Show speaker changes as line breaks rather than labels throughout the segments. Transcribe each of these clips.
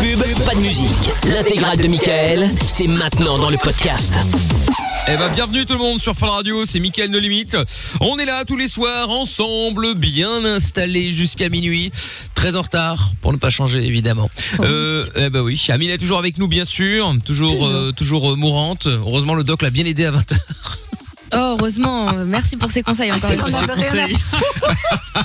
pub, pas de musique. L'intégrale de Michael, c'est maintenant dans le podcast.
Eh ben, bienvenue tout le monde sur Fun Radio, c'est Mickaël No Limite. On est là tous les soirs, ensemble, bien installés jusqu'à minuit. Très en retard, pour ne pas changer évidemment.
Oh
Euh, eh ben oui, Amina est toujours avec nous bien sûr, toujours,
Toujours.
euh, toujours euh, mourante. Heureusement le doc l'a bien aidé à 20h.
Oh, heureusement, euh, merci pour ces
Ah,
conseils encore
C'est
une fois.
pas ce conseil.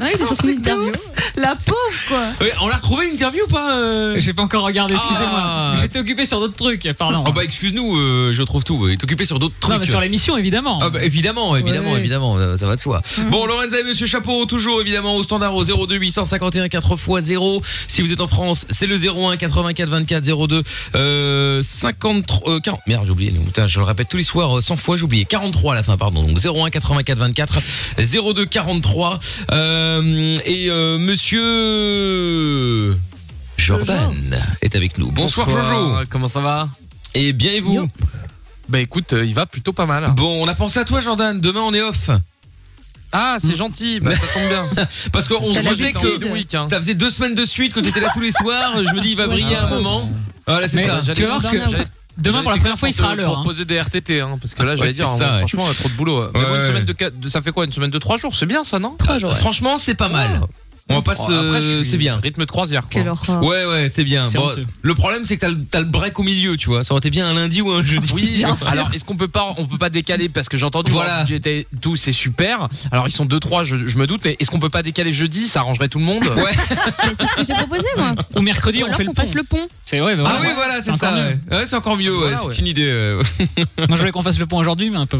Ouais, c'est surtout une interview.
La pauvre, quoi.
Ouais, on l'a retrouvé l'interview ou pas euh
J'ai pas encore regardé, excusez-moi.
Ah.
J'étais occupé sur d'autres trucs, pardon.
Oh bah excuse-nous, euh, je trouve tout. Il est occupé sur d'autres trucs.
hein. non, mais sur l'émission, évidemment.
Ah bah, évidemment, évidemment,
Ouais.
évidemment, euh, ça va de soi. Bon, Lorenza et Monsieur Chapeau, toujours évidemment au standard au 02 851 4 x 0. Si vous êtes en France, c'est le 01 84 24 02 euh, 53 euh, 40. Merde, j'ai oublié. nous. Putain, je le répète tous les soirs, euh, 100 fois, j'ai oublié. 43 à la fin, pardon. Donc 01 84 24 02 43. Euh, et euh, Monsieur Jordan est avec nous. Bonsoir, Jojo.
Comment ça va
Et bien et vous
Yo.
Bah écoute, euh, il va plutôt pas mal.
Bon, on a pensé à toi, Jordan. Demain, on est off.
Ah, c'est gentil, bah ça tombe bien.
Parce qu'on se
qu'elle a
doutait
du
que
temps.
week, hein.
ça faisait deux semaines de suite que t'étais là tous les soirs. Je me dis, il va briller à un moment. Voilà, c'est
Mais
ça.
tu vas voir que
Burnout.
j'allais- demain, pour la première fois, il sera à l'heure. hein.
proposer des RTT, hein, parce que là, j'allais
Ouais,
dire,
c'est ça,
hein,
ouais.
franchement, on a trop de boulot. Mais bon,
Ouais.
une semaine de, quatre- de- ça fait quoi Une semaine de 3 jours C'est bien ça, non
Trois jours. ouais.
Franchement, c'est pas mal. On va pas
Oh,
se-
après, je suis-
C'est bien.
Rythme de croisière, quoi.
Quelle horreur.
Ouais, ouais, c'est bien.
C'est
Bon,
honteux.
le problème, c'est que t'as le- t'as le break au milieu, tu vois. Ça aurait été bien un lundi ou un jeudi.
Oui, alors est-ce qu'on peut pas on peut pas décaler parce que j'ai entendu
Voilà.
voilà. j'étais tout c'est super. Alors ils sont deux trois je, je me doute mais est-ce qu'on peut pas décaler jeudi ça arrangerait tout le monde
Ouais.
Mais C'est ce que j'ai proposé, moi.
Ou mercredi,
Ou
on
alors
fait le
qu'on fasse
pont.
le pont.
C'est ouais, bah
Ah
voilà.
oui, voilà, c'est
C'est
ça.
encore
Ouais, Ouais, c'est encore mieux. ouais,
Voilà, ouais.
C'est une idée. euh.
Moi, je voulais qu'on fasse le pont aujourd'hui, mais un peu.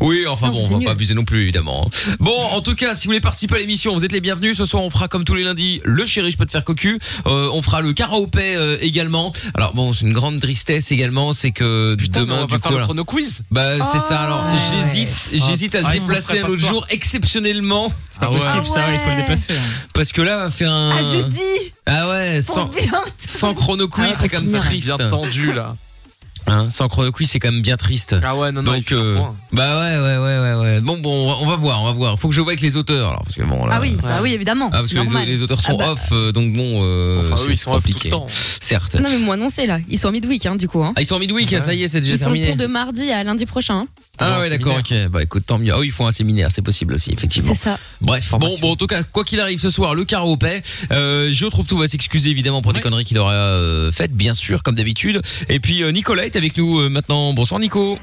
Oui, enfin
Non,
bon, on
c'est
va
mieux.
pas abuser non plus, évidemment. hein. Bon, en tout cas, si vous voulez participer à l'émission, vous êtes les bienvenus. Ce soir, on fera comme tous les lundis le chéri, je peux te faire cocu. Euh, on fera le karaopé euh, également. Alors bon, c'est une grande tristesse également, c'est que
Putain, mais
demain,
on va
du
pas
coup,
faire le
alors-
chrono quiz.
bah c'est ça.
Ah,
Alors
ouais.
j'hésite, j'hésite à se
Ah, ils me
déplacer
feraient
un
pas
autre
ça.
jour exceptionnellement,
C'est
pas
pas
possible,
possible,
Ah
ça, il faut
ouais.
le déplacer. hein.
parce que là, on va faire un.
À jeudi,
Ah ouais,
pour
sans.
bien.
Sans chrono quiz,
Ah ouais,
c'est
faut
quand même
finir.
triste.
Bien tendu là.
Hein, sans chrono quiz, c'est quand même bien triste.
Ah ouais non non. il
Donc
fait un
euh,
point.
bah ouais ouais ouais ouais ouais. Bon bon, on va- on va voir, on va voir. Faut que je vois avec les auteurs alors parce que bon là.
Ah oui, bah oui, évidemment.
Ah, parce que
c'est
les,
normal.
les auteurs sont
Ah bah.
off, euh, donc bon, euh,
Enfin, eux,
c'est
ils sont off tout
compliqué.
le temps.
Certes.
Non, mais moi, non, c'est là. Ils sont en midweek, hein, du coup. Hein.
Ah, ils sont en midweek, hein, ça y est, c'est déjà
Ils font le
terminé.
pont de mardi à lundi prochain. hein.
Ah
Ils
ouais,
ont un
d'accord, ok. Bah écoute, tant mieux. Ah oui, ils font un séminaire, c'est possible aussi, effectivement.
C'est ça.
Bref, bon,
Formation.
bon, en tout cas, quoi qu'il arrive ce soir, le karaopé, euh, je trouve tout va s'excuser évidemment pour des
Ouais.
conneries qu'il aura euh, faites, bien sûr, comme d'habitude. Et puis euh, Nicolas est avec nous euh, maintenant. Bonsoir Nico.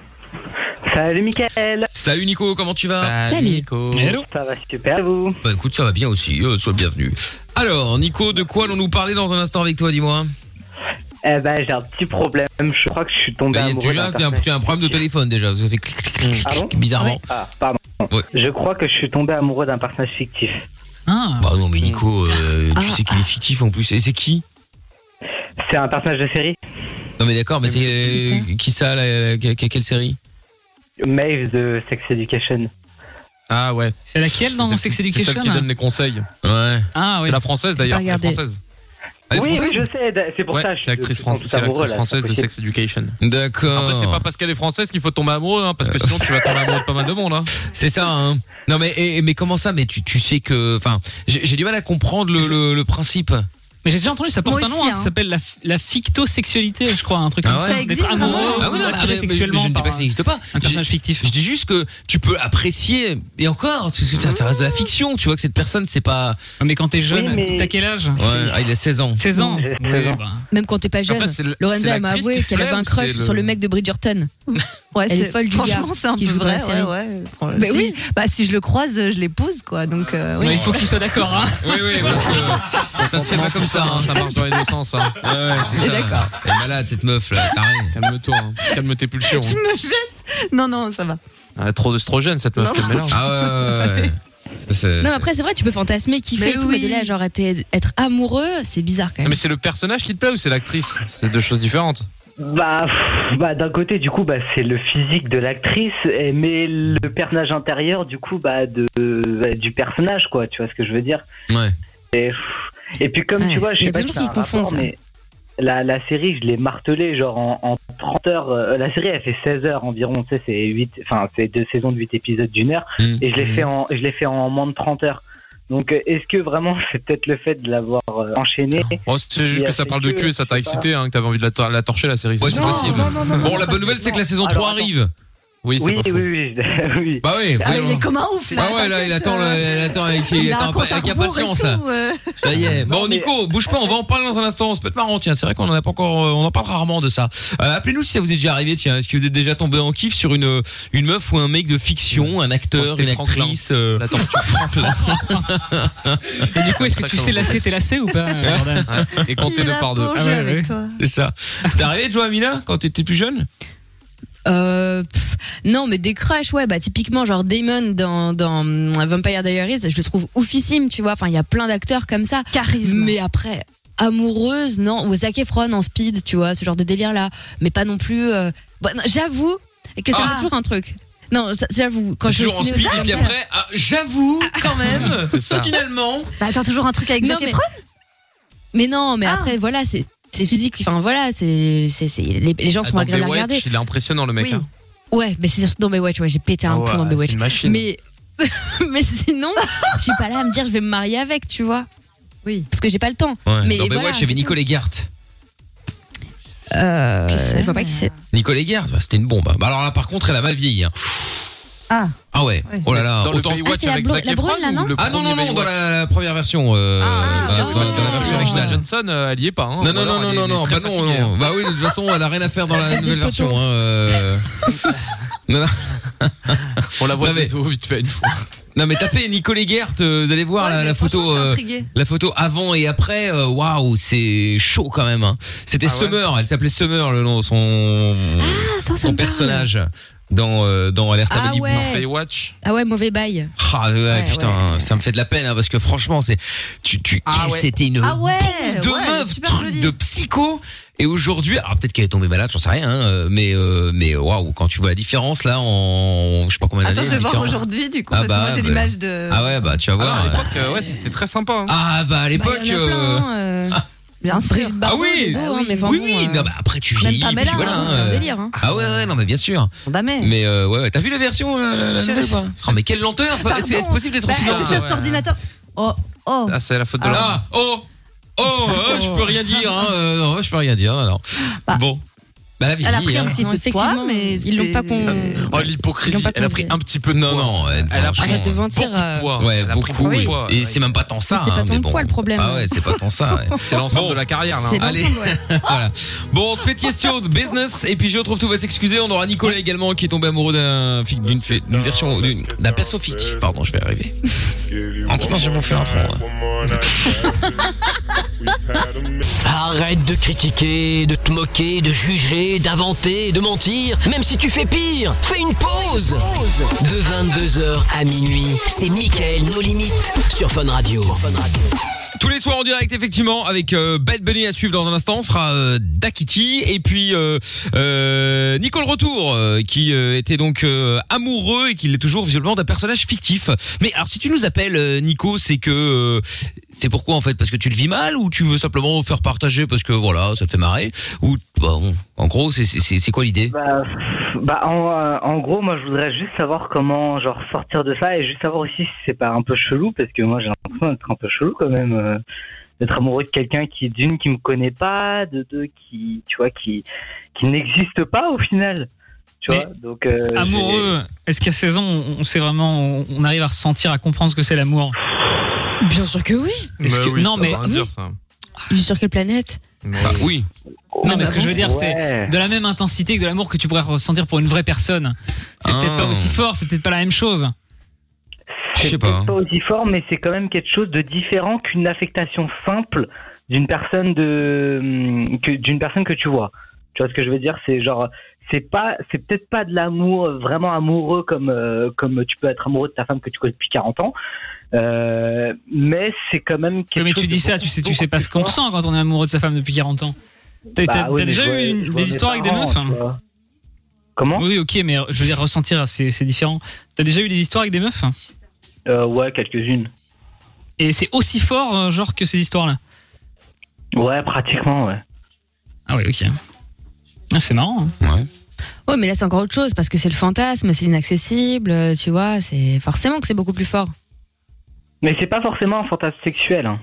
Salut Mickaël
Salut Nico, comment tu vas
Salut.
Nico.
Hello.
Bah, Ça va super et vous
Bah écoute, ça va bien aussi, euh, sois le bienvenu. Alors Nico, de quoi allons-nous parler dans un instant avec toi, dis-moi
Eh ben j'ai un petit problème, je crois que je suis tombé
Bah, y a
amoureux
déjà, tu as un-
d'Internet.
tu as un problème de téléphone déjà, parce que ça fait clic, clic, clic,
Ah bon
clic, bizarrement.
Ah pardon.
Ouais.
Je crois que je suis tombé amoureux d'un personnage fictif.
Ah.
Bah non mais Nico, euh, tu
Ah.
sais qu'il est fictif en plus. Et c'est qui
C'est un personnage de série
Non mais d'accord, mais c'est
c'est
euh, qui ça la, que- que- Quelle série
Maeve de Sex Education.
Ah ouais.
C'est laquelle dans Sex
C'est
Education
celle qui donne les conseils.
Ouais.
Ah oui.
C'est la française d'ailleurs.
J'ai
la
pas regardé.
française.
Elle est
oui, oui,
française
je sais, d- c'est pour
Ouais,
ça. je
c'est
suis
l'actrice
de-
fran-
je suis
c'est
tombé amoureux,
l'actrice
là,
française
c'est
de
pas
Sex Education. Après, c'est pas
D'accord.
parce qu'elle est française qu'il faut tomber amoureux, hein, parce que sinon tu vas tomber amoureux de pas mal de monde. Hein.
C'est ça. Hein. Non mais et- mais comment ça Mais tu, tu sais que enfin j'ai j'ai du mal à comprendre le, le, le principe.
Mais j'ai déjà entendu, ça porte
Moi
un nom,
aussi,
hein, ça
hein.
s'appelle la, la fictosexualité, je crois, un truc
Ah
comme
ouais. Ah
ça.
Ça
D'être
existe
amoureux,
vraiment
ou
oui, non, mais
attiré
mais-
sexuellement
je ne dis
par
pas que ça
un,
n'existe pas.
un
Je,
personnage fictif.
je dis juste que tu peux apprécier et encore parce que ça, ça reste de la fiction. Tu vois que cette personne c'est pas.
Ouais, Mais quand t'es jeune,
Oui, mais-
t'as quel âge
Ouais, ah, il a 16 ans.
16 ans.
J'ai
Ouais,
16 ans.
bah.
Même quand t'es pas jeune.
Après, c'est l- c'est
Lorenza, elle m'a
l'actrice
avoué
qui
qu'elle
plaît
avait un
ou
crush
c'est le-
sur le mec de Bridgerton.
Ouais,
Elle est
c'est-
folle du
Franchement,
gars
c'est un
qui
peu
joue dans la
vrai.
série.
Ouais, ouais. Franchement,
Bah
si.
oui.
Bah, si je le croise, euh, je l'épouse, quoi. Donc, euh, oui.
Ouais, il faut qu'il soit d'accord. Hein.
Oui oui. parce que, euh, ça se fait pas comme ça. hein.
ça marche dans les deux sens. Hein.
Ouais, ouais, c'est ça.
D'accord.
Elle est malade cette meuf là. T'as rien.
Calme-toi, hein. calme tes pulsions.
hein.
Je me jette. Non, non, ça va.
Elle a Ah, trop d'ostrogène cette meuf,
Non.
quel mélange.
Ah ouais, ouais, ouais. C'est-
Non, mais
c'est-
après, c'est vrai, tu peux fantasmer, kiffer
Euh, Mais
et tout, mais de
oui.
là, genre, être être amoureux, c'est bizarre quand
Non,
même.
mais c'est le personnage qui te plaît ou c'est l'actrice C'est deux choses différentes.
Bah, pff, bah d'un côté du coup bah c'est le physique de l'actrice, eh, mais le personnage intérieur du coup bah de bah, du personnage quoi. Tu vois ce que je veux dire
Ouais.
Et, pff, et puis comme
Ouais,
tu vois, je
il y a
sais pas
plein de
si
gens qui
t'as un
confondent
rapport,
ça.
mais la, la série, je l'ai martelée genre en, en 30 heures. euh, la série, elle fait 16 heures environ. Tu sais, c'est huit- enfin, c'est deux saisons de 8 épisodes d'une heure.
Mm.
Et je l'ai fait en, je l'ai fait en moins de 30 heures. Donc, euh, est-ce que vraiment c'est peut-être le fait de l'avoir euh, enchaîné
Oh, c'est juste que ça parle de cul et ça t'a excité, hein, que t'avais envie de la, tor- la torcher la série.
Ouais, c'est
Non,
possible.
non, non, non,
bon,
non,
la bonne nouvelle, c'est que la saison
Alors,
3
attends.
arrive.
Oui, c'est
Oui,
pas
oui,
faux.
oui, je- oui.
Bah oui,
Ah, il
voyons.
est comme un ouf là.
Ah ouais, là, il
t'inquiète,
attend, le-
euh,
il attend avec, il
il a un
attend
compte à
avec
rebours et
impatience, là.
tout, euh.
Ça y est. Bon,
Non, mais-
Nico, bouge pas, on va en parler dans un instant. Ça peut être marrant, tiens. C'est vrai qu'on en a pas encore, euh, on en parle rarement de ça. Euh, appelez-nous si ça vous est déjà arrivé, tiens. Est-ce que vous êtes déjà tombé en kiff sur une, une meuf ou un mec de fiction, un
Oh,
acteur,
c'était
une
Franklin.
actrice, euh,
La tortue Franklin.
Et du coup, est-ce que tu sais lacé, t'es lacé ou pas, Jordan
Ouais, Et compter
Il
deux
a
par deux.
plongé
Ah ouais,
avec
ouais.
toi.
c'est ça. T'es arrivé, toi, Amina, quand t'étais plus jeune?
Ah,
Euh, pff, non, mais des crashs, ouais, bah typiquement, genre Damon dans, dans euh, Vampire Diaries, je le trouve oufissime, tu vois. Enfin, il y a plein d'acteurs comme ça.
Charisme.
Mais après, amoureuse, non. Ou Zac Efron en speed, tu vois, ce genre de délire-là. Mais pas non plus. euh, bon, non, j'avoue que c'est
Ah.
toujours un truc. Non, ça- j'avoue. Quand je suis
Toujours en speed, et puis après, ah, j'avoue, quand même,
C'est ça.
finalement.
Bah, attends, toujours un truc avec
Non,
Zac
mais-
Efron
Mais non, mais
Ah.
après, voilà, c'est. C'est physique, enfin voilà, c'est c'est- c'est- les, les gens
Ah,
sont
dans
agréables à
Baywatch,
regarder.
Il est impressionnant le mec.
Oui.
hein.
Ouais, mais c'est surtout dans Baywatch, ouais, j'ai pété un
Ah
plomb dans
ouais,
Baywatch.
c'est une machine.
Mais, mais sinon, je suis pas là à me dire je vais me marier avec, tu vois.
Oui.
Parce que j'ai pas le temps.
Ouais,
Mais
dans
voilà,
Baywatch, il y
c'est
avait
tout.
Nicolas Garte.
Euh,
Je sais,
je vois pas
mais-
qui c'est.
Nicolas Garte, bah, c'était une bombe. Bah, alors là, par contre, elle a mal vieilli. hein.
Ah,
Bah,
Ah ouais.
Ouais.
Oh là là.
Dans le
autant-
Ah,
Baywatch
c'est la
avec
bro-
Zac
la brune,
Efron
là,
ou
non Ah,
le
Ah non, non,
premier
non, dans
Baywatch
la, la première version. euh, dans la-
oui,
dans la-
oui,
dans la
oui,
version
oui.
originale.
Johnson, euh, elle y est pas. hein.
Non, non,
Alors,
non, non,
elle est
non, non,
très
bah non,
fatiguée,
non.
hein.
Bah oui, de toute façon, elle a rien à faire dans la
Elle faisait
nouvelle
le
version.
poteau.
hein, euh. non, non.
On la voit
Non, mais-
de dos vite fait une fois.
non, mais tapez Nicolas Gert, euh, vous allez voir
Ouais,
la,
mais
la photo.
franchement, je suis
euh,
intriguée.
La photo avant et après, euh, waouh, c'est chaud quand même. hein. C'était
Ah ouais
Summer, elle s'appelait Summer, le nom, son,
Ah, ça, ça
son
me parle.
personnage dans euh, dans Alerte
Ah
à Malibu.
ouais.
Baywatch.
Ah ouais, mauvais bail.
Ah ouais,
Ouais,
putain,
ouais.
ça me fait de la peine hein, parce que franchement, c'est tu tu
Ah
qu'est-ce
ouais.
c'était une Ah
Ah ouais,
deux
ouais,
meufs,
super
truc
jolie.
de psycho. Et aujourd'hui, alors peut-être qu'elle est tombée malade, j'en sais rien, hein, euh, mais euh, mais waouh, quand tu vois la différence là, en je sais pas combien d'années,
Attends, je vais
la
voir
différence.
aujourd'hui, du coup,
Ah
parce que
bah,
moi j'ai
bah.
l'image de.
Ah ouais, bah tu vas
Ah,
voir.
non, à
euh,
l'époque, euh, ouais, c'était très sympa. hein.
Ah bah à
Bah,
l'époque.
il y en a
euh,
plein, hein, euh,
Bien sûr.
Brigitte Bardot,
ah oui.
désolé,
Ah
hein,
oui.
mais enfin
oui,
bon,
oui,
euh,
non, bah, après tu vieillis, puis
Pamela,
voilà.
hein,
c'est un
euh,
délire. hein.
Ah ouais, ouais, non mais bien sûr.
Condamné.
Mais euh, ouais, ouais. t'as vu la version là, la, la
Je-
nouvelle, ou pas Oh mais quelle lenteur c'est pas- Est-ce que- est-ce
Pardon.
possible d'être
Bah,
aussi
c'est
lent
Ah,
sur
ouais.
l'ordinateur. Oh, oh.
Ah, c'est la faute de
Ah,
la.
oh, oh, euh, je peux rien dire, hein, euh, non, je peux rien dire, non, non.
Bah.
Bon, bah la vie.
Elle a pris un petit
Non,
peu de poids,
effectivement,
mais.
ils l'ont
c'est-
pas con-
Oh,
Ils l'ont
l'hypocrisie.
pas
Elle a pris
compris.
un petit peu de
Non,
poids.
non, elle,
Elle a pris
Arrête de mentir. euh,
de poids.
Ouais,
Elle a pris
beaucoup.
de
oui.
poids.
Et c'est même pas tant ça.
Mais c'est pas
hein,
tant
mais
le
bon.
poids, le problème.
Ah ouais, c'est pas tant ça. ouais.
C'est l'ensemble
Bon.
de la carrière là.
C'est
hein.
Allez.
l'ensemble, ouais.
voilà. Bon, on se fait question de business et puis je retrouve tout va s'excuser. On aura Nicolas également qui est tombé amoureux d'un fi- d'une fi- d'une version d'une- d'un perso fictif. Pardon, je vais arriver.
En tout cas, j'ai mon fait un
Arrête de critiquer, de te moquer, de juger, d'inventer, de mentir. Même si tu fais pire, fais une pause. De 22h à minuit, c'est Mickaël, nos limites, sur Fun Radio.
Tous les soirs en direct, effectivement, avec euh, Bad Bunny à suivre dans un instant. On sera euh, Dakiti et puis euh, euh, Nicole Retour euh, qui euh, était donc euh, amoureux et qui l'est toujours visiblement d'un personnage fictif. Mais alors, si tu nous appelles euh, Nico, c'est que euh, c'est pourquoi en fait Parce que tu le vis mal ou tu veux simplement faire partager parce que voilà, ça te fait marrer Ou bah, bon, en gros, c'est- c'est c'est- c'est quoi l'idée
Bah, pff, bah, en, euh, en gros, moi, je voudrais juste savoir comment, genre, sortir de ça et juste savoir aussi si c'est pas un peu chelou, parce que moi, j'ai l'impression d'être un peu chelou quand même, euh, d'être amoureux de quelqu'un qui, d'une, qui me connaît pas, de deux, qui, tu vois, qui, qui n'existe pas au final. Tu vois, donc. euh,
Amoureux, est-ce qu'à 16 ans, on on sait vraiment, on- on arrive à ressentir, à comprendre ce que c'est l'amour
Bien sûr que oui.
Est-ce
Bah
que-
oui,
Non,
ça
mais.
veut rien dire, ça.
Je suis sur quelle planète
Mais-
Bah oui.
j'ai-
Non, mais ce que je veux dire, c'est
Ouais.
de la même intensité que de l'amour que tu pourrais ressentir pour une vraie personne. C'est peut-être
Ah.
pas aussi fort, c'est peut-être pas la même chose.
Je sais
C'est
pas.
peut-être
hein.
pas aussi fort, mais c'est quand même quelque chose de différent qu'une affectation simple d'une personne de hum, que- d'une personne que tu vois. Tu vois ce que je veux dire C'est genre c'est pas c'est peut-être pas de l'amour euh, vraiment amoureux comme euh, comme tu peux être amoureux de ta femme que tu connais depuis 40 ans, euh, mais c'est quand même. Quelque
Oui, mais
chose
tu
de
dis ça,
beaucoup,
tu sais, tu
beaucoup
sais pas
plus
ce qu'on
fort.
ressent quand on est amoureux de sa femme depuis 40 ans. T'as
Bah
t'as-
oui,
t'as
mais
déjà
je vois-
eu une-
je vois
des
mes
histoires avec des
parents,
meufs hein
tu vois. Comment
Oui, ok, mais je veux dire, ressentir, c'est c'est différent. T'as déjà eu des histoires avec des meufs
Euh, Ouais, quelques-unes.
Et c'est aussi fort, euh, genre, que ces histoires-là
Ouais, pratiquement, ouais.
Ah oui, ok. Ah, c'est marrant. hein.
Ouais.
Ouais, mais là, c'est encore autre chose parce que c'est le fantasme, c'est l'inaccessible, euh, tu vois. C'est forcément que c'est beaucoup plus fort.
Mais c'est pas forcément un fantasme sexuel. hein.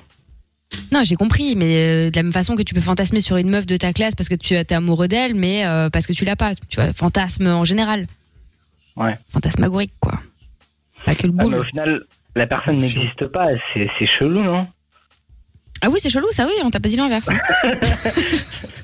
Non, j'ai compris, mais euh, de la même façon que tu peux fantasmer sur une meuf de ta classe parce que tu es amoureux d'elle, mais euh, parce que tu l'as pas. Tu vois, fantasme en général.
Ouais.
Fantasmagorique, quoi. Pas que le
Ah, mais
boule.
au final, la personne n'existe pas. C'est c'est chelou, non
Ah oui, c'est chelou, ça oui, on t'a pas dit l'inverse.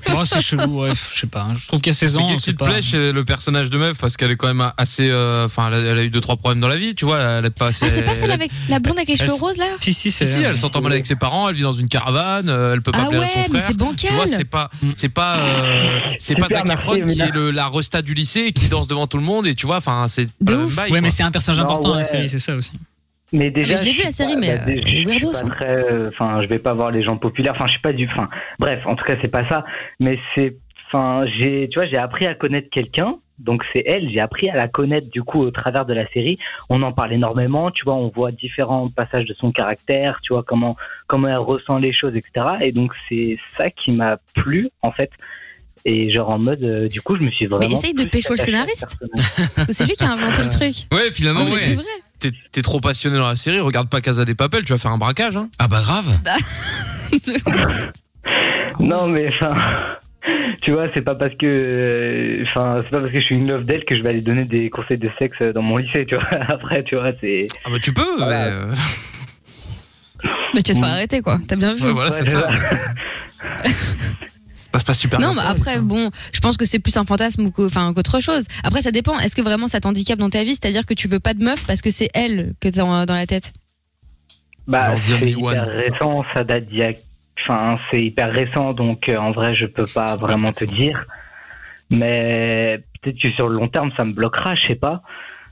Ah,
Moi, c'est chelou, ouais, je sais pas. hein. Je trouve qu'à 16
Mais
ans,
qu'est-ce
c'est
qui te
pas.
plaît chez le personnage de meuf Parce qu'elle est quand même assez. euh, Enfin, elle a- elle a eu deux trois problèmes dans la vie, tu vois. Elle est pas assez.
Ah, c'est pas celle
elle-
avec la blonde avec les
elle-
cheveux roses, là
Si,
Si,
si, c'est.
si, elle s'entend mal avec ses parents, elle vit dans une caravane, euh, elle peut pas
Ah
plaire à
ouais,
son
mais
frère.
c'est bancal.
Tu vois, c'est pas,
Mm.
c'est pas, euh, c'est pas
Super,
Zac Efron
merci,
qui
Emina.
est le, la resta du lycée et qui danse devant tout le monde et tu vois, enfin, c'est
De
pas le même
ouf.
bail,
Ouais, mais
quoi.
c'est un personnage
Non,
important dans la
Bah ouais.
série, c'est ça aussi.
Mais déjà,
mais je l'ai
suis
vu, la série,
pas-
mais, euh,
déjà,
elle est
je suis
weirdos,
pas
hein.
très, euh, Enfin, je vais pas voir les gens populaires. Enfin, je suis pas du. Enfin, bref, en tout cas, c'est pas ça. Mais c'est. Enfin, j'ai. Tu vois, j'ai appris à connaître quelqu'un. Donc c'est elle. J'ai appris à la connaître du coup au travers de la série. On en parle énormément. Tu vois, on voit différents passages de son caractère. Tu vois comment comment elle ressent les choses, etc. Et donc c'est ça qui m'a plu en fait. Et genre en mode, euh, du coup, je me suis vraiment.
essaye de
plus
pécho le
attaché à ce
scénariste.
personnage.
Parce que c'est lui qui a inventé le truc.
Ouais, finalement,
Non, Ah, mais c'est
ouais.
vrai.
T'es, t'es trop passionné dans la série, regarde pas Casa des Papel, tu vas faire un braquage, hein.
Ah bah grave.
Non, mais enfin, tu vois, c'est pas parce que, euh, enfin, c'est pas parce que je suis une love d'elle que je vais aller donner des conseils de sexe dans mon lycée, tu vois. Après, tu vois, c'est.
Ah bah tu peux,
Voilà.
mais, euh,
Mais tu vas te faire
Mm.
arrêter, quoi. T'as bien vu.
ouais, voilà,
Ouais,
c'est
c'est
ça. Ça passe pas super
Non, mais
bien.
après, bon, je pense que c'est plus un fantasme ou qu'au- enfin, qu'autre chose. Après, ça dépend. Est-ce que vraiment ça t'handicape dans ta vie C'est-à-dire que tu veux pas de meuf parce que c'est elle que t'as en- dans la tête
Bah,
Genre The
c'est
Only
hyper
One.
récent, ça date d'il y a. Enfin, c'est hyper récent, donc euh, en vrai, je peux pas
C'est pas
vraiment te
récent.
dire. Mais peut-être que sur le long terme, ça me bloquera, je sais pas.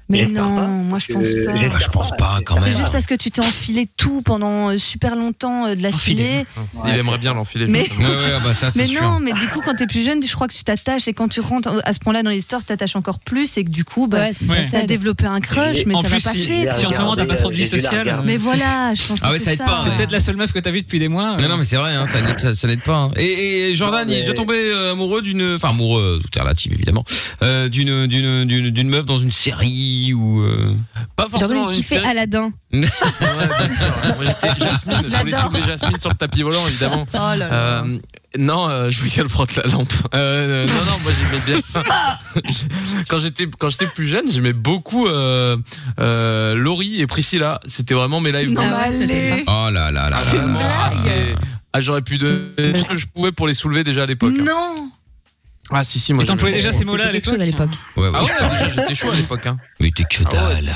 Mais
J'espère
non,
pas,
moi je pense
Euh,
pas.
j'espère
Bah, je pense pas quand
C'est
même.
juste parce que tu t'es enfilé tout pendant euh, super longtemps euh, de la
Enfilé.
filée.
Il aimerait bien l'enfiler.
Mais-
justement.
Ouais, ouais, ah bah ça c'est
Mais
sûr.
non, mais du coup, quand t'es plus jeune, je crois que tu t'attaches et quand tu rentres euh, à ce point-là dans l'histoire, tu t'attaches encore plus et que du coup, bah,
Ouais, c'est
ouais.
pas
ça a
ça.
développé un crush, mais
en
ça
plus,
va
si,
passer.
si en ce moment t'as pas trop de vie
J'ai dû la
sociale.
regarder.
euh,
Mais
c'est-
voilà, je pense que
Ah ouais,
c'est
ça aide pas,
C'est
ouais.
peut-être la seule meuf que t'as vue depuis des mois. euh.
Non, non, mais c'est vrai, hein, ça n'aide ça- ça n'aide pas. hein. Et, et Jordan,
Non, mais-
il est déjà tombé euh, amoureux d'une, enfin amoureux, tout est relatif évidemment, euh, d'une d'une d'une d'une meuf dans une série ou. euh,
Pas forcément.
Jordan,
dans
il
une
kiffait
série.
Aladdin.
Ouais, bien sûr. Moi, j'étais Jasmine, je voulais
J'adore.
soulever Jasmine sur le tapis volant, évidemment.
Oh là là.
Euh, non, euh, je voulais qu'elle frotte la lampe. Euh, euh, non, non, moi j'aimais bien. quand j'étais quand j'étais plus jeune, j'aimais beaucoup euh, euh, Laurie et Priscilla. C'était vraiment mes lives.
Non,
Ah ouais,
mais
c'était
allez.
Oh là là là là.
Ah, vraiment,
là
ah,
là.
c'est- ah, j'aurais pu de tout ce que je pouvais pour les soulever déjà à l'époque. hein.
Non,
Ah si si, moi.
Et t'employais
j'aimais
déjà ces mots-là à
C'était quelque chose à
l'époque.
l'époque.
Ouais, ouais.
beaucoup. Ah ouais, déjà j'étais chaud à l'époque. Hein.
Mais il était que dalle.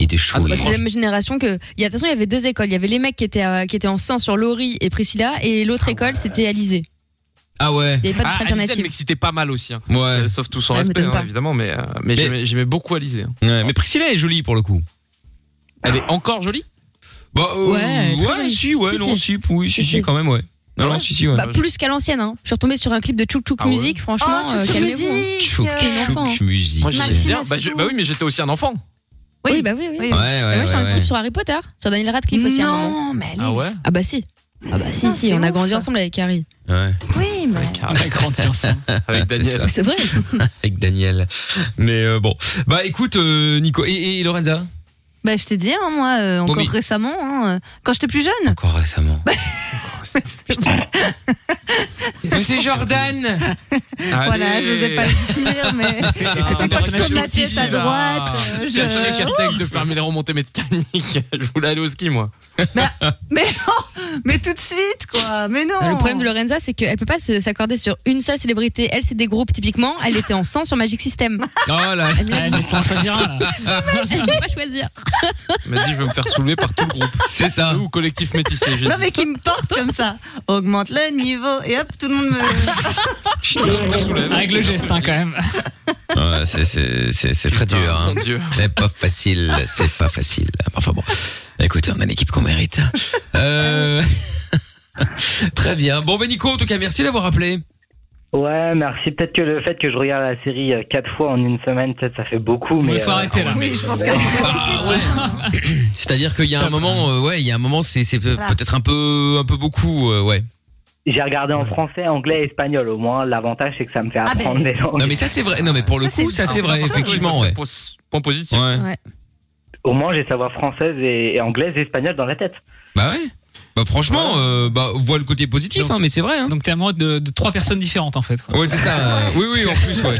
Il était chaud.
Ah,
lui.
Bah, c'est la même génération que. il y a- De toute façon, il y avait deux écoles. Il y avait les mecs qui étaient, euh, qui étaient en sang sur Laurie et Priscilla, et l'autre école, c'était Alizé.
Ah ouais.
Il n'y avait pas
ah,
de truc
Alizé, elle
alternative.
m'excitait pas mal aussi. hein.
Ouais.
Euh, sauf tout son
Ah, elle
respect,
m'étonne
hein,
pas.
évidemment, mais, euh, mais,
Mais-
j'aimais- j'aimais beaucoup Alizé. hein.
Ouais, Mais Priscilla est jolie pour le coup.
Elle est encore jolie
Bah euh,
Ouais, très jolie.
si, ouais,
Si,
non,
si.
si, oui, si,
Si,
si,
si.
quand même, ouais. Non, non, si, si, ouais.
Bah, plus qu'à l'ancienne, hein. Je suis retombée sur un clip de Chouk Chouk
Ah ouais.
Music, franchement,
oh,
euh,
tu te
calmez-vous. hein.
musiques,
Chouk,
euh,
Quel enfant, hein.
Chouk, musique.
Moi j'aimais
Machination.
bien. Bah, je- bah oui, mais j'étais aussi un enfant.
Oui.
Oui, bah oui, oui.
Oui.
Ouais, ouais,
Bah, moi,
ouais,
j'étais un
ouais.
clip sur Harry Potter, sur Daniel Radcliffe aussi à un moment.
Non, mais elle
Ah
est-
ouais
Ah bah si. Ah bah si,
Ah,
si,
c'est
on a
ouf.
grandi ensemble avec Harry.
Ouais.
Oui, mais.
On a grandi ensemble.
Avec
C'est
Daniel.
ça.
C'est vrai.
avec Daniel. Mais euh, bon, bah écoute euh, Nico et, et Lorenza
Bah, je t'ai dit, hein, moi, euh, encore
mais-
récemment, hein, euh, quand j'étais plus jeune.
encore récemment. Mais c'est Jordan.
Voilà, je n'osais pas le dire, mais.
C'est et c'est
Ah,
un
Quand je
personnage
tourne la
fictif.
tête à droite, euh,
J'ai assuré
je.
Oh.
Cartex de faire mes remontées mécaniques. Je voulais aller au ski, moi.
Mais non Mais tout de suite, quoi Mais non
Ah, Le problème de Lorenza, c'est qu'elle peut pas se- s'accorder sur une seule célébrité. Elle, c'est des groupes, typiquement. Elle était en sang sur Magic System.
Oh là.
Elle
Ouais,
ne
Ah, mais faut en choisir un, là.
peut pas choisir.
Il m'a dit, je vais me faire soulever par tout le groupe.
C'est ça.
Ou collectif métissé. j'ai dit.
Non, mais qui me porte comme ça Augmente le niveau et hop, tout le monde me.
Tout le monde te soulève.
Avec le geste, hein, quand même.
Ouais, c'est- c'est c'est- c'est très
Putain,
dur. Hein.
Mon dieu.
C'est pas facile. C'est pas facile. Ah, Enfin bon. Écoutez, on a l'équipe qu'on mérite. Euh, Très bien. Bon ben Nico, en tout cas, merci d'avoir appelé.
Ouais, merci. Peut-être que le fait que je regarde la série euh, quatre fois en une semaine, peut-être ça fait beaucoup, mais.
Mais faut
euh,
arrêter, là.
Oui, je pense que.
Bah, C'est-à-dire qu'il y a un moment,
hein.
euh, ouais, il y a un moment, c'est c'est peut- peut-être un peu, un peu beaucoup, euh, ouais.
J'ai regardé en français, anglais et espagnol. Au moins, l'avantage, c'est que ça me fait
Ah,
apprendre
ben.
les langues.
Non mais ça c'est vrai. Non mais pour le
Ça,
coup,
c'est
ça c'est
bien.
vrai, effectivement,
Ça, c'est
ouais.
po- Point positif.
Ouais.
Ouais.
au moins j'ai savoir française et, et anglaise et espagnole dans la tête.
Bah ouais. Bah franchement, euh, bah on voit le côté positif, hein, mais c'est vrai. Hein.
Donc t'es amoureux de, de trois personnes différentes en fait. Quoi.
Ouais, c'est ça. euh, oui, oui, en plus, ouais.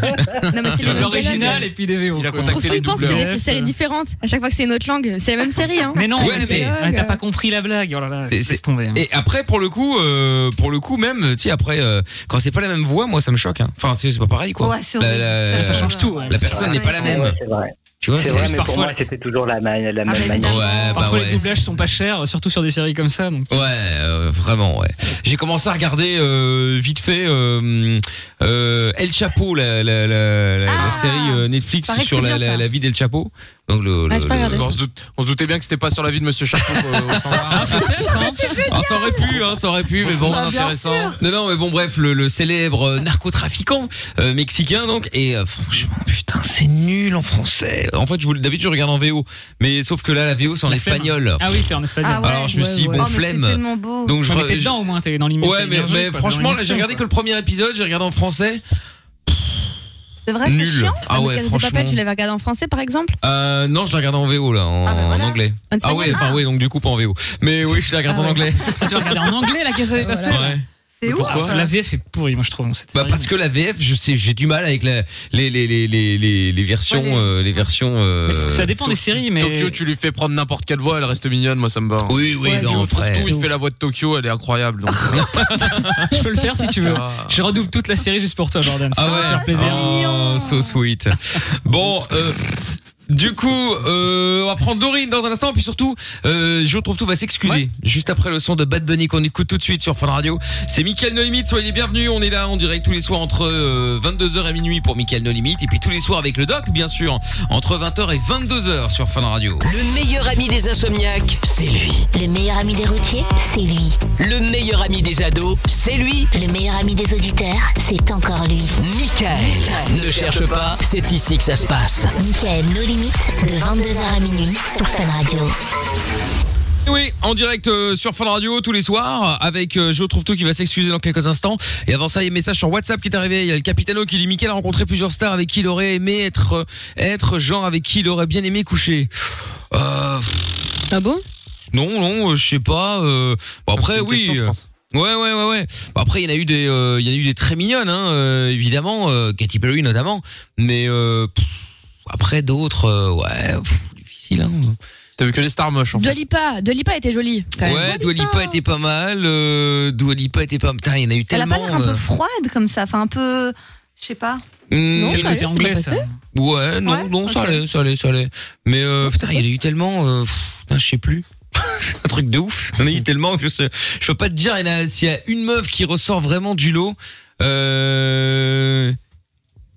Non, mais c'est les mêmes
L'original
dialogues.
et puis des VO.
Il a
quoi.
Trouve
contacté
tout,
les
ils pensent que c'est
doubleurs.
des séries différentes. À chaque fois que c'est une autre langue, c'est la même série. Hein.
Mais non,
Ouais,
mais-
euh. mais-
ah, t'as pas compris la blague. Oh là là,
C'est-
laisse
c'est-
tomber. hein.
Et après, pour le coup, euh, pour le coup même, tu sais, après, euh, quand c'est pas la même voix, moi, ça me choque. Hein. Enfin, c'est c'est pas pareil, quoi.
Ouais, c'est
La-
horrible.
Euh, la-
Ça, ça change tout. ouais.
La personne n'est pas la même.
Ouais, c'est vrai.
Tu vois,
C'est
c'est
vrai,
juste
mais pour
parfois-
moi c'était toujours la, ma- la même
Ah, mais
manière.
évidemment.
Ouais, bah
Parfois
ouais,
les doublages sont pas chers, surtout sur des séries comme ça. Donc.
Ouais, euh, vraiment, ouais. J'ai commencé à regarder euh, vite fait euh, euh, El Chapo, la, la, la, la- la
Ah
série euh, Netflix
Paraît que
sur
c'est
la,
bien,
la-
ça.
la vie d'El Chapo. Donc le,
Ah,
le-
j'ai pas
le-
regardé.
On se, doute- on se doutait bien que c'était pas sur la vie de Monsieur Chapeau. euh, au standard.
Ah, peut-être, hein.
Ah, ça aurait pu, hein, ça aurait pu, mais bon.
Ah,
Bah, bien Intéressant. sûr.
Non, non, mais bon, bref, le, le célèbre euh, narcotrafiquant euh, mexicain, donc, et euh, franchement, putain, c'est nul en français. En fait, je voulais, d'habitude, je regarde en VO, mais sauf que là, la VO, c'est en
La flemme.
espagnol.
Ah oui, c'est en espagnol.
Ah ouais.
Alors, je me suis dit,
ouais, ouais.
bon,
Oh, mais
flemme.
C'est tellement beau.
Donc, je,
Ouais, mais t'es
je-
dedans au moins, t'es dans l'image.
Ouais, mais, mais franchement, là, j'ai regardé que le premier épisode, j'ai regardé en français.
C'est vrai, c'est
Nul.
chiant.
Ah ouais,
Casa de
franchement.
Papel, tu l'avais regardé en français par exemple
Euh, non, je la regarde en VO, là, en,
Ah, bah voilà.
en anglais.
En
Ah
espagnol
ouais, enfin, ouais, donc du coup, pas en VO. Mais oui, je la regarde
Ah
en
ouais.
anglais. Bah,
Tu vas regarder en anglais la Casa des Papel.
Ouais.
C'est ouf.
hein.
La VF est pourrie, moi je trouve. c'est
Bah
terrible.
parce que la VF, je sais, j'ai du mal avec la, les, les, les, les, les, les versions,
Ouais, les-
euh, les versions. euh,
Mais ça- ça dépend des séries, mais.
Tokyo, tu lui fais prendre n'importe quelle voix, elle reste mignonne, moi ça me va.
Oui, oui,
Ouais,
non,
Tokyo,
après.
surtout, il fait la voix de Tokyo, elle est incroyable. Donc, euh,
Je peux le faire si tu veux.
Ah.
Je redouble toute la série juste pour toi, Jordan. Ça
Ah
va
ouais,
te faire plaisir.
Oh, so sweet. Bon, euh, du coup, euh, on va prendre Dorine dans un instant, puis surtout, euh, je trouve tout va s'excuser juste après le son de Bad Bunny qu'on écoute tout de suite sur Fun Radio. C'est Mickaël No Limite, soyez les bienvenus. On est là en direct tous les soirs entre 22h et minuit pour Mickaël No Limite, et puis tous les soirs avec le Doc, bien sûr, entre 20h et 22h sur Fun Radio.
Le meilleur ami des insomniaques, c'est lui.
Le meilleur ami des routiers, c'est lui.
Le meilleur ami des ados, c'est lui.
Le meilleur ami des auditeurs, c'est encore lui.
Michael. Ne cherche pas, c'est ici que ça se passe.
Michael, nos limites, de 22h à minuit sur Fun Radio.
Oui, en direct euh, sur Fun Radio tous les soirs avec euh, Joe Trouve-Tout qui va s'excuser dans quelques instants. Et avant ça, il y a un message sur WhatsApp qui est arrivé. Il y a le Capitano qui dit Mickaël a rencontré plusieurs stars avec qui il aurait aimé être, euh, être genre avec qui il aurait bien aimé coucher. Euh, pff,
Ah bon
non, non, euh, je sais pas. euh, bon, après,
Ah, c'est une
oui.
question, je
euh,
pense.
Ouais, ouais, ouais, ouais. Bon, après, il y en a eu des, euh, il y en a eu des très mignonnes, hein, euh, évidemment, euh, Katy Perry notamment. Mais euh, pff, après d'autres, euh, ouais, pff, difficile. Hein.
T'as vu que les stars moches en fait.
Dolipa, Dolipa était jolie quand même.
Ouais, Dua Lipa était pas mal. Euh, Dua Lipa était pas. Putain, il y en a eu
Elle a
tellement.
pas l'air un peu
euh.
froide comme ça. Enfin, un peu. Je sais pas.
Hmm,
Non,
C'est le côté
ça allait,
anglais,
c'était
ça.
pas
ouais, non,
Ouais,
non, ça
ok.
allait, ça allait, ça allait. Mais euh, putain, il y en a eu tellement. Euh, pff, putain, je sais plus. C'est un truc de ouf. Il y en a eu tellement que je, sais- je peux pas te dire. il y en a- S'il y a une meuf qui ressort vraiment du lot. Euh...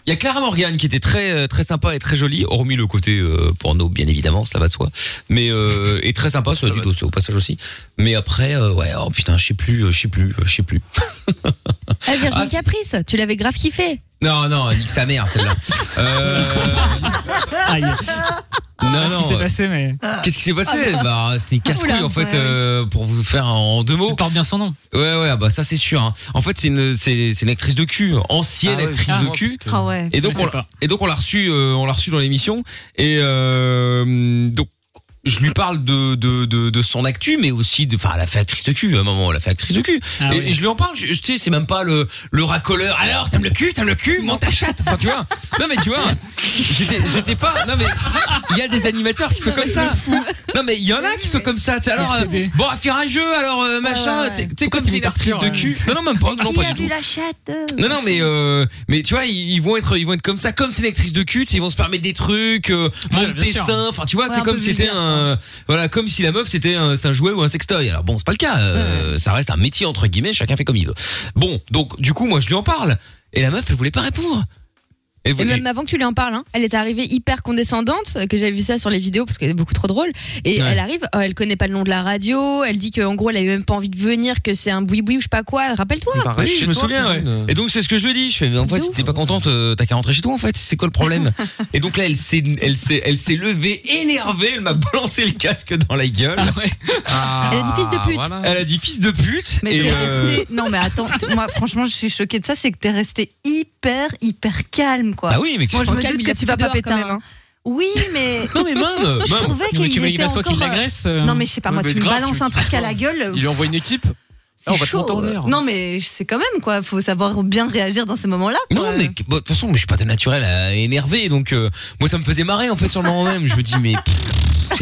Il y a Clara Morgan qui était très euh, très sympa et très jolie, hormis le côté euh, porno bien évidemment, ça va de soi. Mais euh, et très sympa, ça,
Ça
du
va
tout, au passage aussi. Mais après, euh, ouais, oh putain, je sais plus, euh, je sais plus, euh, je sais plus.
Ah, Virginie
Ah, c'est-
Caprice, tu l'avais grave kiffé.
Non, non, nique sa mère, celle-là. Euh, Ah,
Aïe.
non,
Voilà ce Ah, qui
non. euh,
s'est passé, mais.
Qu'est-ce qui s'est passé Bah, c'est des casse-couilles,
Ah, Oula,
en fait,
ouais.
euh, pour vous faire en deux
Il
mots.
porte bien son nom.
Ouais, ouais, bah ça, c'est sûr. hein. En fait, c'est une, c'est, c'est une actrice de cul, ancienne
Ah ouais,
actrice
ah,
de
moi,
cul.
parce que-
Ah ouais.
Et donc,
Je
on,
sais
l'a-
pas.
et donc, on l'a reçu, euh, on l'a reçu dans l'émission. Et euh, donc, je lui parle de, de, de, de son actu, mais aussi de, enfin, elle a fait actrice de cul, à un moment, elle a fait actrice de cul.
Ah
et,
oui.
et je lui en parle, je, je- tu sais, c'est même pas le, le racoleur. Alors, t'aimes le cul, t'aimes le cul, monte ta chatte. Enfin, tu vois. Non, mais tu vois, j'étais, j'étais pas, non, mais, il y a des animateurs qui sont comme ça. Non, mais il y en a qui sont comme ça, tu sais, alors, euh,
RCD.
bon, à faire un jeu, alors, euh, machin,
ouais.
tu sais- tu euh, sais, comme
tu
c'est une
dis
actrice de
Arthur,
cul. Non, non, même pas, non,
Qui
pas
a
du
vu
tout.
la chatte
Non non mais euh, mais tu vois ils ils vont être ils vont être comme ça comme c'est une actrice de culte ils vont se permettre des trucs euh,
Ouais,
monte
bien
tes
sûr.
seins enfin tu vois
Ouais,
c'est
un
comme
peu
si c'était
vulgaire,
un voilà comme si la meuf c'était un c'était un jouet ou un sextoy alors bon c'est pas le cas euh, ça reste un métier entre guillemets chacun fait comme il veut bon donc du coup moi je lui en parle et la meuf elle voulait pas répondre elle
Et
voulait-
même avant que tu lui en parles, hein, elle est arrivée hyper condescendante, euh, que j'avais vu ça sur les vidéos parce qu'elle est beaucoup trop drôle. Et
Ouais.
elle arrive, euh, elle connaît pas le nom de la radio, elle dit qu'en gros elle avait même pas envie de venir, que c'est un boui-boui ou je sais pas quoi. Rappelle-toi.
Bah,
Oui,
reste
je
chez
me
toi,
souviens, ouais.
cousine.
Et donc c'est ce que je lui ai dit. Je fais, mais en
De
fait, si
ouf.
t'es pas contente, euh, t'as qu'à rentrer chez toi. En fait, c'est quoi le problème Et donc là, elle s'est, elle s'est, elle s'est levée, énervée. Elle m'a balancé le casque dans la gueule.
Ah ouais.
Elle a dit fils de pute.
voilà.
Elle a dit fils de pute.
Mais
et
t'es
euh,
resté- Non, mais attends, moi, franchement, je suis choquée de ça. C'est que t'es resté hyper, hyper calme, quoi.
Ah oui, mais
Moi, je
En
me
calme,
doute
il
que
a
tu
foutu
vas pas
dehors,
péter
quand
un-
même, hein.
Oui, mais.
Non, mais même
Je trouvais
Non, mais
qu'il
tu veux qu'il
était
fasse quoi, qu'il
encore, euh,
l'agresse, euh
Non, mais je sais pas,
Ouais,
moi,
mais
tu me
grave,
balances
tu-
un truc à la gueule.
Il lui envoie une équipe.
C'est
Ah, on va te
chaud.
monter en l'air.
Non, mais c'est quand même quoi. Faut savoir bien réagir dans ces moments-là. quoi.
Non mais que- bah, de toute façon, moi, je suis pas de naturel à énerver, donc euh, moi ça me faisait marrer en fait sur le moment même. Je me dis mais pff,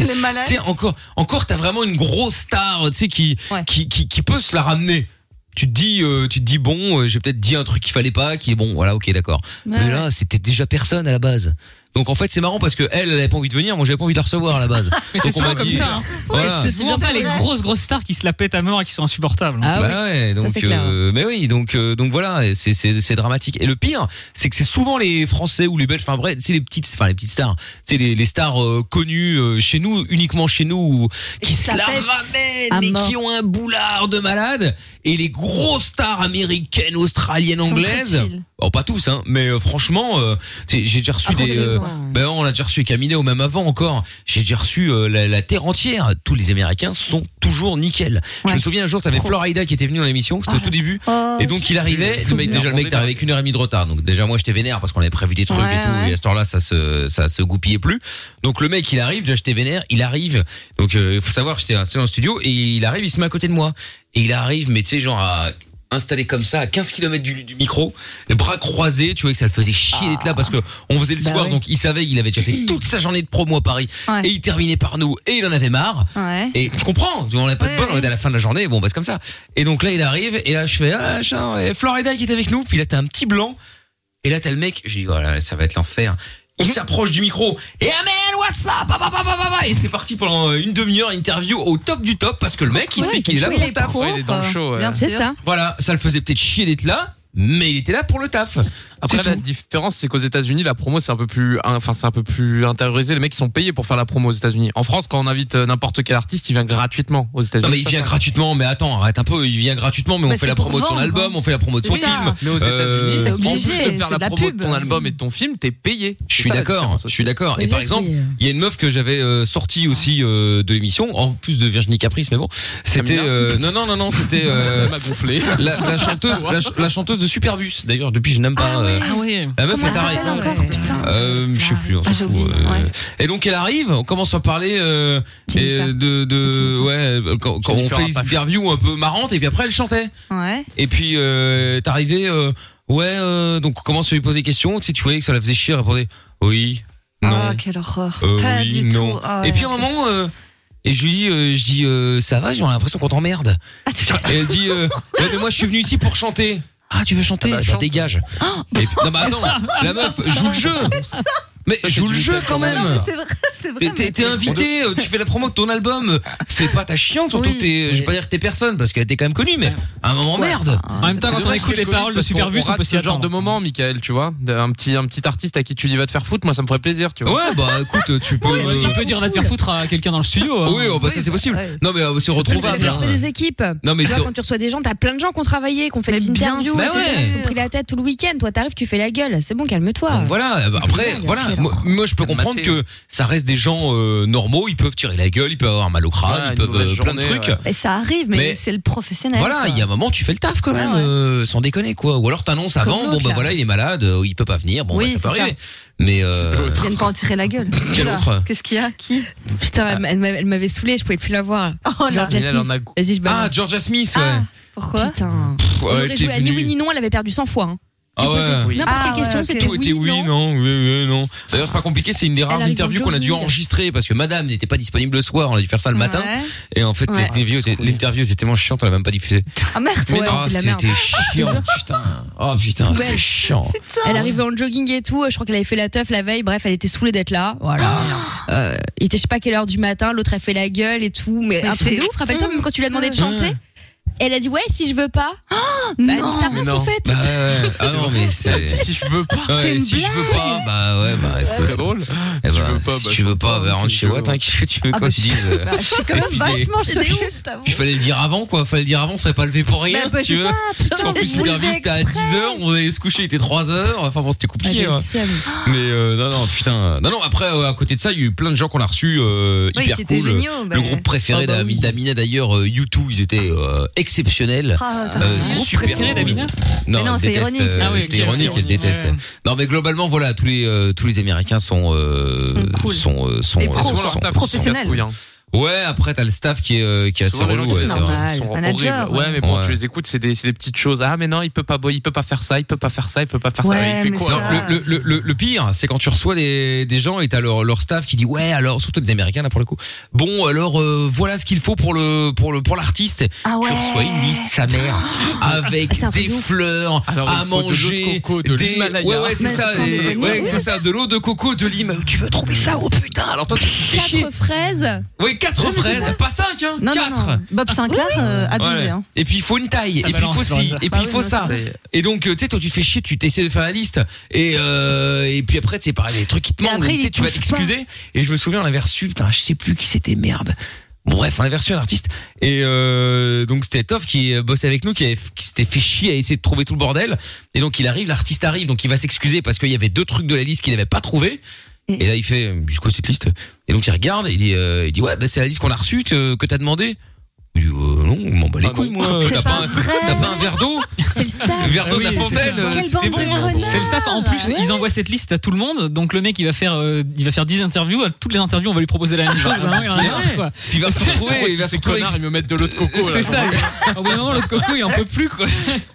Elle est malade.
tu sais encore, encore t'as vraiment une grosse star, tu sais qui,
Ouais.
qui qui qui peut se la ramener. Tu te dis, euh, tu te dis bon, euh, j'ai peut-être dit un truc qu'il fallait pas, qui est bon, voilà, ok, d'accord. Mais
Ouais.
là, c'était déjà personne à la base. Donc en fait, c'est marrant parce que elle, elle avait pas envie de venir, moi j'avais pas envie de la recevoir à la base.
Mais c'est
Donc, on m'a
souvent comme
dit-
ça. hein.
Voilà.
C'est souvent pas les grosses grosses stars qui se la pètent à mort et qui sont insupportables. hein.
Ah
bah
oui.
ouais,
Ça,
donc
c'est clair.
euh, mais oui, donc euh, donc voilà, et c'est c'est c'est dramatique. Et le pire, c'est que c'est souvent les Français ou les Belges, enfin bref, c'est les petites, enfin les petites stars, c'est les, les stars euh, connues euh, chez nous, uniquement chez nous, ou- qui
qui
se
se
la
la pètent
ramènent,
à
mais
mort.
qui ont un boulard de malade. Et les grosses stars américaines, australiennes,
Ils sont très
anglaises,
chill.
bon pas tous, hein, mais euh, franchement, euh, tu sais, j'ai déjà reçu
Après,
des,
ça
euh,
dépend.
ben on a déjà reçu Camino, même avant encore. J'ai déjà reçu euh, la, la terre entière. Tous les Américains sont toujours nickel. Je
Ouais.
me souviens un jour, t'avais Florida qui était venue dans l'émission, c'était au
Ah.
tout début.
Oh.
Et donc il arrivait, le mec, déjà le mec t'arrivait avec une heure et demie de retard. Donc déjà moi j'étais vénère parce qu'on avait prévu des trucs
Ouais,
et tout.
ouais.
Et à ce temps-là ça se ça se goupillait plus. Donc le mec il arrive, déjà j'étais vénère, il arrive. Donc euh, faut savoir j'étais installé dans le studio et il arrive, il se met à côté de moi et il arrive mais tu sais genre à installé comme ça à 15 km du, du micro, les bras croisés, tu vois que ça le faisait chier d'être là parce que on faisait le
Bah
soir
ouais.
donc il savait il avait déjà fait toute sa journée de promo à Paris
Ouais.
et il terminait par nous et il en avait marre.
Ouais.
Et je comprends, on n'a pas de
Ouais,
bol, on
ouais.
est à la fin de la journée, bon, bah, c'est comme ça. Et donc là, il arrive, et là, je fais, ah, chien, et Florida qui est avec nous, puis là, t'as un petit blanc, et là, t'as le mec, je dis, voilà, ça va être l'enfer. Il s'approche du micro, et ah, man, what's up, Bah, bah, bah, bah, bah, bah. et c'était parti pendant une demi-heure interview au top du top, parce que le mec, il
Ouais,
sait qu'il est là
il
pour le
est
taf.
pro,
Ouais, il est dans le
quoi.
show, ouais.
Bien
C'est
sûr.
ça.
Voilà, ça le faisait peut-être chier d'être là, mais il était là pour le taf.
Après
C'est
la
tout.
différence c'est qu'aux États-Unis la promo c'est un peu plus enfin c'est un peu plus intériorisé les mecs ils sont payés pour faire la promo aux États-Unis. En France quand on invite euh, n'importe quel artiste il vient gratuitement aux États-Unis.
Non mais il
C'est
vient
pas ça.
gratuitement, mais attends, arrête un peu, il vient gratuitement, mais on
Mais
fait la
Bah, c'est
promo
pour
de son
vendre, hein.
album, on fait la promo de son
C'est ça.
film.
Mais aux
Euh,
États-Unis
C'est
en
obligé,
plus de faire
c'est
la
de la
promo de
pub.
ton album et de ton film t'es payé.
Je
C'est
suis
ça, la
d'accord,
différence
je
aussi.
suis d'accord. Et par exemple, il y a une meuf que j'avais euh, sortie aussi euh, de l'émission, en plus de Virginie Caprice, mais bon, c'était
Amina
euh, non non non non, c'était euh,
Elle m'a gonflé.
la, la chanteuse, la, ch- la chanteuse de Superbus. D'ailleurs, depuis je n'aime pas. euh,
Ah oui.
La meuf
Comment
est
elle
tarée.
s'appelle encore, putain
Euh, je sais plus. on s'en
Ah, j'ai
fout,
oublié,
euh,
ouais.
Et donc elle arrive, on commence à parler euh, et,
Jennifer.
de, de ouais euh, quand, quand on
Jennifer
fait les
Apache.
interviews un peu marrantes et puis après elle chantait.
Ouais.
Et puis euh, t'es arrivé, euh, ouais, euh, donc on commence à lui poser des questions. Tu sais, tu voyais que ça la faisait chier. Elle répondait, oui, non.
Ah, quelle horreur.
Euh,
Pas
oui,
du
non.
tout. Ah,
et
ouais,
puis à un
ok.
moment, euh, et je lui dis, euh, je dis, euh, ça va, j'ai l'impression qu'on t'emmerde.
Ah, tu-
Et elle dit, euh, Ouais, mais moi je suis venu ici pour chanter. Ah, tu veux chanter
Ah bah,
Bah,
chante.
dégage. Et puis- non, bah attends, la meuf joue le jeu. Mais
c'est
joue le
du
jeu
Michael
quand
Jordan.
même.
C'est vrai, c'est vrai.
T'es- T'es t'es invité, euh, tu fais la promo de ton album. Fais pas ta chiante, surtout que t'es, je vais pas dire que t'es personne parce que t'es quand même connue, mais à un moment merde.
En même temps, quand on
dommage
écoute
qu'il y ait
les
le Covid
paroles de
parce qu'on-
Superbus,
on
on
rate
peut s'y
ce genre
attendre.
de moment, Michael, tu vois. De- Un petit, un petit artiste à qui tu dis va te faire foutre, moi ça me ferait plaisir, tu vois.
Ouais, bah écoute, tu peux. euh,
Il peut dire va te faire foutre à quelqu'un dans le
Ah,
studio. hein.
Oui, oh, bah ça c'est possible.
ouais.
Non mais euh, c'est
C'est le
retrouvable.
respect
hein.
des équipes.
Non mais
Tu vois,
c'est
quand tu reçois des gens, t'as plein de gens qui ont travaillé, qui ont fait
Mais
des
bien
interviews,
sûr.
Bah
etc.,
ouais.
qui se sont pris la tête tout le week-end. Toi, t'arrives, tu fais la gueule. C'est bon, calme-toi.
Donc voilà, bah, après,
Génial,
voilà,
quelle
moi, moi, je peux comprendre
Maté.
que ça reste des gens euh, normaux, ils peuvent tirer la gueule, ils peuvent avoir mal au crâne,
Ouais,
ils
une
peuvent
mauvaise
euh, plein de
journée,
trucs.
ouais.
Mais ça arrive, mais,
Mais-
c'est le professionnel.
Voilà,
quoi.
il y a un moment tu fais le taf quand même,
Ouais, ouais.
euh, sans déconner quoi. Ou alors t'annonces avant,
l'autre,
bon bah
là.
voilà il est malade, euh, il peut pas venir, bon
Oui,
bah, ça peut
c'est ça.
arriver. Mais euh,
Ils viennent pas en tirer la gueule.
Quel
Oula,
autre Ah.
Qu'est-ce qu'il y a Qui
Putain, elle m'a- elle m'a- elle m'avait saoulé, je pouvais plus la voir.
Oh là.
Georgia
Mais elle en a
Smith.
go-
Vas-y, je
ah
balance.
Georgia Smith, ouais.
Ah, pourquoi
Putain.
Pff,
On
ouais,
aurait
qui est
joué à ni
venue.
oui ni non, elle avait perdu 100 fois. hein.
Ah ouais.
Oui.
N'importe
Ah
quelle
ouais,
question,
ok.
c'était
Tout
oui,
était oui,
non.
non, oui, oui, non. D'ailleurs, c'est pas compliqué, c'est une des rares
arrive en
interviews qu'on a dû
jogging.
enregistrer parce que madame n'était pas disponible le soir, on a dû faire ça le matin.
Ouais.
Et en fait,
Ouais.
l'interview était- l'interview était tellement chiante, on l'a même pas diffusée.
Ah merde.
Ouais,
Ah,
c'était de la merde.
c'était chiant, putain. Oh putain,
Poubelle.
c'était chiant.
Elle arrivait en jogging et tout. Je crois qu'elle avait fait la teuf la veille. Bref, elle était saoulée d'être là. Voilà.
Ah.
Euh, il était je sais pas quelle heure du matin. L'autre a fait la gueule et tout. Mais,
Mais
un truc de
c'est-
ouf. Rappelle-toi même quand tu lui as demandé de chanter. Elle a dit ouais si je veux pas. Bah
Ah, Non.
t'as raison
non.
en fait.
Bah ouais, ouais. Ah non, mais c'est.
Si je veux pas,
Ouais,
une
si je veux pas, bah ouais, bah
c'est très drôle.
Eh
Si tu
bah,
veux pas,
si
bah,
tu
je
veux
sais
pas,
pas,
bah, rentre
qu'est-ce
chez
que
moi,
tu veux.
t'inquiète, que tu veux
Ah
quoi
bah,
tu dises. euh,
Je suis quand même
puis c'est-
vachement choquée.
Puis fallait le dire avant, quoi. Fallait le dire avant, ça serait pas levé pour rien,
Bah, bah,
tu
c'est
veux.
ça,
Parce qu'en
putain,
plus,
je voulais
l'interview c'était à 10h, on allait se coucher, il était 3h. Enfin bon, c'était
Ah, j'ai
compliqué,
le
ouais.
seum.
Mais euh, non, non, putain. Non, non, après, euh, à côté de ça, il y a eu plein de gens qu'on a reçus euh,
Oui,
hyper
qui
cool.
étaient géniaux. bah,
Le groupe préféré
Ah bah
d'Ami-
oui.
d'Amina d'ailleurs, euh, U2, ils étaient euh, exceptionnel.
Ah, t'as
Euh,
raison.
Groupe
super
préféré
cool.
d'Amina
Non,
Mais non,
elle
c'est
déteste,
ironique.
euh,
Ah oui,
c'était
ok,
ironique,
ok,
elle
ok.
déteste.
Ouais.
Non, mais globalement, voilà, tous les euh, tous les Américains sont euh,
Sont cool.
sont euh, sont,
Des
euh,
pros.
sont-
souvent leur
sont-
staff
professionnel.
sont casse-couilles, hein.
Ouais, après t'as le staff qui est euh, qui est assez
Souvent, les
relou,
gens
ouais,
qui
c'est
sont-
vrai.
sont
Manager,
horribles. Ouais,
ouais.
mais bon,
Ouais.
tu les écoutes, c'est des, c'est des petites choses. Ah, mais non, il peut pas, il peut pas faire ça, il peut pas faire ça, il peut pas faire ça.
Ouais,
Il fait
mais
quoi
Non,
ça-
le, le, le, le- le pire, c'est quand tu reçois des, des gens et t'as leur, leur staff qui dit ouais alors surtout les Américains là pour le coup. Bon alors euh, voilà ce qu'il faut pour le pour le pour l'artiste.
Ah ouais.
Tu reçois une liste sa mère avec
C'est un truc
des
de ouf.
fleurs
Alors,
à
il faut de l'eau de
manger,
coco, de
des
l'Himalaya.
ouais ouais c'est
Mais
ça,
attends,
et-
mais
ouais
oui.
c'est ça de l'eau de coco de lime. Tu veux trouver ça oh putain alors toi tu te fais chier.
Quatre fraises.
Oui quatre
Non, mais c'est
fraises
ça.
pas cinq hein
Non, non,
quatre.
non. Bob Sinclair, euh, abusé.
Ouais.
hein.
Et puis il faut une
Ça
taille, et puis il
balance,
faut ci,
Lorenza.
et
Bah
puis il
oui,
faut
non,
ça.
c'est-
Et donc euh, tu sais toi tu te fais chier, tu t'essaies de faire la liste et euh, et puis après tu sais pareil les trucs qui te
Mais
manquent,
après,
donc, tu sais
ils
tu vas
touchent
t'excuser et je me souviens on avait reçu putain, je sais plus qui c'était merde. Bon, bref, on avait reçu un artiste et euh, donc c'était Toff qui euh, bossait avec nous qui, avait- qui s'était fait chier à essayer de trouver tout le bordel et donc il arrive, l'artiste arrive donc il va s'excuser parce qu'il y avait deux trucs de la liste qu'il n'avait pas trouvé.
Et-
Et là, il fait, jusqu'où cette liste Et donc, il regarde, et il dit, euh, il dit ouais, bah, c'est la liste qu'on a reçue, que que t'as demandé. Je dis, euh, non, on m'en bat les
Ah
couilles,
non.
moi.
C'est
T'as
pas
pas, un-
vrai.
t'as pas un verre d'eau
C'est le
Le
staff.
verre d'eau de la
Ah Oui, c'est
fontaine,
ça.
euh,
Quelle
c'était
bande
bon.
de
hein.
connards.
C'est le staff. En plus,
Ouais.
ils envoient cette liste à tout le monde. Donc le mec, il va faire, euh, il va faire 10 interviews. À toutes les interviews, on va lui proposer la même chose. Vraiment, il en a
Mais
marre,
ouais.
quoi.
Puis il va se retrouver, il va se
Ces
retrouver.
connards, ils me mettent de l'eau de coco. là.
C'est ça. Au bout d'un moment, l'autre coco, il en peut plus, quoi.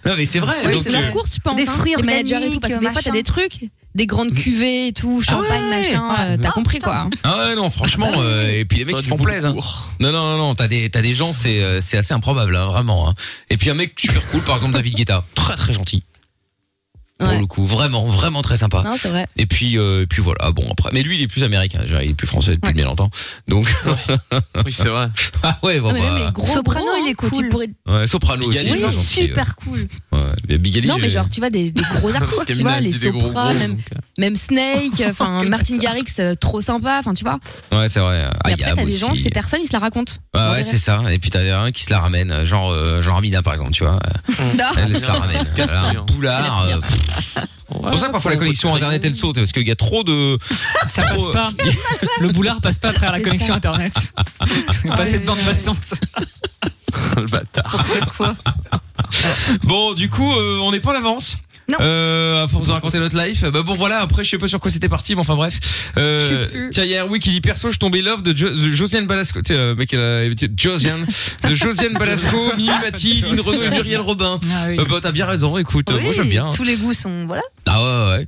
Non, mais c'est vrai.
Oui,
donc,
c'est la
euh,
course, je pense.
Des
hein.
fruits
les managers et tout,
organiques,
parce que des fois, t'as
machin.
des trucs, des
Mm.
grandes cuvées et tout, champagne,
ouais.
machin. euh, t'as compris quoi.
ah ouais, non, franchement, euh, et puis les mecs
Ah,
ils se
du
font
bout de
plaisir. hein.
cours.
Non, non, non, non, t'as des, t'as des gens, c'est, euh, c'est assez improbable, hein, vraiment. hein. Et puis un mec super cool, par exemple David Guetta, très très gentil. Pour
Ouais.
le coup, vraiment, vraiment très sympa.
Non, c'est vrai.
Et puis, euh, et puis voilà. Bon après, mais lui il est plus américain, je veux dire, il est plus français depuis bien longtemps. Donc
Oui, c'est vrai.
ah ouais, bon
Non, mais même les
bah,
gros
Soprano,
gros,
il est
hein, que tu
cool.
pourrais-
ouais, Soprano aussi. euh,
Bigali,
il est
Oui,
gentil,
super cool.
Ouais, Mais Bigali,
Non, mais
je-
genre, tu vois, des, des gros artistes, tu vois, les Sopra, même,
euh.
même Snake, enfin, Martin Garrix, euh, trop sympa, enfin, tu vois.
ouais, c'est vrai.
Et
Ayam
après, t'as des
aussi.
gens, ces personnes, ils se la racontent.
Ah Ouais, ouais, c'est ça. Et puis t'as un qui se la ramène, genre euh, genre Amina par exemple, tu vois.
Non.
Elle se la ramène.
Casse-couille,
Voilà, un
hein.
boulard.
C'est la
euh, pff. C'est pour ça que parfois la connexion internet elle saute parce qu'il y a trop de
Ça passe
Trop-
pas. Le boulard passe pas à travers la
C'est
connexion
ça.
internet. Pas cette bande passante.
Le bâtard.
Bon, du coup, euh, on n'est pas en avance.
Non.
Euh, à force de raconter notre life. Bah bon, voilà, après, je sais pas sur quoi c'était parti, mais enfin bref. Euh,
Je sais plus.
tiens, il y a Erwick qui dit perso, je tombais love de, jo de Josiane Balasco. Tu sais, le mec, euh, Josiane. De Josiane Balasco, Mimi Mati, Lynn Renault et Muriel Robin.
Ah oui.
Euh, bah, t'as bien raison, écoute, euh,
Oui,
moi j'aime bien.
Tous les goûts sont. Voilà.
Ah ouais, ouais.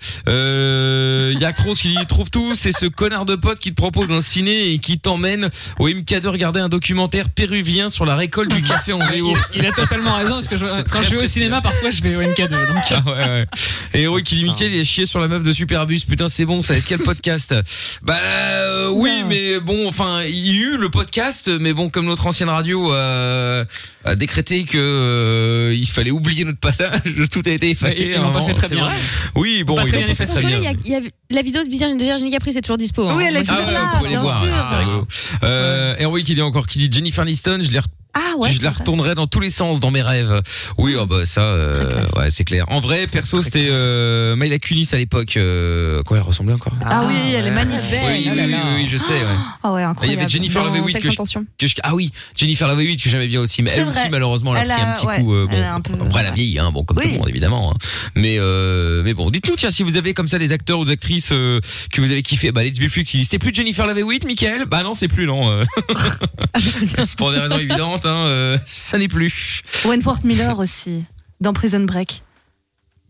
Euh, y a Cross qui dit, trouve tout, c'est ce connard de pote qui te propose un ciné et qui t'emmène au MK de regarder un documentaire péruvien sur la récolte du café en
Il,
VO.
il a totalement raison parce que je- quand je vais au cinéma, parfois je vais au MK2. Donc,
Ah ouais, ouais. Et oui, qui dit Mickaël, il a chié sur la meuf de Superbus. Putain, c'est bon, ça escale podcast. Bah euh, oui,
Non.
mais bon, enfin, il y a eu le podcast, mais bon, comme notre ancienne radio euh, a décrété que euh, il fallait oublier notre passage, tout a été effacé.
ils l'ont pas
hein,
fait très
c'est
bien.
vrai. Oui, bon,
pas
ils
très
l'ont
bien
pas fait
effacé.
très
Pour cela,
bien.
il y a- il y a la vidéo de Virginie de Virginie Capri, c'est toujours dispo. hein.
Oui, elle est
Ah
toujours
ouais,
là.
vous pouvez les
bien
voir,
sûr.
hein, c'était rigolo. Euh, Erwick, il dit encore qu'il dit Jennifer Aniston, je l'ai
Ah ouais.
je la retournerai dans tous les sens dans mes rêves. Oui, oh bah ça, euh, ouais, c'est clair. En vrai, perso, c'était euh, Myla Kunis à l'époque. Euh, quoi, elle ressemblait encore
Ah oui, elle est magnifique.
belle.
oui, oui, oui, oui, je sais. ouais.
Ah ouais,
Et Il y
incroyable.
avait Jennifer
Dans
Love
Sex
que je,
Intention.
que je- ah oui, Jennifer Love que j'aimais bien aussi. Mais
C'est
elle aussi,
vrai.
malheureusement, elle,
Elle
a pris un
a-
petit
ouais,
coup. euh, bon,
elle a un peu-
après elle a vieilli, hein, bon comme tout
Oui.
le monde évidemment. hein. Mais euh, mais bon, dites-nous tiens si vous avez comme ça des acteurs ou des actrices euh, que vous avez kiffé. Bah Let's Be Flux, il dit c'était plus Jennifer Love Michael Bah non, c'est plus non. euh. Pour des raisons évidentes, hein, euh, ça n'est plus.
Wentworth Miller aussi, dans Prison Break.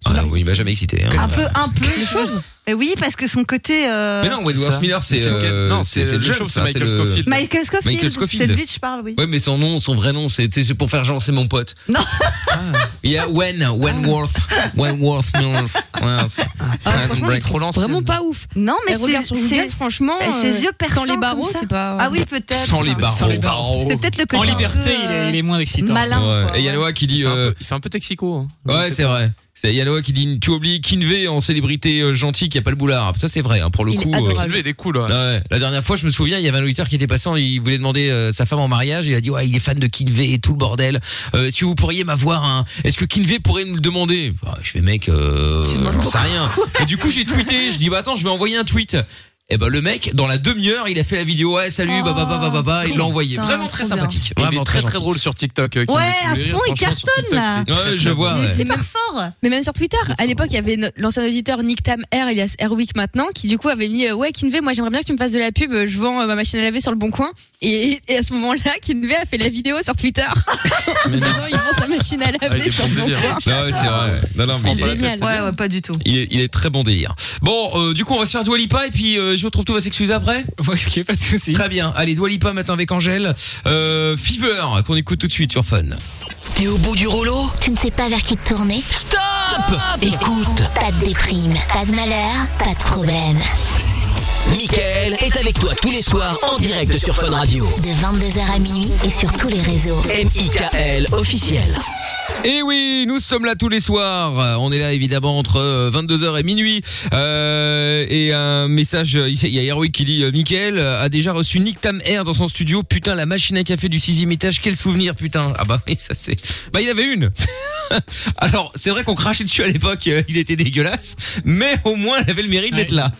Ah oui, il m'a jamais excité. hein.
Un peu, un peu. Les choses Oui, parce que son côté. euh,
Mais non, Wentworth
ça.
Miller, c'est
C'est lequel
euh,
Non, c'est le
jeune,
chauve,
ça,
c'est Michael
le-
Scofield.
Michael Scofield.
Michael Scofield.
C'est de lui que je parle, oui.
Ouais, mais son nom, son vrai nom, c'est tu sais, c'est pour faire genre c'est mon pote.
Non.
Il y a Wen, Wenworth, Wenworth Mills. Ouais, c'est-
Ah,
Prison
franchement, je
Break.
trouve vraiment pas ouf.
Non, mais
Elle regarde sur
c'est.
Google,
c'est-
franchement,
Et ses
euh,
yeux
sans
perçants
les
comme
barreaux,
ça.
c'est pas.
Ah oui, peut-être.
Sans les barreaux.
Sans les barreaux.
C'est peut-être le côté.
En
un
liberté,
peu,
il est, il est moins excitant.
Malin.
Ouais.
quoi,
Et il y a
ouais.
Noah qui
Il
dit
fait un
euh,
peu- il fait un peu Texico. hein.
Ouais, c'est vrai. C'est il y a Noah qui dit tu oublies Kinvey en célébrité euh, gentille qui a pas le boulard. Ça c'est vrai hein, pour le
Il est
coup.
adorable.
Lui, il est cool. ouais.
Ouais, la dernière fois, je me souviens, il y avait un auditeur qui était passant, il voulait demander euh, sa femme en mariage, et il a dit ouais, il est fan de Kinvey et tout le bordel. Euh, Est-ce que vous pourriez m'avoir un Est-ce que Kinvey pourrait nous le demander Bah, Je fais mec, euh, j'en sais rien. Et du coup, j'ai tweeté, je dis bah attends, je vais envoyer un tweet. Et ben le mec dans la demi-heure, il a fait la vidéo. Ouais, salut, bah bah bah bah bah, bah, il l'a envoyé. Vraiment très sympathique.
Il est
Vraiment
très, très
gentil.
drôle sur TikTok. euh, qui
Ouais,
me fait
à
rire,
fond,
franchement,
il
sur
cartonne,
TikTok,
là.
il est très,
Ouais, je
très
vois.
drôle.
ouais.
C'est pas fort.
Mais même sur Twitter, à l'époque, il y avait no- l'ancien auditeur Nick Tam Air, alias Airwick maintenant, qui du coup avait mis euh, Ouais, Kinvey, moi j'aimerais bien que tu me fasses de la pub, je vends euh, ma machine à laver sur le bon coin. Et, et à ce moment-là, Kinvey a fait la vidéo sur Twitter. En disant, il vend sa machine à
Ah, il
laver
est
sur
bon
le
hein.
bon
délire.
coin.
Non, ouais, c'est vrai. ouais. Non, non, mais il est-
Génial.
Ouais, ouais, pas du tout.
il est, il est très bon délire. Bon, euh, du coup, on va se faire Dwalipa et puis euh, je retrouve tout va s'excuser après.
Ouais, ok, pas de soucis.
Très bien. Allez, Dwalipa maintenant avec Angèle. Euh, Fever qu'on écoute tout de suite sur Fun.
T'es au bout du rouleau
Tu ne sais pas vers qui te tourner
Stop Écoute,
Pas de déprime, pas de malheur, pas de problème.
Mickaël est avec toi tous les soirs en direct sur Fun Radio.
De 22h à minuit et sur tous les réseaux.
M.I.K.L. officiel.
Et Eh oui, nous sommes là tous les soirs. Euh, On est là évidemment entre 22h et minuit. Euh, et un message, euh, il y a Héroïque qui dit euh, Mickaël euh, a déjà reçu Nick Tam Air dans son studio. Putain, la machine à café du sixième étage, quel souvenir, putain. Ah bah oui, ça c'est... Bah il y avait une. Alors, c'est vrai qu'on crachait dessus à l'époque, euh, il était dégueulasse, mais au moins elle avait le mérite
Ouais.
d'être là.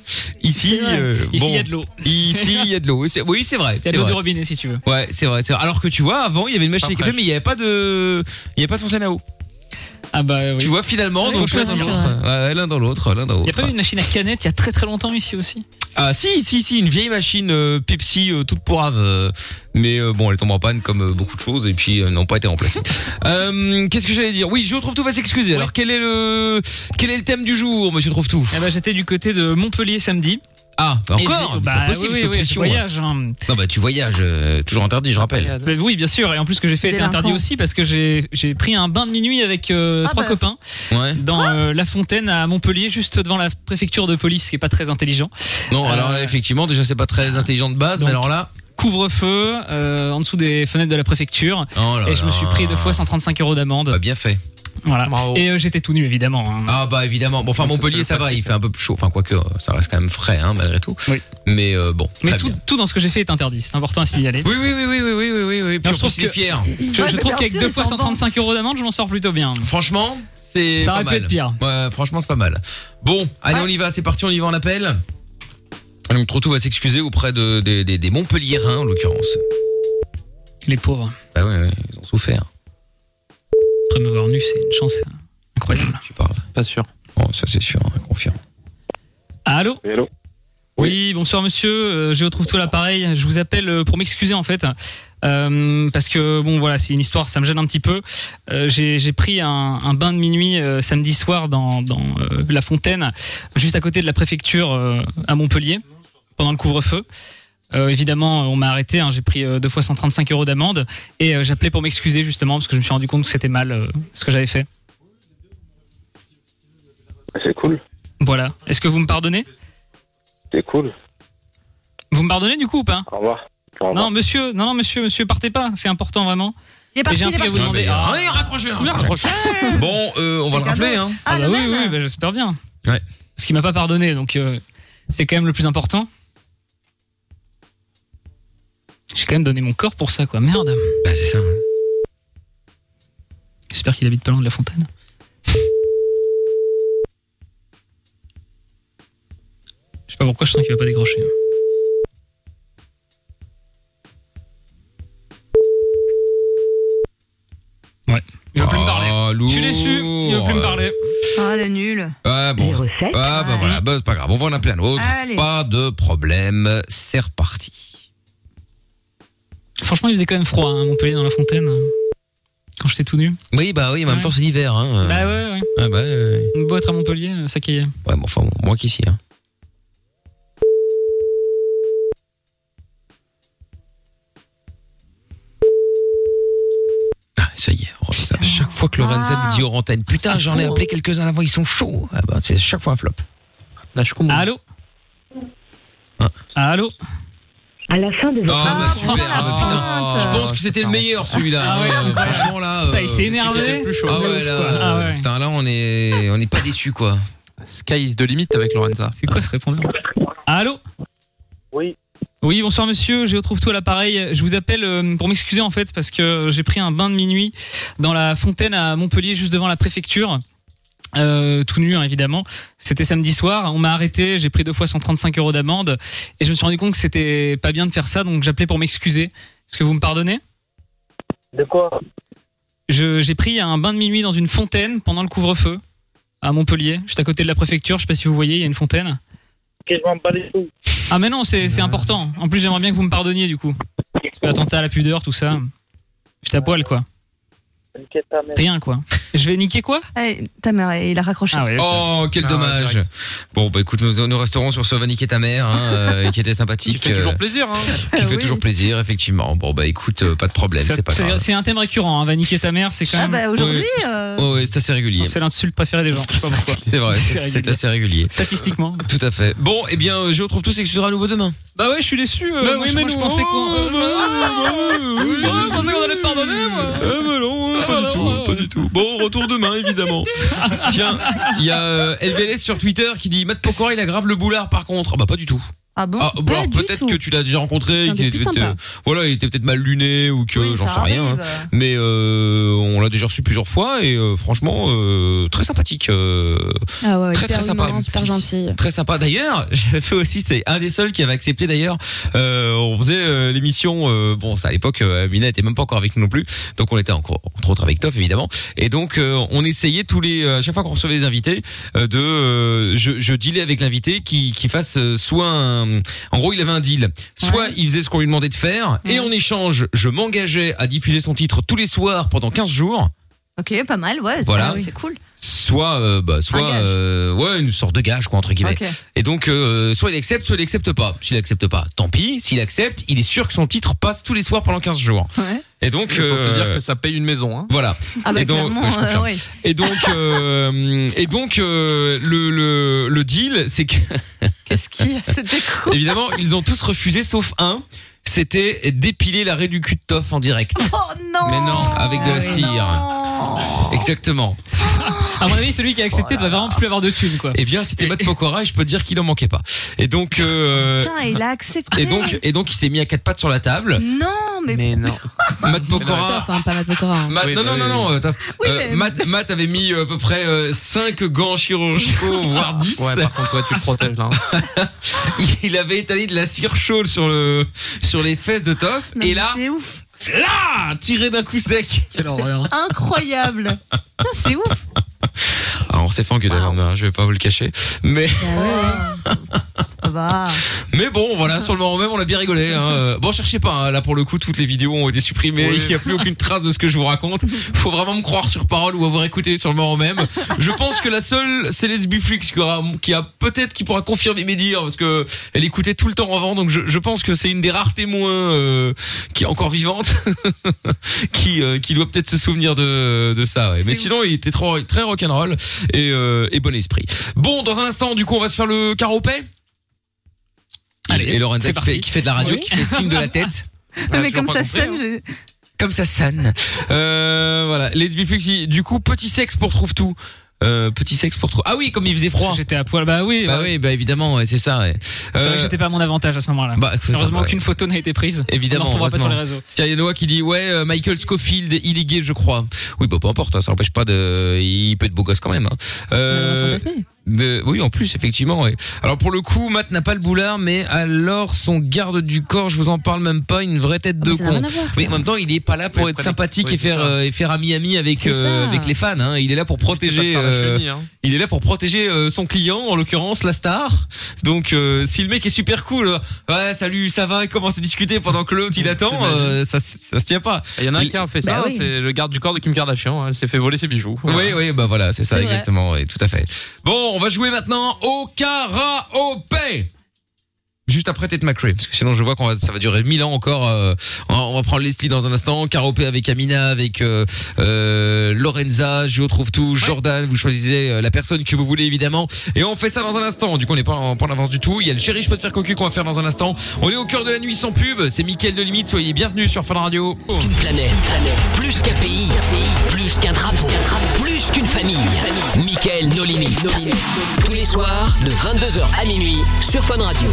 Ici, euh,
Ici,
bon,
il y a de l'eau.
Ici, il y a de l'eau. C'est- Oui, c'est vrai.
Il y a
c'est
de l'eau
vrai.
du robinet si tu veux.
Ouais, c'est vrai, c'est vrai. Alors que tu vois, avant, il y avait une machine
Pas
à café,
fraîche.
mais il n'y avait pas de, il y avait pas de fontaine à eau.
Ah bah oui.
Tu vois finalement,
Ouais,
donc
faut
l'un dans
choisir,
l'autre. Ouais, l'un dans l'autre, l'un dans
Il y a
l'autre.
pas eu une machine à canette il y a très très longtemps ici aussi.
Ah si, si, si, une vieille machine euh, Pepsi euh, toute pourrave. euh, mais euh, bon, elle tombe en panne comme euh, beaucoup de choses et puis euh, n'ont pas été remplacées. Euh, Qu'est-ce que j'allais dire Oui, je retrouve tout va s'excuser. Alors quel est le Euh, quel est le thème du jour, Monsieur trouve tout
Ah bah j'étais du côté de Montpellier samedi.
Ah bah
Et
encore
j'ai-
C'est
Bah
pas possible
oui,
cette
oui, oui, je
obsession.
voyage. hein.
Non bah tu voyages, euh, toujours interdit, je rappelle.
Bah oui, bien sûr. Et en plus, ce que j'ai fait était
Délinquant.
interdit aussi parce que j'ai j'ai pris un bain de minuit avec euh,
Ah
trois
bah. Ah.
copains
Ouais.
dans euh, la fontaine à Montpellier, juste devant la préfecture de police, ce qui est pas très intelligent.
Non,
Euh,
alors là, effectivement, déjà c'est pas très intelligent de base,
donc-
mais alors là,
Couvre-feu euh, en dessous des fenêtres de la préfecture.
oh là
et je me
là.
suis pris deux fois 135 euros
Bah,
d'amende.
bien fait.
Voilà.
Bravo.
Et euh, j'étais tout nu évidemment. hein.
Ah bah évidemment. Bon, enfin
Ça,
Montpellier,
c'est
ça
le
va, il
principe.
fait un peu plus chaud. Enfin quoique, euh, ça reste quand même frais, hein, malgré tout.
Oui.
Mais euh, bon,
Mais
très
tout,
bien.
tout dans ce que j'ai fait est interdit. C'est important à signaler.
Oui oui oui oui oui oui oui oui. oui. Puis
Non,
en
je trouve
plus, il est
que-
fier.
Je,
Ouais,
je
mais
trouve
bien
qu'avec
sûr,
deux
ils
fois
s'en
135 euros d'amende, je m'en sors plutôt bien.
Franchement, c'est
Ça
pas
aurait pu
mal.
être pire.
Ouais, franchement, c'est pas mal. Bon, allez, on y va, c'est parti, on y va en appel. Donc Trotou va s'excuser auprès de, des, des, des Montpelliérains en l'occurrence.
Les pauvres.
Bah ouais, ouais, ils ont souffert.
Après me voir nu, c'est une chance incroyable.
Tu parles.
Pas sûr.
Bon, ça c'est sûr, hein, confiant.
Allô
Et allô
Oui, bonsoir monsieur, Euh, je retrouve tout l'appareil. Je vous appelle euh, pour m'excuser en fait. Euh, parce que bon voilà, c'est une histoire, ça me gêne un petit peu. Euh, J'ai j'ai pris un, un bain de minuit euh, samedi soir dans, dans, euh, la fontaine, juste à côté de la préfecture euh, à Montpellier, pendant le couvre-feu. Euh, évidemment, on m'a arrêté, hein, j'ai pris euh, deux fois 135 euros d'amende et euh, j'appelais pour m'excuser justement parce que je me suis rendu compte que c'était mal euh, ce que j'avais fait.
C'est cool,
Voilà. Est-ce que vous me pardonnez
c'est cool.
Vous me pardonnez du coup ou pas
Au revoir. Au revoir.
Non, monsieur, non, non, monsieur, monsieur, partez pas, c'est important vraiment.
Il est
Et
parti,
j'ai un
il est
truc à
parti.
vous demander. Ah,
allez, raccrochez,
Oula,
raccrochez. Bon, euh, on va le
Regarde.
rappeler, hein.
ah
Ah,
bah
le
oui,
même.
oui, bah, j'espère bien.
Ouais.
Parce qu'il m'a pas pardonné, donc euh, c'est quand même le plus important. J'ai quand même donné mon corps pour ça, quoi. Merde.
Bah c'est ça.
J'espère qu'il habite pas loin de la fontaine. Je sais pas pourquoi je sens qu'il va pas décrocher. Ouais. Il veut plus me parler.
Ah,
Je suis déçu,
lourd.
il veut plus me parler.
Ah, le nul.
Ah bon, ah bah
Ouais.
voilà, bah, c'est pas grave, on va en appeler un autre.
Allez.
Pas de problème, c'est reparti.
Franchement, il faisait quand même froid hein, à Montpellier dans la fontaine. euh, Quand j'étais tout nu.
Oui bah oui, en même
Ouais.
temps c'est l'hiver. Hein.
Bah ouais, ouais.
Ah bah, ouais,
Une boîte à Montpellier, euh, ça caillait.
ouais, mais enfin bon, moins qu'ici. Hein. Ah, Ça y est, oh, putain, à chaque fois que Lorenzen
Ah.
dit aux antennes, putain,
C'est
j'en
fou,
ai
hein.
appelé quelques-uns avant, ils sont chauds. Ah bah, c'est à chaque fois un flop.
Là, je comprends.
Allô Allô
Ah bah super,
la
ah, bah, putain.
pointe.
Je pense que c'était le meilleur celui-là.
Ah ouais,
Euh,
ouais.
franchement là.
Oh, Putain, il s'est
euh,
énervé.
plus chaud.
Ah ouais, là,
quoi. Ah
euh,
ouais.
putain, là, on est, on n'est pas déçu, quoi.
Sky is de limite avec Lorenza.
C'est quoi ce répondeur Allô
Oui.
Oui, bonsoir monsieur, je retrouve tout à l'appareil. Je vous appelle euh, pour m'excuser en fait parce que j'ai pris un bain de minuit dans la fontaine à Montpellier juste devant la préfecture. euh, tout nu hein, évidemment. C'était samedi soir, on m'a arrêté, j'ai pris deux fois 135 euros d'amende et je me suis rendu compte que c'était pas bien de faire ça, donc j'appelais pour m'excuser. Est-ce que vous me pardonnez
De quoi
Je- J'ai pris un bain de minuit dans une fontaine pendant le couvre-feu à Montpellier. Juste à côté de la préfecture, je sais pas si vous voyez, il y a une fontaine.
Que je m'en bats les couilles.
Ah mais non, c'est c'est important. En plus, j'aimerais bien que vous me pardonniez du coup. Parce que Attentat à la pudeur, tout ça. J'étais à poil quoi.
T'inquiète ta mère.
Rien quoi. Je vais niquer quoi
Eh, ta mère, eh, il a raccroché.
Ah ouais, ok.
Oh, quel
Ah,
dommage.
direct.
Bon, bah écoute, nous, nous resterons sur ce Vaniquet ta mère, hein, euh, qui était
Tu
sympathique.
fais toujours
euh,
plaisir, hein.
qui
Ah
fait
oui.
toujours plaisir, effectivement. Bon, bah écoute, euh, pas de problème, c'est pas grave.
C'est un thème récurrent, hein. va niquer ta mère, c'est quand
Ah
même.
bah aujourd'hui,
Oui.
euh,
Oh, ouais, c'est assez régulier.
C'est l'insulte préférée des gens. je sais pas pourquoi.
C'est vrai,
C'est
c'est c'est
régulier.
assez régulier.
Statistiquement.
Tout à fait. Bon, eh bien, euh, je retrouve tous et que ce sera à nouveau demain.
Bah ouais, je suis déçu. euh, moi, je- moi, je pensais qu'on. je pensais qu'on allait me pardonner, moi.
Ah, bah hein, pas du tout, pas du tout. Bon, retour demain, évidemment. Tiens, il y a euh, LVLS sur Twitter qui dit Matt Pokora, il aggrave le boulard par contre. Ah bah pas du tout.
ah bon
Ah, bah, alors,
du
peut-être
tout.
que tu l'as déjà rencontré,
C'est un
qu'il
des plus
était peut-être,
sympas.
euh, voilà, il était peut-être mal luné ou que
Oui,
j'en
ça
sais rien. hein.
arrive.
Mais euh, on l'a déjà reçu plusieurs fois et euh, franchement euh, très sympathique. euh,
Ah ouais,
Très,
hyper
très sympa.
humain, super gentil.
Très sympa. D'ailleurs, j'avais fait aussi, c'est un des seuls qui avait accepté d'ailleurs. Euh, on faisait euh, l'émission, euh, bon, ça à l'époque, euh, Mina était même pas encore avec nous non plus, donc on était encore, entre autres avec Toff évidemment. Et donc euh, on essayait tous les, euh, à chaque fois qu'on recevait des invités, euh, de, euh, je, je dealais avec l'invité qui, qui fasse euh, soit, un, en gros, il avait un deal, soit il faisait ce qu'on lui demandait de faire, et en échange, je m'engageais à diffuser son titre tous les soirs pendant 15 jours.
Ok, pas mal, ouais. c'est-
Voilà.
C'est cool.
Soit, euh, bah, soit,
gage.
euh, ouais, une sorte de gage, quoi, entre guillemets.
Ok.
Et donc, euh, soit il accepte, soit il accepte pas. S'il accepte pas, tant pis. S'il accepte, il est sûr que son titre passe tous les soirs pendant 15 jours.
Ouais.
Et donc,
Autant te dire
euh,
que ça paye une maison, hein.
voilà.
Ah bah
Et donc-
clairement,
ouais, je
euh,
confirme.
ouais.
Et donc, euh, et donc, euh, le, le le deal, c'est que
Qu'est-ce qu'il y a C'était cool.
évidemment, ils ont tous refusé sauf un. C'était dépiler l'arrêt du cul de Toff en direct.
Oh non
Mais non, avec de la
Ah oui.
cire.
Non. Ah.
Exactement.
À mon avis, celui qui a accepté ne va vraiment plus avoir de thunes, quoi.
Eh bien, c'était Matt Pokora et je peux te dire qu'il en manquait pas. Et donc, euh,
Putain, il a accepté.
et donc, et donc, il s'est mis à quatre pattes sur la table.
Non, mais.
non.
Matt
Toi,
Pokora.
Enfin, pas Matt Pokora, hein.
Matt,
Oui,
non,
bah
non,
oui,
non,
oui.
non, euh, t'as-
Oui,
euh,
mais-
Matt, Matt avait mis euh, à peu près 5 gants chirurgicaux, voire 10.
Ouais, par contre, ouais, tu le protèges là. hein.
Il avait étalé de la cire chaude sur, le, sur les fesses de Toff.
Non,
Et
mais
là,
C'est ouf.
là, tiré d'un coup sec.
Quelle horreur.
Incroyable. Ah, c'est ouf.
Ah, on s'est fait engueuler, là, hein, je vais pas vous le cacher. Mais,
Ça va.
mais bon, voilà, sur le moment même, on a bien rigolé. Hein. Euh, Bon, cherchez pas, hein, là pour le coup, toutes les vidéos ont été supprimées.
Oui.
Il n'y a plus aucune trace de ce que je vous raconte. Faut vraiment me croire sur parole ou avoir écouté sur le moment même. Je pense que la seule, c'est Let's Be Freaks qui aura, qui a peut-être, qui pourra confirmer mes dires parce que elle écoutait tout le temps avant. Donc je, je pense que c'est une des rares témoins euh, qui est encore vivante, qui euh, qui doit peut-être se souvenir de de ça. ouais. Mais sinon, il était trop, très rock'n'roll et euh, et bon esprit. Bon, dans un instant, du coup, on va se faire le caropet.
Allez,
et Lorenza
c'est
qui fait,
parti.
qui fait de la radio,
Oui.
qui fait signe de la tête
Ah,
mais
tu l'as
comme
pas
ça
compris,
sonne,
hein.
j'ai-
comme ça sonne. Euh, voilà, Let's Be Fluxy. Du coup, petit sexe pour trouve tout. Euh, petit sexe pour trouve. Ah oui, comme il faisait froid.
J'étais à poil, bah oui.
Bah oui, bah évidemment, ouais, c'est ça. Ouais.
C'est vrai
Euh,
que j'étais pas à mon avantage à ce moment-là.
bah,
Heureusement,
bah,
aucune photo n'a été prise. On
Évidemment,
ne retrouvera pas sur les
heureusement.
réseaux.
Tiens, il y a Noah qui dit ouais, euh, Michael Scofield, il est gay, je crois. Oui, bah peu importe, hein, ça n'empêche pas de, il peut être beau gosse quand même. hein.
Valentin
Euh,
Tasmé.
de- oui, en plus, effectivement. ouais. Alors pour le coup, Matt n'a pas le boulard, mais alors son garde du corps, je vous en parle même pas, une vraie tête
Ah,
de
mais ça n'a
con.
rien à voir.
Oui,
ça.
en même temps, il est pas là pour
Oui,
être
prenez-
sympathique
oui,
et
c'est
faire
ça.
euh, et faire ami ami avec
C'est
euh,
ça.
avec les fans. Hein. Il est là pour
C'est
protéger.
pas de faire la
euh,
chenille, hein.
il est là pour protéger euh, son client, en l'occurrence la star. Donc euh, si le mec est super cool, euh, ouais salut ça va, il commence à discuter pendant que l'autre il attend, euh, ça s- ça se tient pas.
Il y en a un
Il-
qui a fait
Bah
ça,
oui.
c'est le garde du corps de Kim Kardashian. hein. Elle s'est fait voler ses bijoux.
Oui oui bah voilà c'est ça
C'est vrai.
exactement oui, tout à fait. Bon on va jouer maintenant au karaopé. Juste après Tête McRae, parce que sinon je vois qu'on va, ça va durer mille ans encore. euh, on va- on va prendre Leslie dans un instant, Caropé avec Amina, avec euh, euh, Lorenza, Gio trouve tout, Jordan. Vous choisissez euh, la personne que vous voulez évidemment, et on fait ça dans un instant. Du coup on n'est pas en, pas en avance du tout. Il y a le chéri je peux te faire cocu qu'on va faire dans un instant. On est au cœur de la nuit sans pub. C'est Mickaël de Limite. Soyez bienvenus sur Fun Radio.
Plus qu'une planète, plus qu'un pays, plus qu'un drapeau, plus qu'une famille. Michael, nos limites. Tous les les soirs de 22h à minuit sur Fun Radio.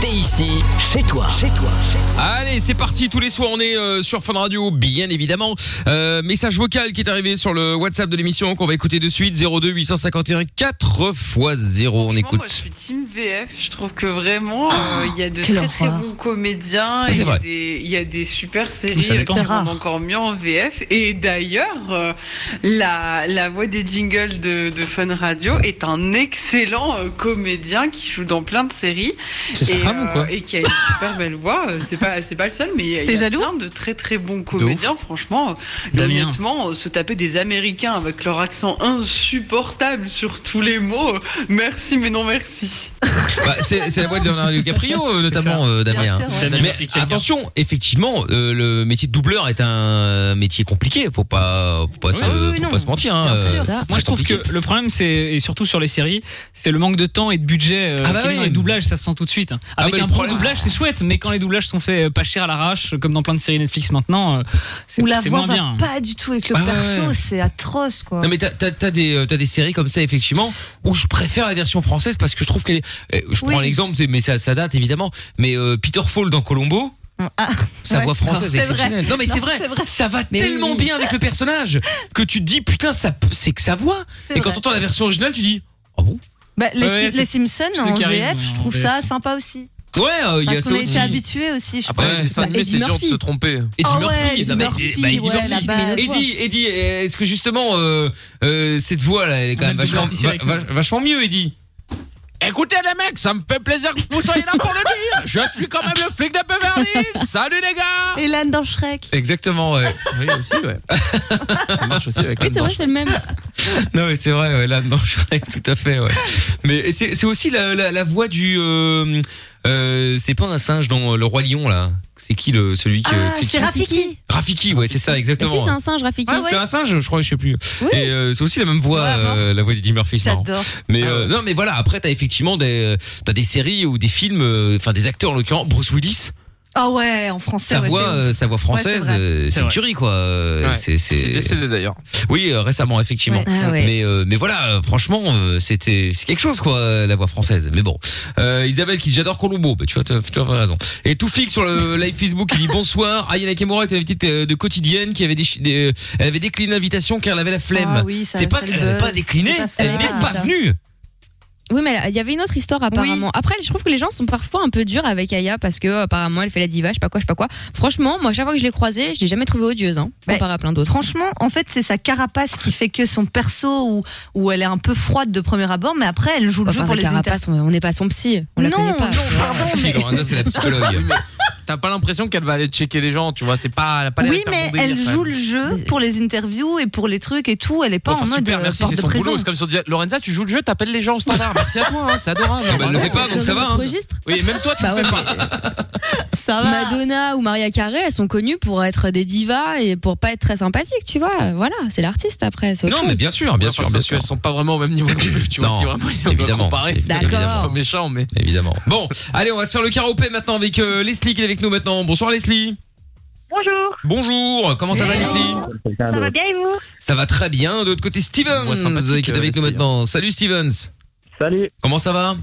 T'es ici, chez toi. Chez toi.
Allez, c'est parti. Tous les soirs, on est euh, sur Fun Radio, bien évidemment. Euh, message vocal qui est arrivé sur le WhatsApp de l'émission qu'on va écouter de suite. 02 851 4 x 0. On
Moi, je
écoute.
suis team VF. Je trouve que vraiment, euh, il y a de
Ah, quelle
très très
horreur.
bons comédiens.
Ça,
et
c'est
Il y, a
vrai.
des- il y a des super séries
ça
euh,
dépend.
qui
C'est rare.
rendent encore mieux en VF. Et d'ailleurs, euh, la, la voix des jingles de, de Fun Radio est un excellent euh, comédien qui joue dans plein de séries.
C'est sa
et, euh,
femme ou quoi
Et qui a une super belle voix. Euh, C'est pas, c'est pas le seul, mais
euh,
il y a, il y a plein de très très bons comédiens, franchement. Et
Damien.
Honnêtement, euh, se taper des Américains avec leur accent insupportable sur tous les mots, euh, merci mais non merci.
Bah, c'est c'est la voix de Leonardo DiCaprio, euh, notamment, euh, Damien.
Bien sûr, ouais.
Mais attention, effectivement, euh, le métier de doubleur est un métier compliqué. Faut pas, faut pas, se, faut pas se mentir. hein. Euh, c'est
Moi,
très
je trouve
compliqué.
que le problème, c'est et surtout sur les séries, c'est le manque de temps et de budget. euh,
Ah bah
qu'il y a
oui.
dans les doublages, ça se sent tout de suite.
Ah
Avec
bah,
un
le
bon
problème-
doublage, c'est chouette, mais quand les doublages sont faits euh, pas cher à l'arrache, comme dans plein de séries Netflix maintenant, euh, c'est
Où la
c'est
voix
moins
va
bien. hein.
pas du tout avec le
Ah Ouais, ouais,
perso,
ouais.
c'est atroce quoi.
Non mais t'as t'as- t'as des euh, t'as des séries comme ça effectivement où je préfère la version française parce que je trouve qu'elle est euh, je prends
Oui.
l'exemple c'est- mais ça ça date évidemment mais euh, Peter Fall dans Colombo sa
Ah, ouais.
voix française est
C'est vrai.
exceptionnelle non mais
Non,
c'est vrai,
c'est vrai.
ça va
Mais oui,
tellement
oui.
bien avec le personnage que tu te dis putain ça c'est que sa voix
C'est
et quand
vrai.
t'entends la version originale tu dis
Bah,
Ouais,
les, Sim-
c'est-
les Simpsons
c'est
en
qui arrive,
VF,
en
je trouve
VF.
ça sympa aussi.
ouais euh, il y a
Parce
ça
qu'on a
aussi
été habitués aussi, je
Après,
pense.
les dessins Bah, animés, Eddie c'est dur de Murphy. se tromper.
Oh
Eddie
Ah ouais,
Murphy,
Eddie
non, mais-
Murphy,
bah, Eddie
ouais,
Murphy.
la base.
Eddie, Eddie, euh, est-ce que justement euh, euh, cette voix là, elle est quand même vachement, va- va- vachement mieux, Eddie
Écoutez les mecs, ça me fait plaisir que vous soyez là pour le dire. Je suis quand même le flic de Beverly. Hills. Salut les gars.
Et l'âne dans Shrek.
Exactement, ouais.
oui aussi, ouais. Ça marche aussi avec
Oui, c'est vrai, c'est le même.
Ah,
Non mais c'est vrai, ouais, là dans Shrek, tout à fait, ouais. Mais c'est c'est aussi la, la, la voix du, euh, euh, c'est pas un singe dans euh, Le Roi Lion là. C'est qui le celui que
Ah,
tu sais qui
c'est Rafiki.
Rafiki, ouais, c'est ça
Mais
exactement.
si, c'est un singe, Rafiki.
Ah
Ouais, C'est un singe, je crois, je sais plus.
Oui.
Et euh, c'est aussi la même voix, euh, la voix d'Eddie Murphy, c'est marrant.
J'adore. Ah
Mais euh, non, mais voilà. Après, t'as effectivement des, euh, t'as des séries ou des films, euh, enfin des acteurs en l'occurrence, Bruce Willis.
Ah ouais, en français.
Sa
ouais,
voix,
c'est-
euh, sa voix française,
Ouais, c'est vrai.
euh, c'est une tuerie quoi. Euh,
Ouais.
C'est c'est décédé
d'ailleurs.
Oui, euh, récemment effectivement.
Ouais. Ah ouais.
Mais euh, mais voilà, euh, franchement, euh, c'était c'est quelque chose quoi euh, la voix française. Mais bon, euh, Isabelle qui dit j'adore Colombo, bah, tu vois, t'as- tu as raison. Et Toufik sur le live Facebook, il dit bonsoir. Ayana Kemura était la petite euh, de quotidienne qui avait des, des- euh, elle avait décliné l'invitation car elle avait la flemme.
Ah oui, ça-
c'est pas
ça
qu'elle
le
avait
buzz.
pas décliné,
C'est pas ça.
Eh
elle n'est
ben,
Ah,
pas
ça.
venue.
Oui, mais il y avait une autre histoire apparemment. Après, je trouve que les gens sont parfois un peu durs avec Aya parce que euh, apparemment elle fait la diva, je sais pas quoi, je sais pas quoi. Franchement, moi, chaque fois que je l'ai croisée, je l'ai jamais trouvée odieuse, hein, comparé à plein d'autres.
Bah, Franchement, en fait, c'est sa carapace qui fait que son perso, où, où elle est un peu froide de premier abord, mais après, elle joue le jeu
Enfin,
pour
sa
les
carapace, on n'est pas son psy. On la
Non,
connaît pas.
Si, Lorenza, c'est la psychologue.
Oui, mais T'as pas l'impression qu'elle va aller checker les gens, tu vois, c'est pas, elle a pas l'air
Oui,
hyper
mais
bon délire,
elle
quand
joue
même.
le jeu pour les interviews et pour les trucs et tout. Elle est pas
Oh,
Enfin,
en mode
super,
euh,
merci,
porte
c'est
de
son boulot.
prison.
C'est comme si on disait Lorenza, tu joues le jeu, t'appelles les gens au standard. Merci à toi, hein, c'est adorable.
Ah bah, elle le fait pas, donc ça va, hein.
Oui, et même toi, tu le fais pas.
Madonna ou Maria Carey, elles sont connues pour être des divas et pour pas être très sympathiques, tu vois. Voilà, c'est l'artiste après. c'est autre
Non, mais
chose.
bien sûr, bien
Enfin,
sûr,
sauf
bien
que
sûr.
Elles sont pas vraiment au même niveau non plus, tu vois,
Non,
si vraiment on doit
évidemment.
comparer.
D'accord.
Évidemment. Pas méchant, mais.
Évidemment. Bon, allez, on va se faire le karaopé maintenant avec euh, Leslie qui est avec nous maintenant. Bonsoir Leslie.
Bonjour.
Bonjour, comment ça va Leslie
Ça va bien et vous
Ça va très bien. De l'autre côté, Stevens
Voix sympathique,
qui est avec
euh,
hein.
nous
Leslie,
maintenant. Salut Stevens.
Salut.
Comment ça va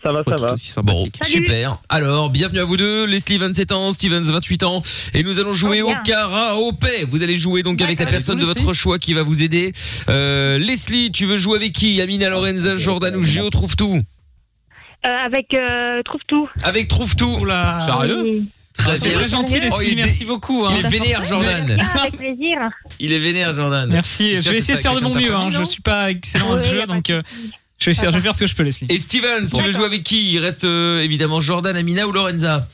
Ça va, ça va.
Bon, super. Alors, bienvenue à vous deux. Leslie, 27 ans, Stevens, 28 ans. Et nous allons jouer
Oh,
au
bien.
karaopé. Vous allez jouer donc avec la
D'accord.
personne de
Avec vous
votre choix qui va vous aider. Euh, Leslie, tu veux jouer avec qui Amina,
Oh,
Lorenza, Jordan ou Géo Trouve tout
Euh, avec euh, Trouve tout.
Avec Trouve tout. Sérieux
Oui.
Très
Ah, C'est
bien.
très gentil, Leslie,
Oh, il est-
merci beaucoup. hein.
Il est vénère, Jordan.
Ah, Avec plaisir.
Il est vénère, Jordan.
Merci,
Il
je
cherche
vais essayer de faire de mon
quelqu'un
mieux, hein.
t'apprendre.
je suis pas excellent à ce
Oui, y
jeu,
a pas
donc euh, je, vais faire, je vais faire ce que je peux, Leslie.
Et Stevens, tu veux jouer avec qui Il reste euh, évidemment Jordan, Amina ou Lorenza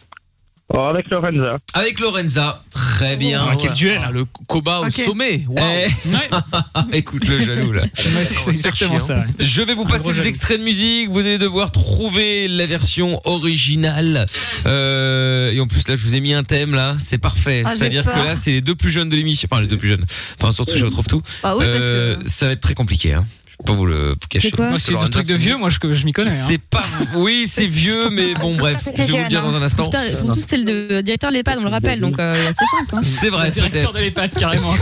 Oh, avec Lorenza.
Avec Lorenza, très bien.
Ah, quel duel.
le combat
au Ok. sommet.
Eh. Écoute le jaloux là.
Ouais, c'est exactement ça. ouais.
hein. Je vais vous passer des extraits de musique. Vous allez devoir trouver la version originale. Euh, et en plus là, je vous ai mis un thème là. C'est parfait.
Ah, j'ai
C'est-à-dire
peur.
que là, c'est les deux plus jeunes de l'émission. Enfin, les deux plus jeunes. Enfin, surtout, je retrouve tout.
Bah oui, parce que-
Ça va être très compliqué. Hein. Je Pas vous le cacher.
C'est quoi Moi, c'est des trucs de vieux, moi, je, je m'y connais. hein.
C'est pas. Oui, c'est vieux, mais bon, bref, je vais vous le dire dans un instant. Bah,
Putain, trouve tout, c'est le directeur de l'EHPAD, on le rappelle, donc euh, il y a ses chances. Hein.
C'est vrai,
Directeur
peut-être.
de l'EHPAD, carrément.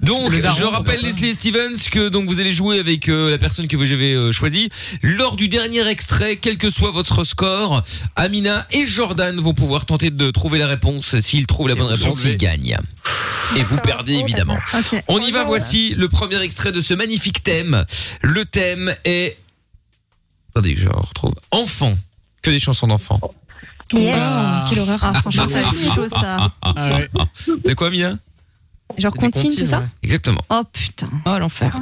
Donc,
Le daron,
je rappelle Leslie et Stevens que donc vous allez jouer avec euh, la personne que vous avez euh, choisie. Lors du dernier extrait, quel que soit votre score, Amina et Jordan vont pouvoir tenter de trouver la réponse. S'ils trouvent la bonne
vous
réponse,
enlevez.
ils gagnent. Et vous perdez évidemment. On y va, voici le premier extrait de ce magnifique thème. Le thème est... Attendez, je retrouve. Enfant. Que des chansons d'enfants.
Oh,
Ah, quelle horreur. franchement, ça
c'est chaud, hein, ça.
Ah, ah, ah. De quoi, Mia
Genre contine, tout ça
Exactement.
Oh putain.
Oh l'enfer.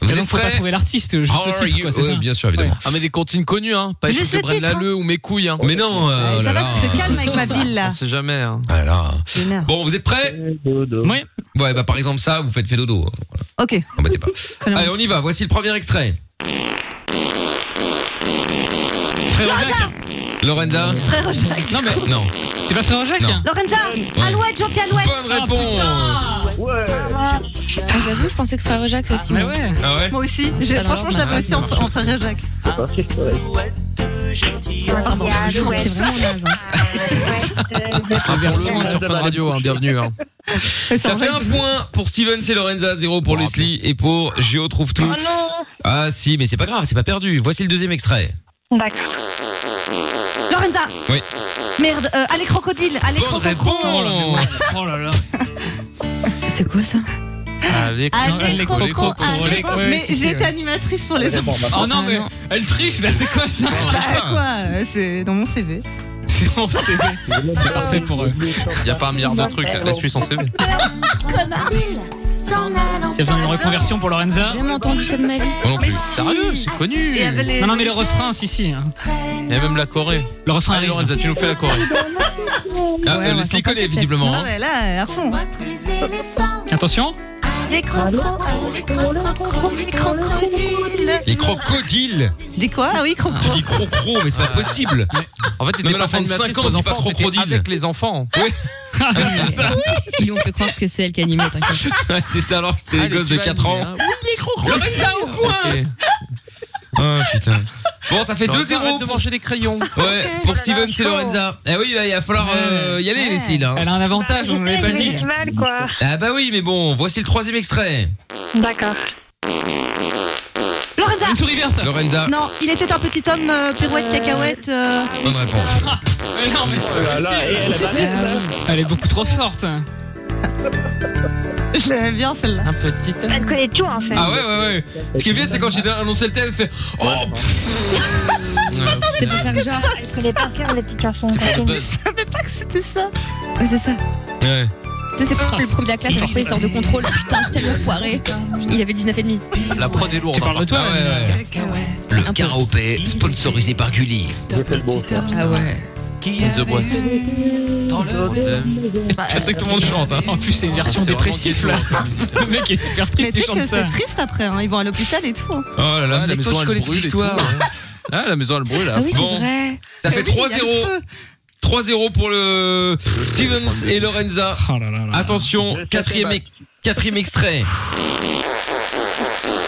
Vous êtes prêts
trouver l'artiste, juste
How
le
are
titre, quoi,
you
c'est
Ouais,
ça
Ah, bien sûr, évidemment.
Ah, mais des comptines connues, hein. Pas
Juste
juste de
le
Bran
titre,
Laleu ou mes couilles, hein.
Mais non, euh, oh là là.
Tu te calmes avec ma ville là.
On sait jamais, hein.
Ah là là. Bon, vous êtes prêts
Oui.
Ouais, bah par exemple ça, vous faites fait dodo.
Ok.
Embêtez pas. Allez, on y va. Voici le premier extrait.
Frère Jacques
Lorenza
Frère Jacques.
Non, mais.
Non.
C'est pas Frère Jacques
Non.
hein
Lorenza,
Ouais.
Alouette, gentil Alouette. Oh,
Bonne réponse.
oh, Ah, J'avoue, je pensais que Frère Jacques, c'est aussi.
Mais
bon.
ouais.
Ah ouais
Moi aussi,
C'est
j'ai-
pas hein.
franchement,
grave,
je l'avais
mais
aussi en, en frère Jacques. Pardon, je jure,
C'est vraiment naze. hein.
Ah, pour le monde sur Fun Radio, hein. Bienvenue, hein.
Ça fait un point pour Steven et Lorenza, zéro pour Leslie et pour Géo trouve
Oh
tout.
Oh
Ah si, mais c'est pas grave, c'est pas perdu. Voici le deuxième extrait.
D'accord.
Lorenza,
Oui.
merde, euh, allez crocodile, allez
Bonne
crocodile.
réponse.
Oh là là.
C'est quoi ça
Allez,
Allez
les crocos,
croco,
les crocos,
allez croco. Mais
ouais, si, si,
j'étais
ouais.
animatrice pour
Ah,
les enfants.
Oh non, mais
non.
elle triche là, c'est quoi ça Ah,
Bah
triche pas.
quoi, euh, c'est dans mon CV.
hein. C'est mon CV. C'est parfait pour eux.
Il y a pas un milliard de trucs, là. Laisse-lui son CV.
S'il y a besoin d'une reconversion pour Lorenza.
J'ai jamais entendu ça de ma vie.
Moi non plus.
Sérieux, c'est connu.
Et il y avait les-
Non, non, mais le refrain, si, si. hein.
Il y a même la Corée.
Le refrain
Allez,
arrive.
Lorenza, tu nous fais la Corée.
Ah,
Ouais,
euh,
on va
Leslie connaît visiblement.
Non
hein.
mais là, à fond.
Attention.
Les crocos, les crocos, les crocodiles.
Les crocodiles.
Dis quoi Ah oui,
Tu
crocos.
dis crocro, mais c'est pas possible.
En fait,
Même
t'étais
la
pas
fin de
animatrice
cinq ans,
pour les
dis pas
enfants, t'étais
crocodile.
Avec les enfants. Ah,
Ah,
Ils lui ont fait croire que c'est elle qui animait, t'inquiète. Ah,
c'est ça alors, c'était des
Allez,
gosses
tu
de
vas
4
animer,
ans.
hein.
Lorenza au coin.
Ok.
Ah putain. Bon, ça fait
Lorenza,
2-0
arrête de manger les crayons.
Ouais, pour Steven, c'est Lorenza. Eh oui, là, il va falloir euh, y aller,
Ouais.
les styles. hein.
Elle a un avantage, on ne l'avait pas dit.
J'ai mal, quoi.
Ah bah oui, mais bon, voici le troisième extrait.
D'accord.
Lorenza.
Ah. Une souris verte.
Lorenza,
Non, il était un petit homme euh, pirouette cacahuète. euh,
bonne réponse.
Ah, Mais non, mais c'est pas
Voilà, et
possible.
elle a pas
Elle Ah, est beaucoup trop forte.
Je l'aimais bien celle-là.
Un petit.
Elle connaît tout, en fait.
Ah ouais, ouais, ouais. Ce qui est bien, c'est quand j'ai annoncé le thème, elle fait Oh, pff,
C'est pour faire genre.
Elle connaît pas cœur, les petites chansons.
Je savais pas que c'était ça.
Ouais, c'est ça.
ouais.
Tu sais, c'est quand le premier de la classe, alors après il sort de contrôle. Ah, Putain, tel enfoiré. Il avait 19,5.
La prod est lourde.
Tu parles de toi,
Ah ouais,
Amina.
ouais, ouais. Le
peu.
karaopé, sponsorisé par Gulli.
J'ai fait le beau.
Ah ouais.
The Boîte.
Bah,
Je sais que tout le monde chante, hein.
En plus, c'est une version
C'est vraiment
dépressive là.
ghetto, hein.
Le mec est super
mais
triste,
tu
il
sais que
chante ça.
c'est triste après, hein, ils vont à l'hôpital et tout. hein.
Oh là là,
Ah, la
mais toi,
maison
tu
elle
connais toute
brûle et tout.
l'histoire.
hein. Ah, la maison elle brûle.
Ah
là.
oui,
Bon.
c'est vrai.
Ça fait
Mais Ah oui, il y a le
3-0.
feu.
3-0 pour le Stevens et Lorenza.
Oh là là là.
Attention, quatrième, ex- quatrième extrait.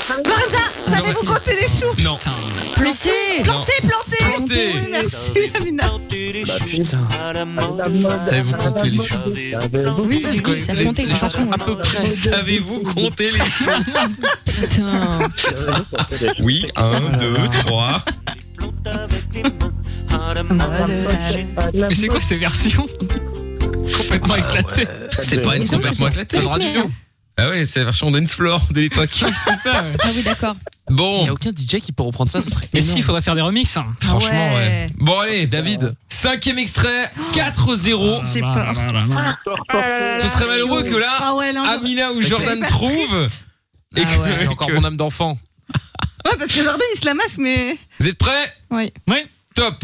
Lorenza, savez-vous compter les choux
Non.
Putain.
Planté
Planté, planté
Planté.
Oui, Merci, Amina.
Ah, bah,
Putain. Savez-vous compter les choux
Oui, oui, oui, ça planté, ils sont pas hein. cons.
hein.
À peu près.
Savez-vous compter les
Putain.
Oui,
Ah.
1, 2, 3.
Mais c'est quoi ces versions Complètement éclatées.
Ah, C'est pas une
Ils ont
complètement
tous-
éclatée.
Fun Radio.
Ah ouais, c'est la version dance floor de l'époque.
C'est ça. ouais.
Ah oui, d'accord.
Il y
Bon,
a aucun DJ qui peut reprendre ça, ce serait.
Mais si, il faudrait faire des remixes. hein.
Ah
franchement, ouais.
Ouais.
Bon, allez,
David.
Cinquième extrait, 4-0.
Ah, J'ai
Ah,
Là,
peur.
là, là, là.
Ce serait malheureux que là,
Ah ouais, là.
Amina ou Jordan trouvent. Et
Ah
que-
ouais.
J'ai encore
que-
mon âme d'enfant.
Ouais, parce que Jordan, il se la masse, mais.
Vous êtes prêts
Oui.
Ouais.
Top.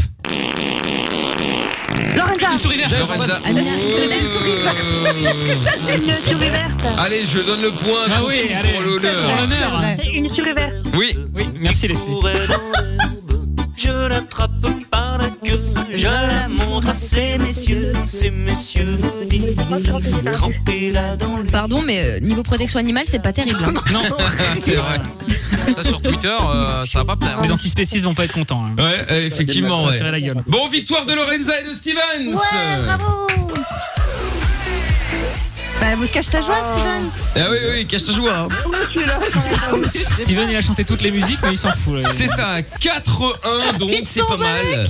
Lorenza,
Une souris verte.
Lorenza.
Amina,
Ouais.
il se
Une souris verte.
Allez, je donne le point
Ah
trouve
oui,
tout
allez.
pour
Pour
l'honneur.
l'honneur.
Ouais.
Une souris verte.
Oui,
Oui, merci Leslie.
Je l'attrape par la queue, je la montre à ces messieurs, ces messieurs me disent
Pardon, mais euh, niveau protection animale, c'est pas terrible. hein.
Non,
c'est vrai.
Ça sur Twitter, euh, ça va pas plaire.
Les antispécistes vont pas être contents. hein.
Ouais, euh, effectivement.
Ça va
ouais.
tirer la gueule.
Bon, victoire de Lorenza et de Stevens.
Bah, vous cache ta joie, Steven
Ah oui, oui, cache ta joie. hein.
Ah,
Steven, il a chanté toutes les musiques, mais il s'en fout. là.
C'est ça, 4-1 donc c'est pas mal.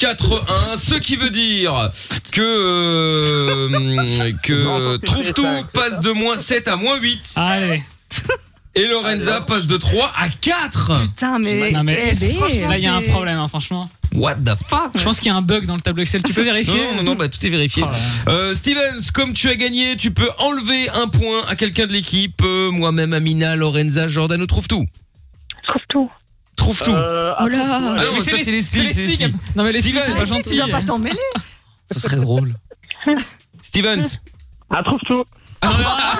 4-1, ce qui veut dire que euh, que trouve tout passe de moins 7 à moins 8.
Allez.
Et Lorenza passe de 3 à 4.
Putain, mais.
Non, mais
eh, franchement,
là, il y a un
c'est-
problème, hein, franchement.
What the fuck
Je pense qu'il y a un bug dans le tableau Excel. Tu peux vérifier Oh
Non, non, non, bah tout est vérifié. Euh, Stevens, comme tu as gagné, tu peux enlever un point à quelqu'un de l'équipe. Euh, Moi-même, Amina, Lorenza, Jordan, nous trouve tout.
Trouve tout.
Trouve tout.
Euh,
Oh là
Ah non, ça, c'est les sticks, c'est les sticks.
Non, mais les
Steven,
sticks,
hein.
c'est pas
vas-y,
gentil. hein.
Tu vas pas t'en mêler.
Ça serait drôle. Stevens. ah,
Ah, trouve tout.
Ah,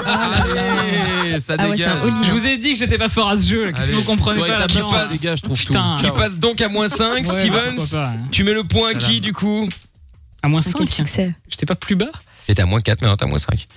Allez, ça
Ah ouais, c'est un
dégage.
all-in.
Je vous ai dit que j'étais pas fort à ce jeu. Qu'est-ce que
Allez.
vous comprenez
Toi et
pas
ta
là-dedans
petite face.
Les gars, je trouve tout.
Putain.
Tu passes donc à moins 5,
Ouais,
Stevens.
pourquoi pas, hein.
Tu mets le point à qui
Salam.
du coup
À moins
C'est Quel
5
succès.
J'étais pas plus bas
Et t'es à moins 4 maintenant, t'es à moins 5.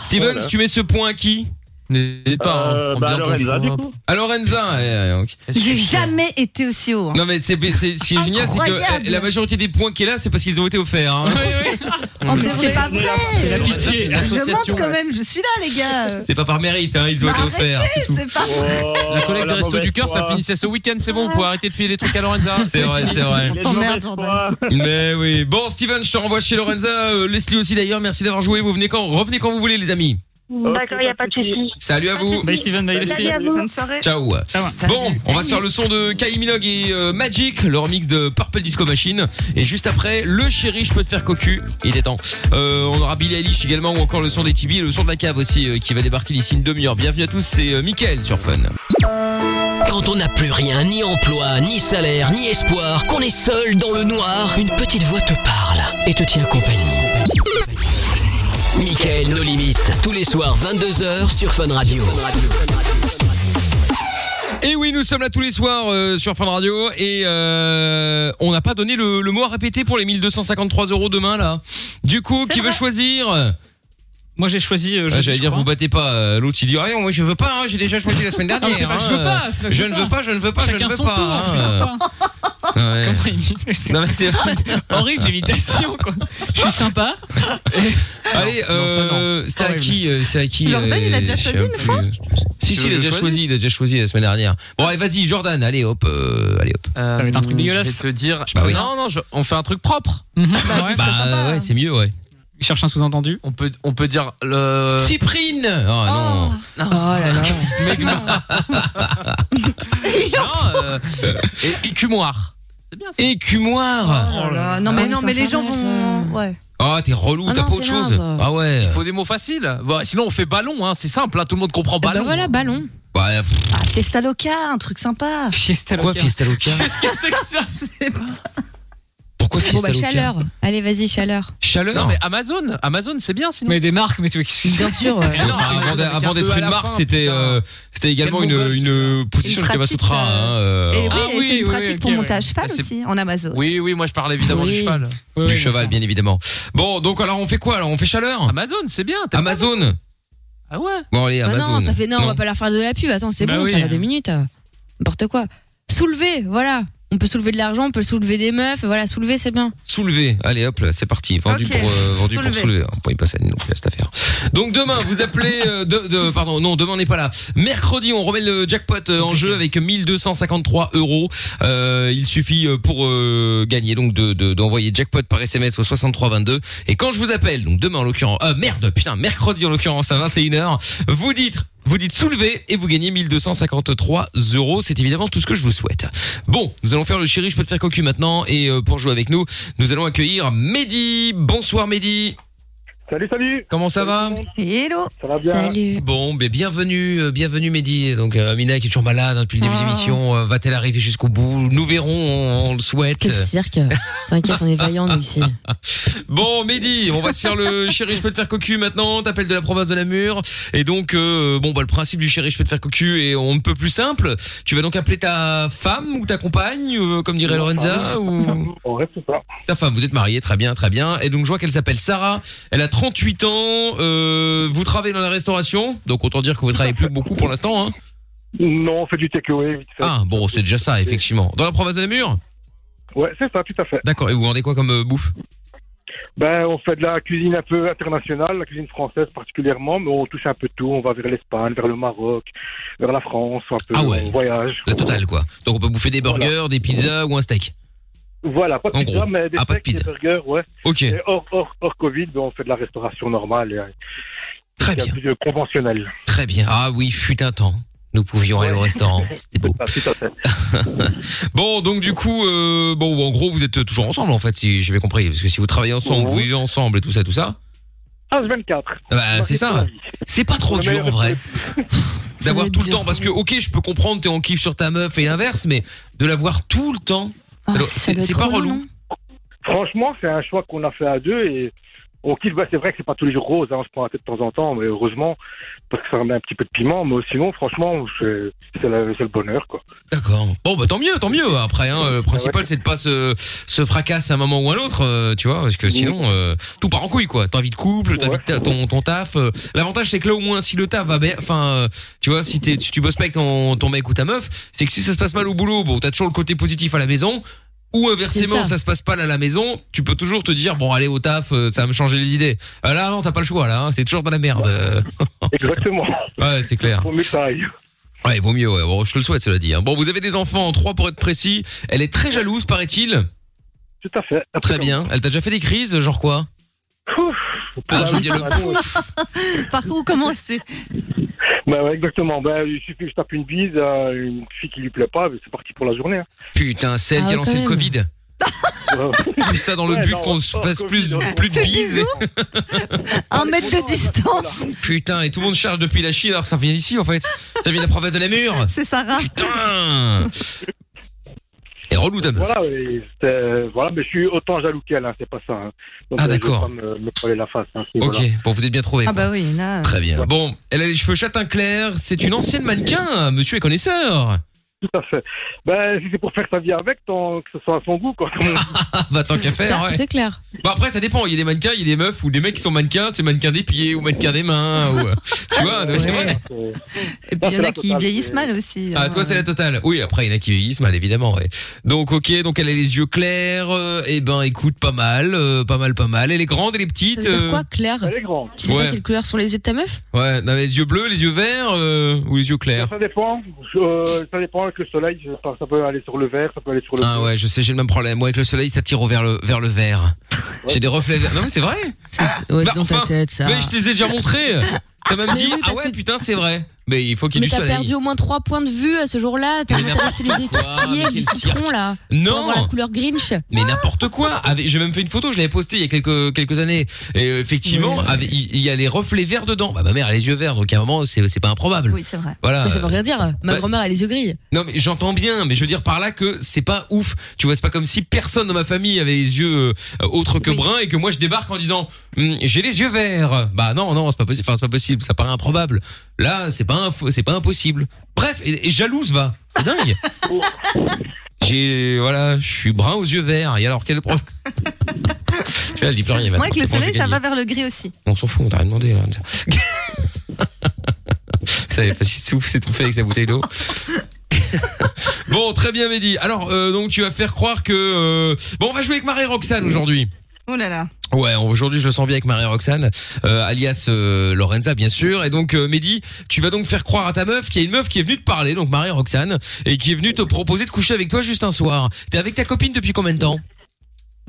Stevens, tu mets ce point à qui
N'hésite pas. hein,
Ah, Euh,
prends
bah,
bien ton
Lorenza,
choix.
du coup.
À Ah, Lorenza eh, eh, ok.
J'ai jamais été aussi haut. hein.
Non mais c'est c'est- ce qui est génial, c'est que
Incroyable.
eh, la majorité des points qui est là, c'est parce qu'ils ont été offerts. hein.
Oh, mais c'est pas vrai.
La
Lorenza, c'est
pitié.
une
Je
association,
monte quand
ouais.
même, je suis là, les gars.
C'est pas par mérite, hein, ils ont été
Bah,
offerts, c'est tout.
C'est pas
Ah,
Oh,
La collecte des restos du cœur, ça finissait ce week-end, c'est bon, vous pouvez arrêter de filer les trucs à Lorenza.
C'est vrai, c'est vrai.
Oh, merde, Jordan.
Mais oui. Bon, Steven, je te renvoie chez Lorenza, euh, Leslie aussi d'ailleurs. Merci d'avoir joué. Vous venez quand Revenez quand vous voulez, les amis.
D'accord, y a pas de soucis.
Salut à vous.
Bye Steven, bye Leslie.
Salut à vous.
Bonne soirée.
Ciao.
Ça va.
Bon, on va se faire le son de Kylie Minogue et euh, Magic, leur mix de Purple Disco Machine. Et juste après, le chéri, je peux te faire cocu. Il est temps. Euh, on aura Billie Eilish également, ou encore le son des Tibi et le son de la cave aussi, euh, qui va débarquer d'ici une demi-heure. Bienvenue à tous, c'est euh, Mickaël sur Fun.
Quand on n'a plus rien, ni emploi, ni salaire, ni espoir, qu'on est seul dans le noir, une petite voix te parle et te tient compagnie. Michael, nos limites, tous les soirs 22h sur Fun Radio.
Et oui, nous sommes là tous les soirs euh, sur Fun Radio et euh, on n'a pas donné le, le mot à répéter pour les 1253 euros demain là. Du coup, qui veut choisir
Moi j'ai choisi. euh,
Ah,
jeudi,
J'allais
je
dire,
crois.
vous battez pas. euh, L'autre, il dit, ah, non, moi, je veux pas, hein, j'ai déjà choisi la semaine
Ah,
dernière.
mais c'est pas que
hein,
je veux pas, c'est pas que
Je ne veux pas, je ne veux pas, je ne
Chacun
veux
son tour,
pas.
je suis
hein.
sympa.
Ouais.
Comment il imite C'est
Non, mais c'est-
horrible l'imitation quoi. Je suis sympa.
Allez, euh, c'était à qui, euh, c'est à qui
Jordan, il a déjà
je sais
choisi une
plus.
fois
Si, si,
veux
il a
que
déjà
je
choisi,
choisisse
il a déjà choisi la semaine dernière. Bon, allez, vas-y, Jordan, allez, hop, euh, allez, hop.
Ça
va être un truc dégueulasse.
Je vais te dire.
Bah oui.
Non, non, je- on fait un truc propre.
Mhm. Ouais.
Bah, ouais, c'est mieux, ouais.
Je cherche un sous-entendu.
hein. On peut, on peut dire le.
Cyprine! Oh, non.
Non. Ce mec, non. Non, euh, et- Écumoire.
Écumoire!
Oh là là. Non, mais
Ah,
non,
mais
mais
c'est
les gens
infernal,
vont. Ouais.
Ah, t'es relou,
Ah
t'as
non,
pas autre
c'est
chose?
naze.
Ah ouais.
Faut des mots faciles. Bah, sinon, on fait ballon, hein, c'est simple, hein, tout le monde comprend
Oh,
Bah,
ballon.
voilà, ballon.
Bah, pff,
Ah, Fiesta Loca, un truc sympa.
Fiesta
pourquoi
Loca.
Fiesta Loca?
Qu'est-ce que c'est que ça
Pourquoi
Bon,
Fiesta
bah,
Loca?
chaleur. Allez, vas-y, chaleur.
Chaleur?
Non, mais Amazon, Amazon, c'est bien sinon.
Mais des marques, mais tu veux qu'excuser
Bien sûr. ouais.
Mais non,
Enfin,
Amazon
avant d'a-
avec un
avant
E
d'être
à
une
la
marque,
fin,
c'était
putain.
euh, c'était également
Quel
une,
mongol,
une position
Une
de Kamasutra.
pratique,
Hein, euh,
eh
Et Eh oui,
alors,
Ah
et
oui,
c'est une
oui,
pratique
ok,
pour monter
ouais.
à cheval
Ah, c'est-
aussi, en Amazon.
Oui, oui, moi je parle évidemment du
Oui.
cheval.
du cheval, bien évidemment. Bon, donc alors on fait quoi alors On fait chaleur
Amazon, c'est bien. t'aimes pas
Amazon
Ah ouais
Bon, allez,
Ah
Amazon.
non, ça fait non, on va pas leur faire de la pub. Attends, c'est
Bah
bon,
oui.
ça va deux minutes. N'importe quoi. Soulever, voilà. On peut soulever de l'argent, on peut soulever des meufs, voilà, soulever, c'est bien.
Soulever. Allez, hop, là, c'est parti. Vendu
Ok.
pour euh, vendu pour
Soulever.
soulever. On peut y passer à nous, là, cette affaire. Donc demain, vous appelez. euh, de, de- pardon, non, demain on n'est pas là. Mercredi, on remet le jackpot euh, en jeu avec 1253 euros. Euh, il suffit euh, pour euh, gagner donc de de- d'envoyer jackpot par SMS au 6322. Et quand je vous appelle, donc demain en l'occurrence, euh, merde, putain, mercredi en l'occurrence à 21h, vous dites. Vous dites soulever et vous gagnez 1253 euros. C'est évidemment tout ce que je vous souhaite. Bon, nous allons faire le chéri, je peux te faire cocu maintenant. Et euh, pour jouer avec nous, nous allons accueillir Mehdi. Bonsoir Mehdi.
Salut, salut.
Comment ça va
Hello.
Ça va bien
Salut.
Bon, ben bienvenue, euh, bienvenue Mehdi. Donc euh, Amina qui est toujours malade hein, depuis le début de
Ah.
l'émission, euh, va-t-elle arriver jusqu'au bout Nous verrons, on, on le souhaite.
Euh.
Quel cirque. T'inquiète, on est vaillants, nous, ici.
Bon Mehdi, on va se faire le chéri, je peux te faire cocu maintenant. T'appelles de la province de Namur. Et donc euh, bon, bah le principe du chéri, je peux te faire cocu et on ne peut plus simple. Tu vas donc appeler ta femme ou ta compagne, euh, comme dirait Lorenza ou
On reste pas.
Ta femme, vous êtes mariée, très bien, très bien. Et donc je vois qu'elle s'appelle Sarah, elle a 38 ans, euh, vous travaillez dans la restauration, donc autant dire que vous travaillez plus beaucoup pour l'instant. Hein
Non, on fait du takeaway. vite fait.
ah bon, c'est déjà ça, effectivement. Dans la province de Namur
Ouais, c'est ça, tout à fait.
D'accord, et vous vendez quoi comme euh, bouffe
Ben, on fait de la cuisine un peu internationale, la cuisine française particulièrement, mais on touche un peu de tout. On va vers l'Espagne, vers le Maroc, vers la France, un peu.
Ah ouais.
On voyage.
La totale, quoi. Donc on peut bouffer des burgers, des pizzas ou un steak.
Voilà, pas de
En
pizza,
gros.
mais des
Ah, pas de
steaks, des
pizza.
burgers, ouais.
Ok.
Et hors, hors, hors Covid, ben, on fait de la restauration normale. Et,
Très
bien. Plus de conventionnel.
Très bien. Ah oui, fut un temps. Nous pouvions aller au restaurant. C'était beau. bon, donc du coup, euh, bon, en gros, vous êtes toujours ensemble, en fait, si j'ai bien compris. Parce que si vous travaillez ensemble, vous vivez ensemble et tout ça, tout ça.
11-24.
Bah, c'est ça. C'est pas trop
Le
dur
meilleur
en vrai. D'avoir
doit
tout le
être
temps, parce que ok, je peux comprendre, t'es en kiff sur ta meuf et l'inverse, mais de l'avoir tout le temps, alors, c'est c'est pas relou.
Franchement, c'est un choix qu'on a fait à deux et on kiffe. Bah, c'est vrai que c'est pas tous les jours rose, hein, on se prend la tête de temps en temps, mais heureusement, parce que ça remet un petit peu de piment, mais sinon, franchement, c'est c'est la- c'est le bonheur, quoi.
D'accord. Bon, bah tant mieux, tant mieux. Après, hein, le principal, c'est de pas se, se fracasser à un moment ou à un autre, euh, tu vois, parce que sinon, euh, tout part en couille, quoi. T'as envie de couple, t'as envie de ta- ton, ton taf. euh. L'avantage, c'est que là, au moins, si le taf va bien, enfin, euh, tu vois, si, t'es- si tu bosses pas avec ton, ton mec ou ta meuf, c'est que si ça se passe mal au boulot, bon, t'as toujours le côté positif à la maison. Ou inversement,
C'est
ça.
ça.
se passe pas là à la maison, tu peux toujours te dire bon allez au taf, euh, ça va me changer les idées. Ah là non, t'as pas le choix là, hein, t'es toujours dans la merde. euh.
Exactement.
ouais, c'est clair.
Vaut mieux que ça aille.
Ouais, vaut mieux, ouais. Bon, je te le souhaite, cela dit. hein. Bon, vous avez des enfants, trois pour être précis. Elle est très jalouse, paraît-il.
Tout à fait.
Très bien. Elle t'a déjà fait des crises, genre quoi Ah, j'aime bien le pouf.
Bah Par où commencer
Bah, ouais, exactement. Bah, il suffit que je tape une bise à une fille qui lui plaît pas, mais c'est parti pour la journée. hein.
Putain, celle qui
Ah ouais,
a lancé
quand
le
même.
Covid. Tout ça dans le
Ouais,
but
non,
qu'on se
hors
fasse plus, plus de bises.
Un mètre de distance
Putain, et tout le monde charge depuis la Chine alors que ça vient d'ici en fait. Ça vient de la province de Namur.
C'est Sarah.
Putain Et relou ta meuf.
Voilà, et c'est- euh, voilà, mais je suis autant jaloux qu'elle, hein, c'est pas ça. hein. Donc,
Ah,
euh, je vais
d'accord.
pas Me, me coller la face. hein, si,
Ok,
voilà.
bon, vous êtes bien trouvé.
Ah bah oui, là.
Très bien. Bon, elle a les cheveux châtain clair. C'est une ancienne mannequin. Monsieur est connaisseur.
Tout à fait. Ben, si c'est pour faire sa vie avec, tant que ce soit à son goût, quoi.
Ah, bah tant qu'à faire.
Ça,
ouais.
c'est
clair.
Bon après ça dépend, il y a des mannequins, il y a des meufs ou des mecs qui sont mannequins, c'est mannequin des pieds ou mannequin des mains ou euh, tu vois, non, c'est vrai.
Et puis il y en a qui vieillissent mal aussi. hein.
Ah toi c'est la totale. Oui, après il y en a qui vieillissent mal évidemment, ouais. Donc OK, donc elle a les yeux clairs, euh, eh ben écoute pas mal, euh, pas mal pas mal, elle est grande, elle est petite.
Ça veut dire
euh,
quoi, Claire
Elle est grande.
Tu sais
Ouais.
pas quelle couleur sont les yeux de ta meuf
Ouais, non, mais les yeux bleus, les yeux verts euh, ou les yeux clairs.
Ça dépend. Je- euh, ça dépend avec le soleil. je- Ça peut aller sur le vert, ça peut aller sur le.
Ah ouais, je sais, j'ai le même problème. Moi avec le soleil, ça tire au vers le vers le vert. J'ai des reflets verts. Non mais c'est vrai.
Ouais,
Bah,
c'est dans ta
enfin,
tête, ça.
Mais je te les ai déjà montrés. T'as même
Ah. Mais
dit
oui,
ah
parce
ouais putain c'est vrai. Mais il faut qu'il y
Mais
ait du
t'as
soleil.
perdu au moins 3 points de vue à ce jour-là. T'as
Mais
t'as resté les yeux
n'importe quoi,
tortillés avec
mais
du
quel Oh.
citron, là.
Non.
Pour avoir la couleur Grinch.
Mais n'importe quoi. Avec- J'ai même fait une photo, je l'avais postée il y a quelques quelques années. Et euh, effectivement, avec- il il y a les reflets verts dedans. Bah, ma mère a les yeux verts, donc à un moment c'est c'est pas improbable.
Oui, c'est vrai.
Voilà.
Mais ça veut rien dire. Ma
Bah-
grand-mère a les yeux gris.
Non mais j'entends bien, mais je veux dire par là que c'est pas ouf. Tu vois, c'est pas comme si personne dans ma famille avait les yeux euh, autres que bruns et que moi je débarque en disant Hum, j'ai les yeux verts. Bah non non, c'est pas possible. Enfin c'est pas possible, ça paraît improbable. Là c'est pas info- c'est pas impossible. Bref, et, et jalouse va, c'est dingue. j'ai voilà, je suis brun aux yeux verts. Et alors quel problème Tu vois, elle dit plus rien.
Moi
maintenant,
avec le
c'est bon, j'ai
soleil, ça
gagné.
va vers le gris aussi.
On s'en fout, on t'a rien demandé là. Ça y est, facile souffle, c'est tout fait avec sa bouteille d'eau. bon, très bien Mehdi. Alors, euh, donc tu vas faire croire que... euh, Bon, on va jouer avec Marie-Roxane aujourd'hui.
Oh là là.
Ouais, aujourd'hui je le sens bien avec Marie-Roxane, euh, alias euh, Lorenza bien sûr. Et donc euh, Mehdi, tu vas donc faire croire à ta meuf qu'il y a une meuf qui est venue te parler, donc Marie-Roxane, et qui est venue te proposer de coucher avec toi juste un soir. T'es avec ta copine depuis combien de temps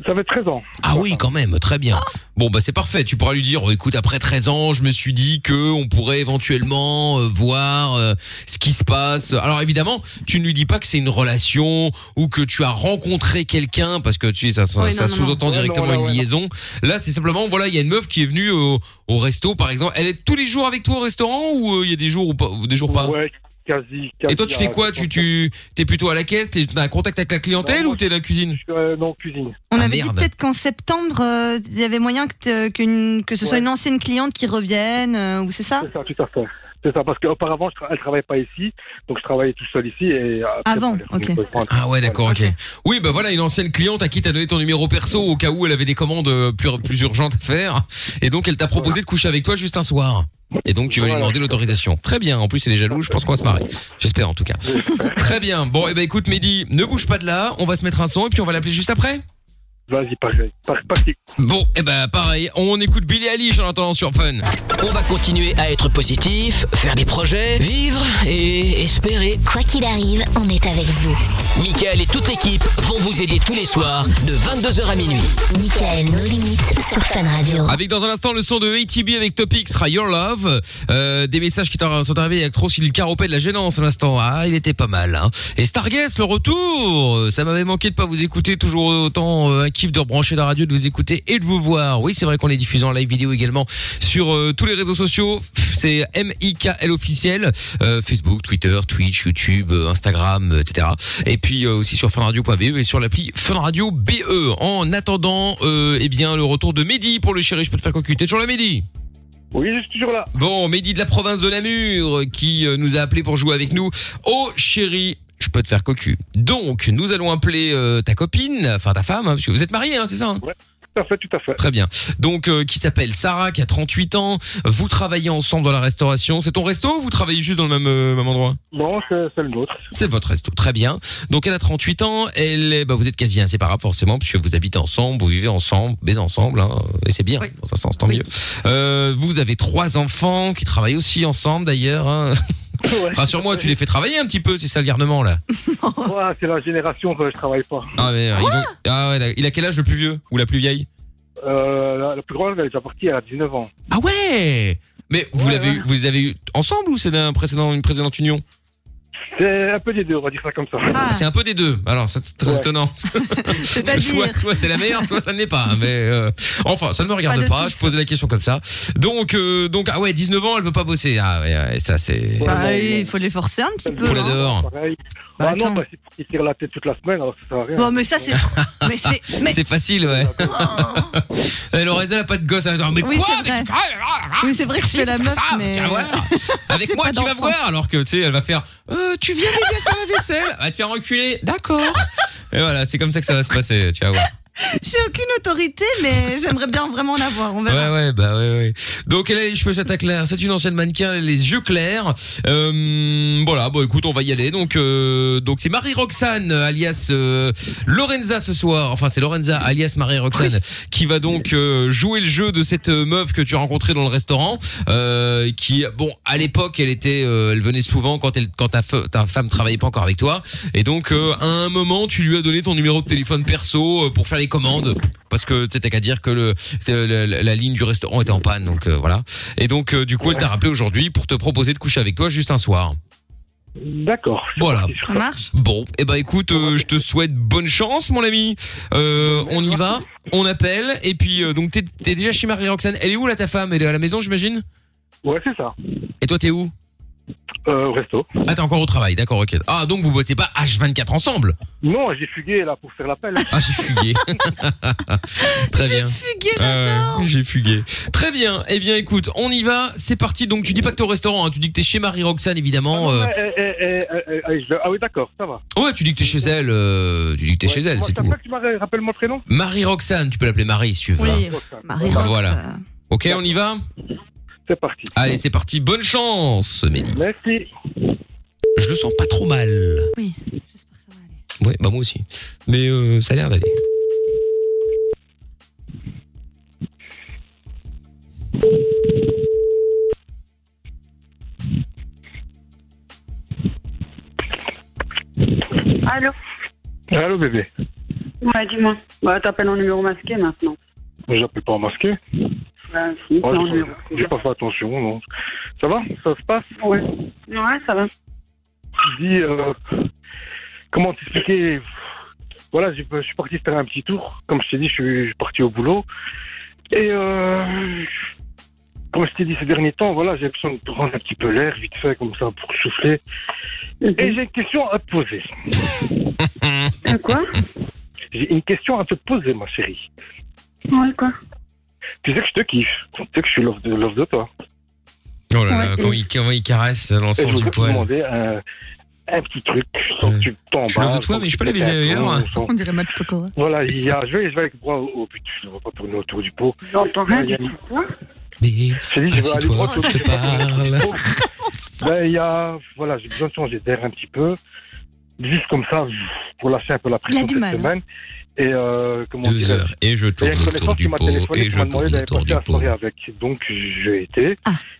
Ça fait 13 ans.
Ah oui, quand même, très bien. Bon bah c'est parfait, tu pourras lui dire oh, écoute après 13 ans, je me suis dit que on pourrait éventuellement euh, voir euh, ce qui se passe. Alors évidemment, tu ne lui dis pas que c'est une relation ou que tu as rencontré quelqu'un parce que tu sais ça, ça,
Oui, non,
ça
non,
sous-entend
non. Ouais,
directement
non, ouais,
une
ouais,
liaison. Là, c'est simplement voilà, il y a une meuf qui est venue au, au resto par exemple, elle est tous les jours avec toi au restaurant ou euh, il y a des jours ou pas ou des jours pas
Ouais, quasi,
Et toi tu fais quoi Tu tu t'es plutôt à la caisse, t'es t'as un contact avec la clientèle ou t'es dans la cuisine
euh,
Ah,
Non, cuisine.
On avait dit peut-être qu'en septembre, euh, il y avait moyen que, t'e- euh, qu'une- que ce soit
Ouais.
une ancienne cliente qui revienne, euh, ou c'est ça
C'est ça, tout à fait. C'est ça, parce qu'auparavant, je tra- elle travaillait pas ici, donc je travaillais tout seul ici. Et euh, après,
Avant,
elle est
ok.
revenue me rejoindre.
Ah ouais, d'accord, ok. Oui, bah voilà, une ancienne cliente à qui t'as donné ton numéro perso au cas où elle avait des commandes euh, plus, plus urgentes à faire. Et donc, elle t'a proposé de coucher avec toi juste un soir. Et donc, tu vas lui demander l'autorisation. Très bien. En plus, elle est jaloux. Je pense qu'on va se marier. J'espère, en tout cas. Très bien. Bon, et ben, écoute, Mehdi, ne bouge pas de là. On va se mettre un son et puis on va l'appeler juste après.
Vas-y, pareil. Par- parti.
Bon, et ben, pareil. On écoute Billy Eilish en attendant sur Fun.
On va continuer à être positif, faire des projets, vivre et espérer.
Quoi qu'il arrive, on est avec vous.
Michael et toute l'équipe vont vous aider tous les soirs de 22h à minuit.
Michael, nos limites sur Fun Radio.
Avec dans un instant le son de ATB avec Topic sera Your Love. Euh, des messages qui t'en- sont arrivés avec trop il caropait de la gênance à l'instant. Ah, il était pas mal. Hein. Et Starguest, le retour. Euh, Ça m'avait manqué de pas vous écouter. Toujours autant euh, un kiff de rebrancher la radio, de vous écouter et de vous voir. Oui, c'est vrai qu'on est diffusé en live vidéo également sur euh, tous les réseaux sociaux. Pff, C'est MIKL officiel. Euh, Facebook, Twitter, Twitch, YouTube, euh, Instagram, euh, etc. Et puis euh, aussi sur funradio.be et sur l'appli Fun Radio BE. En attendant, euh, eh bien, le retour de Mehdi pour le chéri, je peux te faire cocu. T'es toujours là, Mehdi
Oui, je suis toujours là.
Bon, Mehdi de la province de Namur euh, qui euh, nous a appelé pour jouer avec nous. Oh chéri, je peux te faire cocu. Donc, nous allons appeler euh, ta copine, enfin ta femme, hein, parce que vous êtes mariés, hein, c'est ça hein
Tout à fait, tout à fait.
Très bien. Donc, euh, qui s'appelle Sarah, qui a 38 ans. Vous travaillez ensemble dans la restauration. C'est ton resto ou vous travaillez juste dans le même, euh, même endroit
Non, c'est c'est le nôtre.
c'est votre resto, très bien. Donc elle a 38 ans, elle est, bah vous êtes quasi inséparables forcément puisque vous habitez ensemble, vous vivez ensemble, baisez ensemble, hein, et c'est bien. Dans un sens, tant mieux. Euh, vous avez trois enfants qui travaillent aussi ensemble d'ailleurs. Hein. Rassure-moi, tu les fais travailler un petit peu, c'est ça le garnement là.
Ouais, c'est la génération que je travaille pas.
Ah, mais, euh, ils ont- ah ouais, d'accord. il a quel âge le plus vieux ou la plus vieille
Euh, la, la plus grande, elle est déjà partie, elle a 19 ans.
Ah ouais. Mais vous l'avez, eu- vous les avez eu ensemble ou c'est d'un précédent, une précédente union
C'est un peu des deux, on va dire ça comme ça.
C'est un peu des deux. Alors, ça, c'est très étonnant. Parce que soit, soit c'est la meilleure, soit ça ne l'est pas. Mais euh, enfin, ça ne me regarde
Pas de
pas. je posais la question comme ça. Donc, euh, donc ah ouais, 19 ans, elle veut pas bosser. Ah ouais, ouais, ça c'est.
Bah, il faut les forcer un petit peu.
Faut les Bah, dehors.
Pareil. Ah non, parce qu'ils tirent la tête toute la semaine, alors ça sert à rien.
Bon, mais ça, c'est. mais c'est. Mais...
Ah, C'est facile, ouais. Oh. Et Lorenza n'a pas de gosse. Elle dit, mais
Oui,
quoi
c'est
mais
vrai.
hein, Ah,
Oui, c'est vrai que je fais la
Faire
meuf,
ça,
mais.
viens voir.
euh,
Avec moi, tu vas voir. Alors que, tu sais, elle va faire, euh, tu viens m'aider à faire la vaisselle. Elle va te faire enculer. D'accord. Et voilà, c'est comme ça que ça va se passer. Tu vas voir.
J'ai aucune autorité, mais j'aimerais bien vraiment en avoir. On
Ouais,
verra.
ouais, bah ouais, ouais. Donc elle a les cheveux châtain clair, c'est une ancienne mannequin, elle a les yeux clairs. Euh, voilà, bon écoute, on va y aller. Donc euh, donc c'est Marie Roxane euh, alias euh, Lorenza ce soir. Enfin, c'est Lorenza alias Marie Roxane qui va donc euh, jouer le jeu de cette euh, meuf que tu as rencontrée dans le restaurant euh, qui bon, à l'époque, elle était euh, elle venait souvent quand elle quand ta, fe- ta femme travaillait pas encore avec toi et donc euh, à un moment, tu lui as donné ton numéro de téléphone perso euh, pour faire les commandes parce que tu sais, t'as qu'à dire que le, euh, la, la- la ligne du restaurant était en panne, donc euh, voilà. Et donc euh, du coup, elle t'a rappelé aujourd'hui pour te proposer de coucher avec toi juste un soir.
D'accord.
Voilà.
Ça marche.
Bon, et eh ben écoute, euh, je te souhaite bonne chance, mon ami. Euh, on y va, on appelle, et puis euh, donc t'es t'es déjà chez Marie Roxane. Elle est où là ta femme Elle est à la maison, j'imagine.
Ouais, c'est ça.
Et toi, t'es où
Euh, au resto.
Ah, t'es encore au travail, d'accord, ok. Ah, donc vous bossez pas H24 ensemble
Non, j'ai fugué là pour faire l'appel.
Ah, j'ai fugué. Très bien.
Fugué,
Ah ouais, J'ai fugué. Très bien. Eh bien, écoute, on y va. C'est parti. Donc, tu dis pas que t'es au restaurant. hein. Tu dis que t'es chez Marie Roxane, évidemment. euh.
Eh, eh, eh, eh, eh, eh, je- Ah oui, d'accord, ça va.
Ouais, tu dis que t'es chez elle. euh, Tu dis que t'es chez elle,
Moi,
c'est tout.
t'appelles, tu m'as- rappelles mon prénom
Marie Roxane. Tu peux l'appeler Marie si tu veux. hein.
Marie
Voilà. Ok, on y va.
C'est parti.
Allez, c'est parti. Bonne chance, Mehdi.
Merci.
Je le sens pas trop mal.
Oui,
j'espère que ça va aller. Ouais, bah moi aussi. Mais euh, ça a l'air d'aller.
Allô
Allô, bébé.
Ouais, dis-moi. Bah, t'appelles en numéro masqué maintenant.
J'appelle pas en masqué.
Bah, si,
Ouais,
c'est en
j'ai-
numéro.
j'ai pas fait attention, non. Ça va Ça se passe
Ouais. Ouais, ça va.
Je dis, euh, comment t'expliquer Voilà, je, je suis parti faire un petit tour. Comme je t'ai dit, je suis, je suis parti au boulot. Et euh, comme je t'ai dit ces derniers temps, voilà, j'ai besoin de prendre un petit peu l'air, vite fait, comme ça, pour souffler. Et j'ai une question à te poser.
quoi
J'ai une question à te poser, ma chérie.
Ouais, quoi
Tu sais que je te kiffe. Tu sais que je suis love de, love de toi.
Oh là là,
Ouais.
comment il, comment il caresse dans le
Et je
sens du
voudrais te
poil. Euh,
demander un, un petit truc sans que tu tombes.
Je le veux, toi, mais je peux la baiser ailleurs, hein.
On dirait Matt Pokora.
Oh, Voilà, il y a, je vais, je vais avec moi au but, je ne vais pas tourner autour du pot.
J'entends rien
Il y a-
du tout.
Je te dis, je vais aller droit au
je te parle.
Ben, il y a, voilà, j'ai besoin de changer d'air un petit peu. Juste comme ça, pour lâcher un peu la pression
a du
cette
mal, hein.
semaine. Et, euh, comment
Deux
dirais-je
heures, et je
Il y a
tourne
une
autour
connaissance
du
qui m'a
pot,
téléphoné,
et
qui
je
m'a demandé
tourne
d'aller
autour
passer
du
la soirée
pot. Ah.
avec. Donc, j'ai été.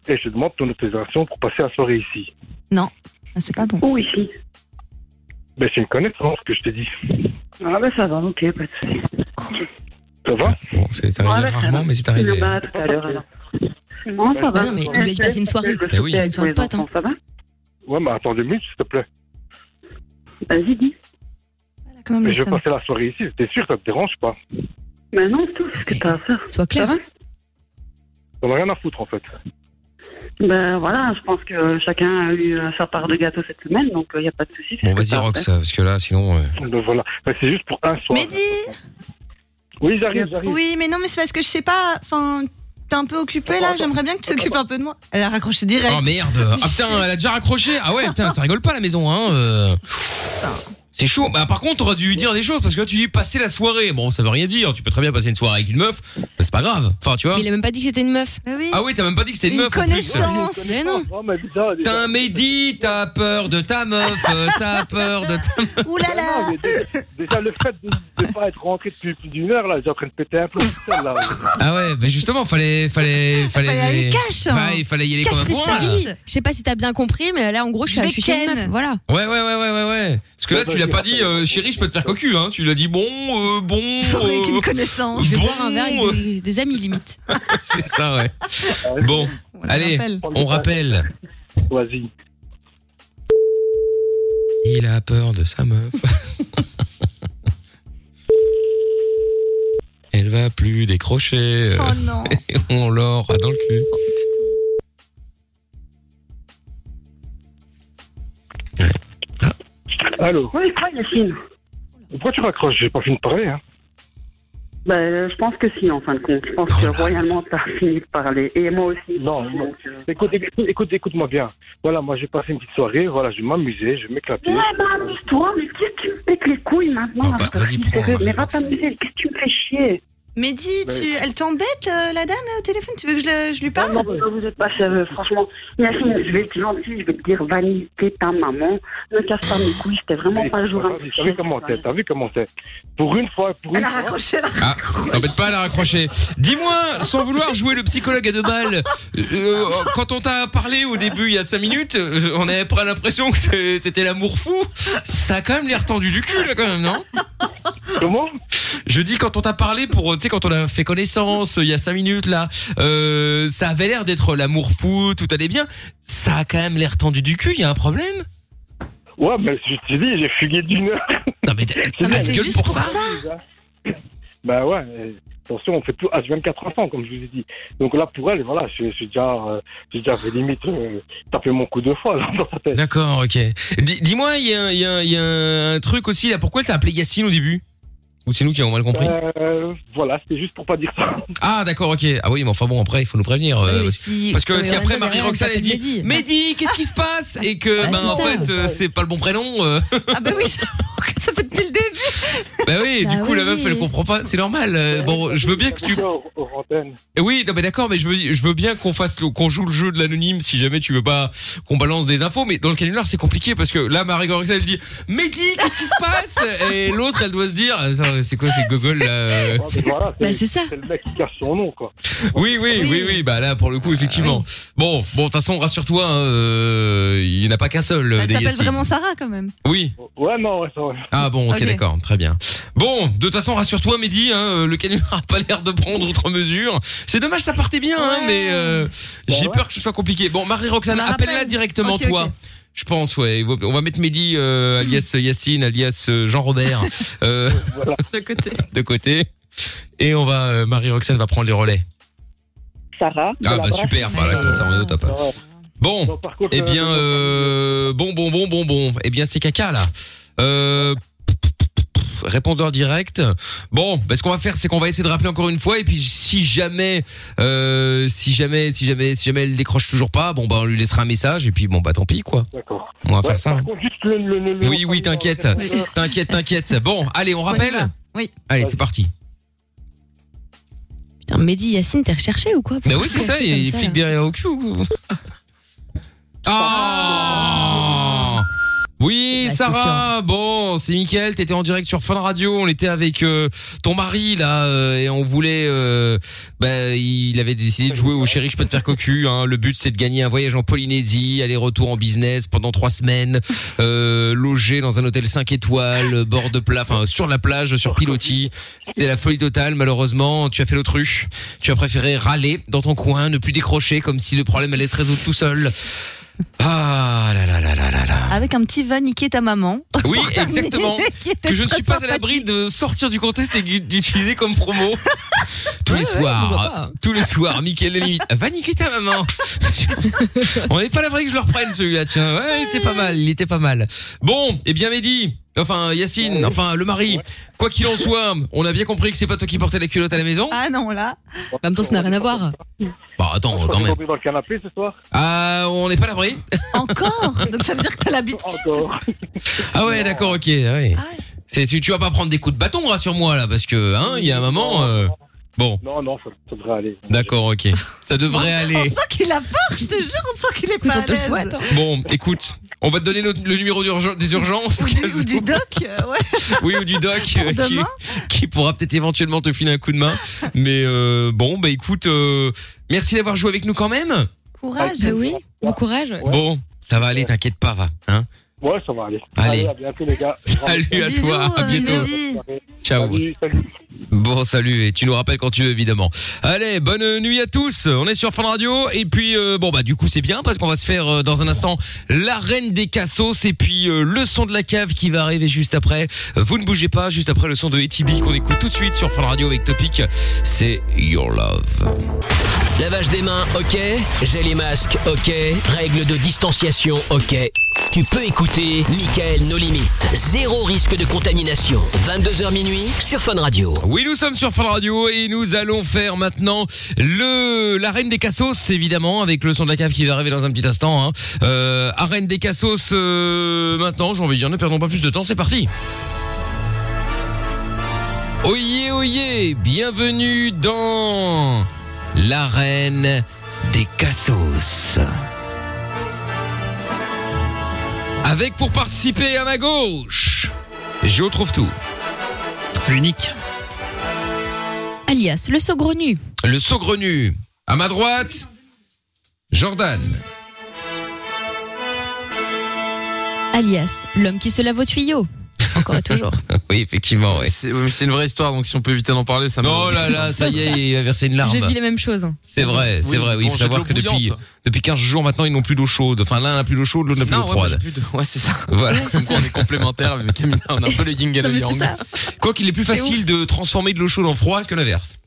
Et je demande ton autorisation pour passer la soirée ici.
Non, Ah, c'est pas bon.
Où ici
Ben, c'est une connaissance que je te dis.
Ah ben ça va, ok, pas de soucis.
Ça va
Bon, c'est
Ah,
arrivé
ben, ça
rarement,
va.
mais c'est arrivé.
Le bain, à tout à l'heure, alors. Non, ça va.
non, mais il lui a dit de passer une soirée. Bah
Le
Ben oui.
souper avec tous les
Soirée de potes,
enfants, Ça va
Ouais, mais attends deux minutes, s'il te plaît.
Vas-y, dis.
Quand
Mais je vais passer la soirée ici, t'es sûr, ça te dérange pas
Mais Bah non, c'est tout ce que t'as à faire.
Sois clair.
Ça va
T'en as rien à foutre, en fait.
Ben voilà, je pense que chacun a eu à faire part de gâteau cette semaine, donc il n'y a pas de souci.
Bon, vas-y, Rox, parce que là, sinon. euh,
Ben, voilà. Ben, c'est juste pour un soir.
Mehdi
Oui, j'arrive, j'arrive.
Oui, mais non, mais c'est parce que je sais pas. Enfin, t'es un peu occupé là, j'aimerais bien que tu t'occupes un peu de moi. Elle a raccroché direct.
Oh merde Ah putain, elle a déjà raccroché Ah ouais, putain, ça rigole pas la maison, hein euh. C'est chaud. Bah par contre, t'aurais dû lui dire des choses parce que là, tu dis passer la soirée. Bon, ça veut rien dire. Tu peux très bien passer une soirée avec une meuf. Bah, c'est pas grave. Enfin, tu vois.
Mais il a même pas dit que c'était une meuf.
Ah oui, t'as même pas dit que c'était une, Oh, meuf. en plus.
Mais non. Ah,
T'as un Mehdi, t'as peur de ta meuf, euh, t'as peur de ta
Ouh là
là Déjà, le fait de ne pas être rentré depuis plus d'une heure, là, j'ai en train de péter un plomb. putain, là.
Ah ouais, mais justement, fallait, fallait, fallait,
aller
cash, hein.
Ouais, il fallait y aller comme un bourrin. là.
Oui, Je sais pas si t'as bien compris, mais là en gros je suis, je suis chez une meuf. Voilà.
Ouais, ouais, ouais, ouais, ouais, ouais. Parce que là, tu l'as pas dit, euh, chérie, je peux te faire cocu, hein. Tu l'as dit, bon, euh, bon.
Avec une
euh,
connaissance. Je vais
bon,
boire un verre avec des, des amis limite.
C'est ça, ouais. Bon, allez,
rappelle.
on rappelle.
Vas-y.
Il a peur de sa meuf. Elle va plus décrocher.
Oh non.
Et on l'aura dans le cul.
Allô
Oui, quoi, Yacine
Pourquoi tu raccroches J'ai pas fini de parler, hein.
Ben euh, je pense que si, en fin de compte. Je pense
Oh
que royalement, t'as fini de parler. Et moi aussi.
Non, non. Écoute, écoute, écoute, écoute-moi bien. Voilà, moi, j'ai passé une petite soirée, voilà, je vais m'amuser, je vais m'éclater.
Ouais, bah, amuse-toi, mais qu'est-ce que tu me pètes les couilles hein maintenant là,
vas-y,
Oh, c'est
prends,
sérieux.
on
Mais
va
va t'amuser, qu'est-ce que tu me fais chier
Mehdi,
Bah
tu... elle t'embête euh, la dame là au téléphone Tu veux que je, le- je lui parle
Non, non, vous êtes pas sérieux, franchement. Yacine, je vais être gentil, je vais te dire, Vanille, t'es ta maman, ne casse pas mes couilles, c'était vraiment pas un jour un
T'as vu comment t'es T'as vu comment t'es Pour une fois, pour une fois.
Ah, t'embête pas à la raccrocher. Dis-moi, sans vouloir jouer le psychologue à deux balles, euh, quand on t'a parlé au début il y a cinq minutes, euh, on avait pas l'impression que c'est- c'était l'amour fou. Ça a quand même l'air tendu du cul, là, quand même, non
Comment
Je dis quand on t'a parlé pour, euh, tu sais, quand on a fait connaissance euh, il y a cinq minutes là, euh, ça avait l'air d'être l'amour fou, tout allait bien. Ça a quand même l'air tendu du cul. Il y a un problème
Ouais, mais je t'ai dit, j'ai fugué d'une heure.
Non, Ah, mais
elle
gueule juste pour pour ça
Bah ouais, euh, attention, on fait tout H24 ensemble, comme je vous ai dit. Donc là, pour elle, voilà, je je suis déjà, euh, j'ai déjà fait limite euh, taper mon coup de fois là, dans sa tête.
D'accord, ok. Di- Dis-moi, il y, a un- il y a un- il y a un truc aussi là. Pourquoi elle t'a appelé Yacine au début Ou c'est nous qui avons mal compris
Euh, voilà, c'était juste pour pas dire ça.
Ah d'accord ok ah oui mais enfin bon après il faut nous prévenir euh,
Oui, mais
parce-
si-
parce que
oui,
si
on
après
sait
Marie
derrière,
Roxane
on
elle
s'appelle
dit Mehdi qu'est-ce qui se passe et que
Ouais,
ben
c'est
en
ça.
fait euh, c'est pas le bon prénom euh,
Ah bah oui, ça fait depuis le début.
bah oui
Bah
du coup
oui,
la meuf
oui.
elle comprend pas c'est normal euh, bon je veux bien que tu
Aux antennes.
Eh oui, non mais d'accord, mais je veux, je veux bien qu'on fasse, le- qu'on joue le jeu de l'anonyme si jamais tu veux pas qu'on balance des infos, mais dans le canular c'est compliqué parce que là Marie Gorexel elle dit Mehdi, qu'est-ce qui se passe Et l'autre elle doit se dire Attends, c'est quoi ces gogoles là euh
Ah, mais voilà,
Bah, c'est
C'est le mec qui cache son nom, quoi.
oui, oui, oui, oui, bah là pour le coup effectivement. Bon, bon, de toute façon rassure-toi, hein, euh, il n'y en a pas qu'un seul. euh,
Elle
des
Bah, s'appelle
Yassine.
vraiment Sarah quand même.
Oui.
Ouais, non, ouais, ça
Ah bon, ok,
Ok.
d'accord, très bien. Bon, de toute façon, rassure-toi, Mehdi, hein, euh, le canular a pas l'air de prendre outre mesure. C'est dommage, ça partait bien, hein, mais euh,
Bah
j'ai peur que ce soit compliqué. Bon, Marie-Roxane,
On la
appelle-la
rappelle.
directement,
Ok,
toi.
ok.
Je pense, ouais. On va mettre Mehdi, euh, alias Yacine, alias euh, Jean-Robert, euh,
De côté.
de côté. Et on va, euh, Marie-Roxane va prendre les relais.
Sarah.
Ah bah super, voilà, comme ça on est au top. Bon, eh bien, euh, bon, bon, bon, bon, bon. Eh bien, c'est caca là. Euh, répondeur direct. Bon, bah, ce qu'on va faire, c'est qu'on va essayer de rappeler encore une fois. Et puis, si jamais, euh, si jamais, si jamais, si jamais elle décroche toujours pas, bon, bah, on lui laissera un message. Et puis, bon, bah, tant pis, quoi.
D'accord.
On va faire ça. hein.
Juste le, le, le- le-
Oui, oui, t'inquiète. T'inquiète, t'inquiète. Bon, allez, on rappelle
Oui.
Allez, c'est parti.
Putain, Mehdi, Yacine, t'es recherché ou quoi
Bah oui, c'est ça, il y a les flics derrière au cul. ou- Ah oui, Sarah. Bon, c'est Mickaël. T'étais en direct sur Fun Radio. On était avec euh, ton mari là, euh, et on voulait. euh, bah, il avait décidé de jouer au chéri, je peux te faire cocu. Hein. Le but, c'est de gagner un voyage en Polynésie, aller-retour en business pendant trois semaines, euh, logé dans un hôtel 5 étoiles, bord de plat, enfin sur la plage, sur pilotis. C'était la folie totale. Malheureusement, tu as fait l'autruche. Tu as préféré râler dans ton coin, ne plus décrocher, comme si le problème allait se résoudre tout seul. Ah là là là là là là.
Avec un petit va niquer ta maman.
Oui, exactement. que je ne suis pas à l'abri de sortir du contexte et gu- d'utiliser comme promo tous les
Ouais, ouais, pourquoi
soirs.
pas.
tous les soirs, Mickaël limite. Va niquer ta maman. On n'est pas à l'abri que je le reprenne celui-là, tiens. Ouais, il était pas mal, il était pas mal. Bon, et bien Mehdi. Enfin, Yacine, enfin, le mari. Quoi qu'il en soit, on a bien compris que c'est pas toi qui portais la culotte à la maison.
Ah non, là.
Bah, En même temps, ça n'a rien à voir.
Bah, attends, quand
On est
même.
tombé dans le canapé ce soir.
Ah, on n'est pas à l'abri.
Encore Donc ça veut dire que t'as l'habitude.
Ah ouais, d'accord, ok. ah ouais. C'est, tu, tu vas pas prendre des coups de bâton, rassure-moi, là, parce que, hein, il y a un moment, euh, bon.
Non, non, ça, ça devrait aller.
D'accord, ok. Ça devrait aller.
sent qu'il a peur, je te jure, on sent qu'il est pas
on
à
te le
l'aise.
souhaite,
Bon, écoute, on va te donner le, le numéro d'urgen- des urgences. au cas
Ou
où.
du doc, euh, ouais.
Oui, ou du doc euh, qui,
demain.
qui pourra peut-être éventuellement te filer un coup de main. Mais euh, bon, bah écoute, euh, merci d'avoir joué avec nous quand même.
Courage. Bah oui, bon courage. ouais.
Bon, ça va aller, t'inquiète pas, va. Hein
Ouais, ça va aller.
Allez.
à bientôt, les gars.
Salut à Bisous, toi, à euh, bientôt. Ciao.
Salut, salut.
Bon, salut, et tu nous rappelles quand tu veux, évidemment. Allez, bonne nuit à tous. On est sur Fun Radio, et puis, euh, bon, bah, du coup, c'est bien, parce qu'on va se faire, euh, dans un instant, la reine des cassos, et puis euh, le son de la cave qui va arriver juste après. Vous ne bougez pas, juste après le son de Etibi qu'on écoute tout de suite sur Fun Radio avec Topic. C'est Your Love.
Lavage des mains, ok. J'ai les masques, ok. Règles de distanciation, ok. Tu peux écouter Michael No limites. Zéro risque de contamination. 22h minuit sur Fun Radio.
Oui, nous sommes sur Fun Radio et nous allons faire maintenant le la reine des cassos évidemment avec le son de la cave qui va arriver dans un petit instant. Hein. Euh, arène des cassos euh, maintenant. J'ai envie de dire ne perdons pas plus de temps. C'est parti. Oyez, oyez, bienvenue dans l'arène des cassos. Avec pour participer à ma gauche, je trouve tout. L'unique.
Alias, le saugrenu.
Le saugrenu. À ma droite, Jordan.
Alias, l'homme qui se lave au tuyau. Encore et toujours.
Oui, effectivement, ouais.
C'est oui, mais c'est une vraie histoire, donc si on peut éviter d'en parler, ça me-
Oh là là, ça y est, il a versé une larme.
J'ai vu les mêmes choses.
C'est vrai, c'est
Oui,
vrai. Oui, il
bon,
faut
j'ai de
savoir
l'eau
que depuis,
bouillante.
depuis 15 jours maintenant, ils n'ont plus d'eau chaude. Enfin, l'un n'a plus d'eau chaude, l'autre n'a plus
Non,
d'eau
ouais, moi,
froide.
j'ai plus de- Ouais, c'est ça.
Voilà.
Comme quoi, on est complémentaires, mais Camilla, on a un peu le yin et
Non,
le
mais
yang.
c'est ça. Quoi qu'il est plus facile de transformer de l'eau chaude en froid que l'inverse.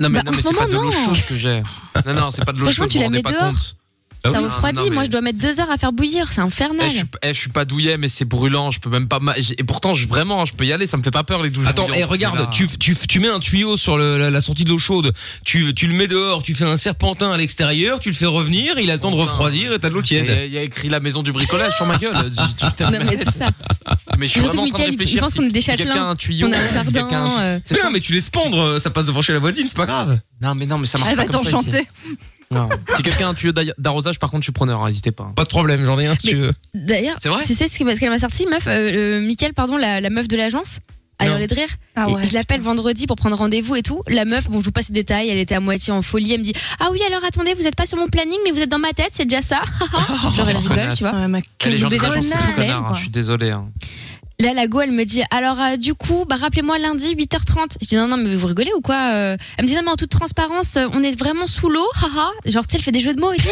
Non, mais,
Bah,
non,
en
mais
ce
c'est pas de
moment,
l'eau
non.
chaude que j'ai. Non, non, c'est pas de l'eau
Franchement,
chaude.
tu
vous
la
vous
mets
rendez pas
dehors.
compte. Ah
Ça
oui.
refroidit.
Non, non,
Moi,
mais-
je dois mettre deux heures à faire bouillir. C'est
Eh, je,
infernal.
suis, eh, je suis pas douillet, mais c'est brûlant. Je peux même pas. ma- j'ai- Et pourtant, je, vraiment, hein, je peux y aller. Ça me fait pas peur les douches.
Attends,
bouillantes,
et
mais là-
regarde, tu, tu, tu mets un tuyau sur le- la, la sortie de l'eau chaude, tu, tu le mets dehors, tu fais un serpentin à l'extérieur, tu le fais revenir, il a le temps de refroidir et t'as de l'eau tiède.
Il y, a écrit la maison du bricolage sur ma gueule. Tu- tu-
Non, mais c'est ça.
mais je suis
Surtout
vraiment en
que
train de
Mickaël, il
réfléchir.
pense qu'on est des
si quelqu'un a un
châtelains.
tuyau,
On a un
si quelqu'un-
jardin. euh,
Non, mais tu laisses pendre, ça passe devant chez la voisine, c'est pas grave.
Non, mais non, mais ça marche
Elle
pas
va
comme ça ici.
t'enchanter.
Non. Si quelqu'un a un tuyau d'ail- d'arrosage, par contre, je suis preneur. hein, N'hésitez pas.
Pas de problème, j'en ai un si
tu veux. D'ailleurs,
C'est vrai
tu sais ce que- ce qu'elle m'a sorti, meuf euh, euh, Mickaël, pardon, la, la meuf de l'agence à
Non.
hurler de rire.
Ah
Et
ouais,
je l'appelle vendredi pour prendre rendez-vous et tout. La meuf, bon, je vous passe les détails, elle était à moitié en folie. Elle me dit Ah oui, alors attendez, vous êtes pas sur mon planning, mais vous êtes dans ma tête, c'est déjà ça.
Hein
Genre, elle rigole,
Oh, Connasse.
Ah,
tu vois.
Elle est gentille,
Déjà,
c'est des
connasse,
connards, hein,
quoi.
Je suis désolé. hein.
Là, la go, elle me dit Alors, euh, du coup, bah, rappelez-moi lundi, 8h30. Je dis Non, non, mais vous rigolez ou quoi euh Elle me dit Non, mais en toute transparence, euh, on est vraiment sous l'eau, haha. Genre, tu sais, elle fait des jeux de mots et tout.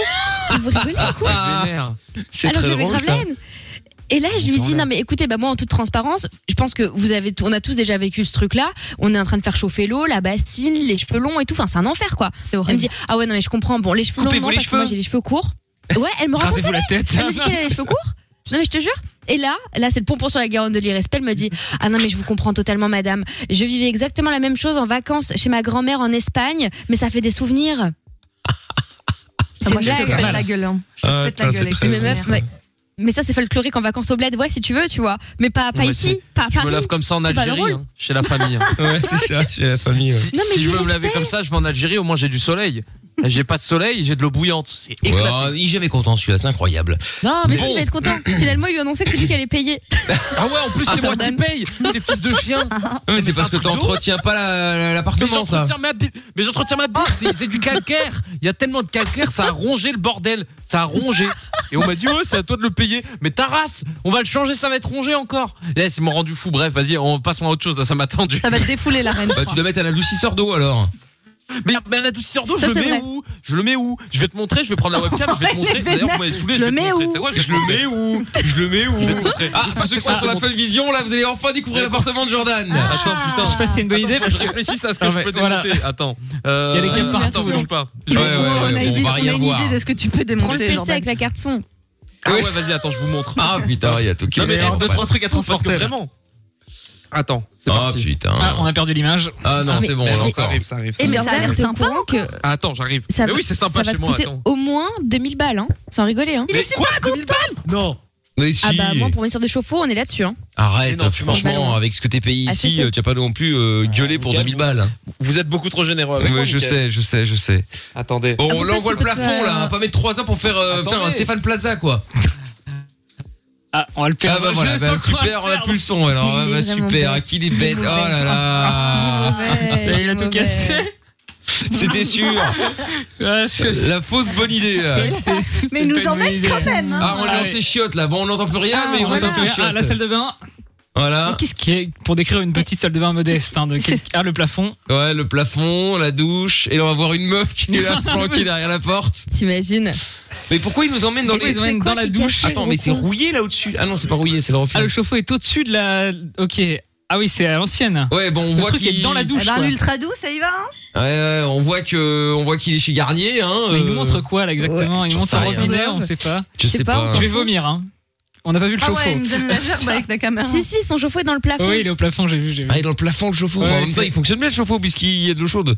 Je dis, vous rigolez ou quoi
Ah, vénère.
alors que j'avais grave la haine. Et là, je lui dis non mais écoutez, bah moi en toute transparence, je pense que vous avez, on a tous déjà vécu ce truc-là. On est en train de faire chauffer l'eau, la bassine, les cheveux longs et tout. Enfin, c'est un enfer quoi. Elle me dit ah ouais non mais je comprends. Bon les cheveux longs
Coupez-vous
non
les
parce que moi
cheveux.
j'ai les cheveux courts. Ouais, elle me raconte.
Rasez-vous la tête.
Elle me dit qu'elle a les cheveux courts. Non mais je te jure. Et là, là, c'est le pompon sur la Garonne de l'IRSP. Elle me dit Ah non, mais je vous comprends totalement, madame. Je vivais exactement la même chose en vacances chez ma grand-mère en Espagne, mais ça fait des souvenirs. C'est
Ah, Moi, je te
dingue.
pète la gueule. hein. Je te
Ah,
pète
putain,
la gueule.
c'est
avec
très
tes
Mais meuf,
souvenirs.
mais, mais ça, c'est folklorique en vacances au bled, ouais, si tu veux, tu vois. Mais pas, pas
Ouais,
ici,
c'est-
pas à
Je me
Paris.
lave comme ça en
C'est pas
Algérie,
drôle.
hein, chez la famille.
Ouais, c'est ça, chez la famille.
Si,
Non, mais
si je
du
veux me laver comme ça, je vais en Algérie, au moins j'ai du soleil. Là, J'ai pas de soleil, j'ai de l'eau bouillante. C'est éclaté.
Ouais, il est jamais content celui-là, c'est incroyable.
Non,
Mais si, il va être content. Finalement, il lui annonçait que c'est lui qui allait payer.
Ah ouais, en plus,
Ah,
c'est moi qui
Jordan.
paye. Ces fils de chien.
mais c'est parce que t'entretiens pas la- la- l'appartement, ça.
J'entretiens ma bi- Mais j'entretiens ma bouche, c'est- c'est du calcaire. Il y a tellement de calcaire, ça a rongé le bordel. Ça a rongé. Et on m'a dit, ouais, c'est à toi de le payer. Mais ta race, on va le changer, ça va être rongé encore. Eh, c'est mon rendu fou. Bref, vas-y, on passe à autre chose, là, ça m'a tendu.
Ça va te défouler la reine.
Bah, tu dois mettre un adoucisseur d'eau alors.
Mais, mais un adoucisseur d'eau, je
Ça,
le
c'est
mets
vrai.
où Je le mets où Je vais te montrer, je vais prendre la webcam, je vais te montrer. D'ailleurs, vous m'avez saoulé.
Je le
vais te
mets
montrer.
où
C'est quoi,
Je le mets où Je le mets où Ah,
Je
tous
sais
ceux qui
pas,
sont sur la
bon.
fun vision, là, vous allez enfin découvrir
Ah,
l'appartement de Jordan.
putain. Je sais pas si c'est une bonne idée
parce
Ah, je
que-
réfléchis à ce que Ah
Non,
je
mais
peux
voilà.
démonter. Attends. Euh,
Il y a les câbles
attends,
partout,
bouge
donc.
pas.
Ouais, ouais, ouais,
On a
bon,
une idée-
on va
on a
rien
une
voir.
idée de ce que tu peux
Prends le
démonter.
PC
Jordan.
avec la carte son.
Ah ouais, vas-y, attends, je vous montre.
Ah putain, il y a tout qui
Non, mais
est mort.
deux, trois trucs à
Parce que
transporter. Vraiment. Attends, c'est
Ah
parti.
putain.
Ah, on a perdu l'image.
Ah non,
mais-
c'est bon, on l'a
Ça
encore.
arrive, ça arrive. ça
Et
arrive.
mais ça a
Jordan,
l'air
t'es au
sympa
courant que
Ah, Attends, j'arrive.
ça
Mais
va,
oui, c'est
ça
sympa
va
chez
te
moi,
coûter
attends.
au moins 2000 balles, hein, sans rigoler. Hein.
Mais quoi, 2000 balles Non
Mais si.
Ah bah, moi, pour une sorte de chauffe-eau, on est là-dessus. Hein.
Arrête,
Mais non, tu
manges pas,
franchement,
non.
avec ce que t'es payé
Ah,
ici,
si, si.
euh, tu as pas non plus euh, gueulé pour
Mickaël,
2000 balles.
Ah, Vous êtes beaucoup trop généreux avec moi,
Ouais, je
Mickaël.
sais, je sais, je sais.
Attendez.
Bon,
Ah,
on
peut-être
là, on voit le
tu peux te
plafond
faire,
là, hein,
euh,
pas mettre 3 ans pour faire euh, putain,
Attendez.
un Stéphane Plaza quoi.
Ah, on va le perdre.
Ah bah voilà,
Je
bah,
sens qu'on va le
super, on a
perdre.
plus le son alors,
Il
ah,
est
bah,
vraiment
super,
bête.
qui des bêtes, oh là
Ah,
là,
Ça y est, Il a tout cassé.
c'était sûr,
Ouais, je-
la fausse bonne idée là.
c'était- c'était
Mais il
pas
nous
une bonne
emmène
idée.
quand même. hein.
Ah, on est dans
ouais.
ces chiottes là. Bon, on n'entend plus rien, Eh, mais on Hein est dans
Ah,
ces
ah, la
chiottes.
salle de bain.
Voilà.
Qu'est-ce qui est pour décrire une petite salle de bain modeste hein, de quel- Ah, le plafond.
Ouais, le plafond, la douche. Et là, on va voir une meuf qui est là, planquée derrière la porte.
T'imagines
Mais pourquoi ils nous emmènent dans
Pourquoi
les.
ils emmènent
quoi
dans la
qui
douche
cache
Attends, mais c'est rouillé là au-dessus. Ah non, c'est pas rouillé, c'est le reflet.
Ah, le chauffe-eau est au-dessus de la. Ok. Ah oui, c'est à l'ancienne.
Ouais, bon, on
Le
voit
truc
qu'il
est dans la douche.
Eh ben,
quoi.
l'ultra doux, ça y va. hein
Ouais, ouais, on voit que, on voit qu'il est chez Garnier, hein.
Mais il nous
euh,
montre quoi là exactement Il
j'en
montre
sais
son
rien.
robinet, on sait pas.
Je
Je
sais
sais pas,
pas.
on
Je
s'en
vais
fout.
vomir. Hein. On n'a pas vu le
Ah ouais,
chauffe-eau.
il me donne la gerbe
Bah,
avec la caméra.
Si, si, son chauffe-eau est dans le plafond.
Oui, il est au plafond, j'ai vu, j'ai vu.
Ah, il est dans le plafond le chauffe-eau.
Ouais,
Bon, en même temps,
c'est-
il fonctionne bien le chauffe-eau puisqu'il y a de l'eau chaude.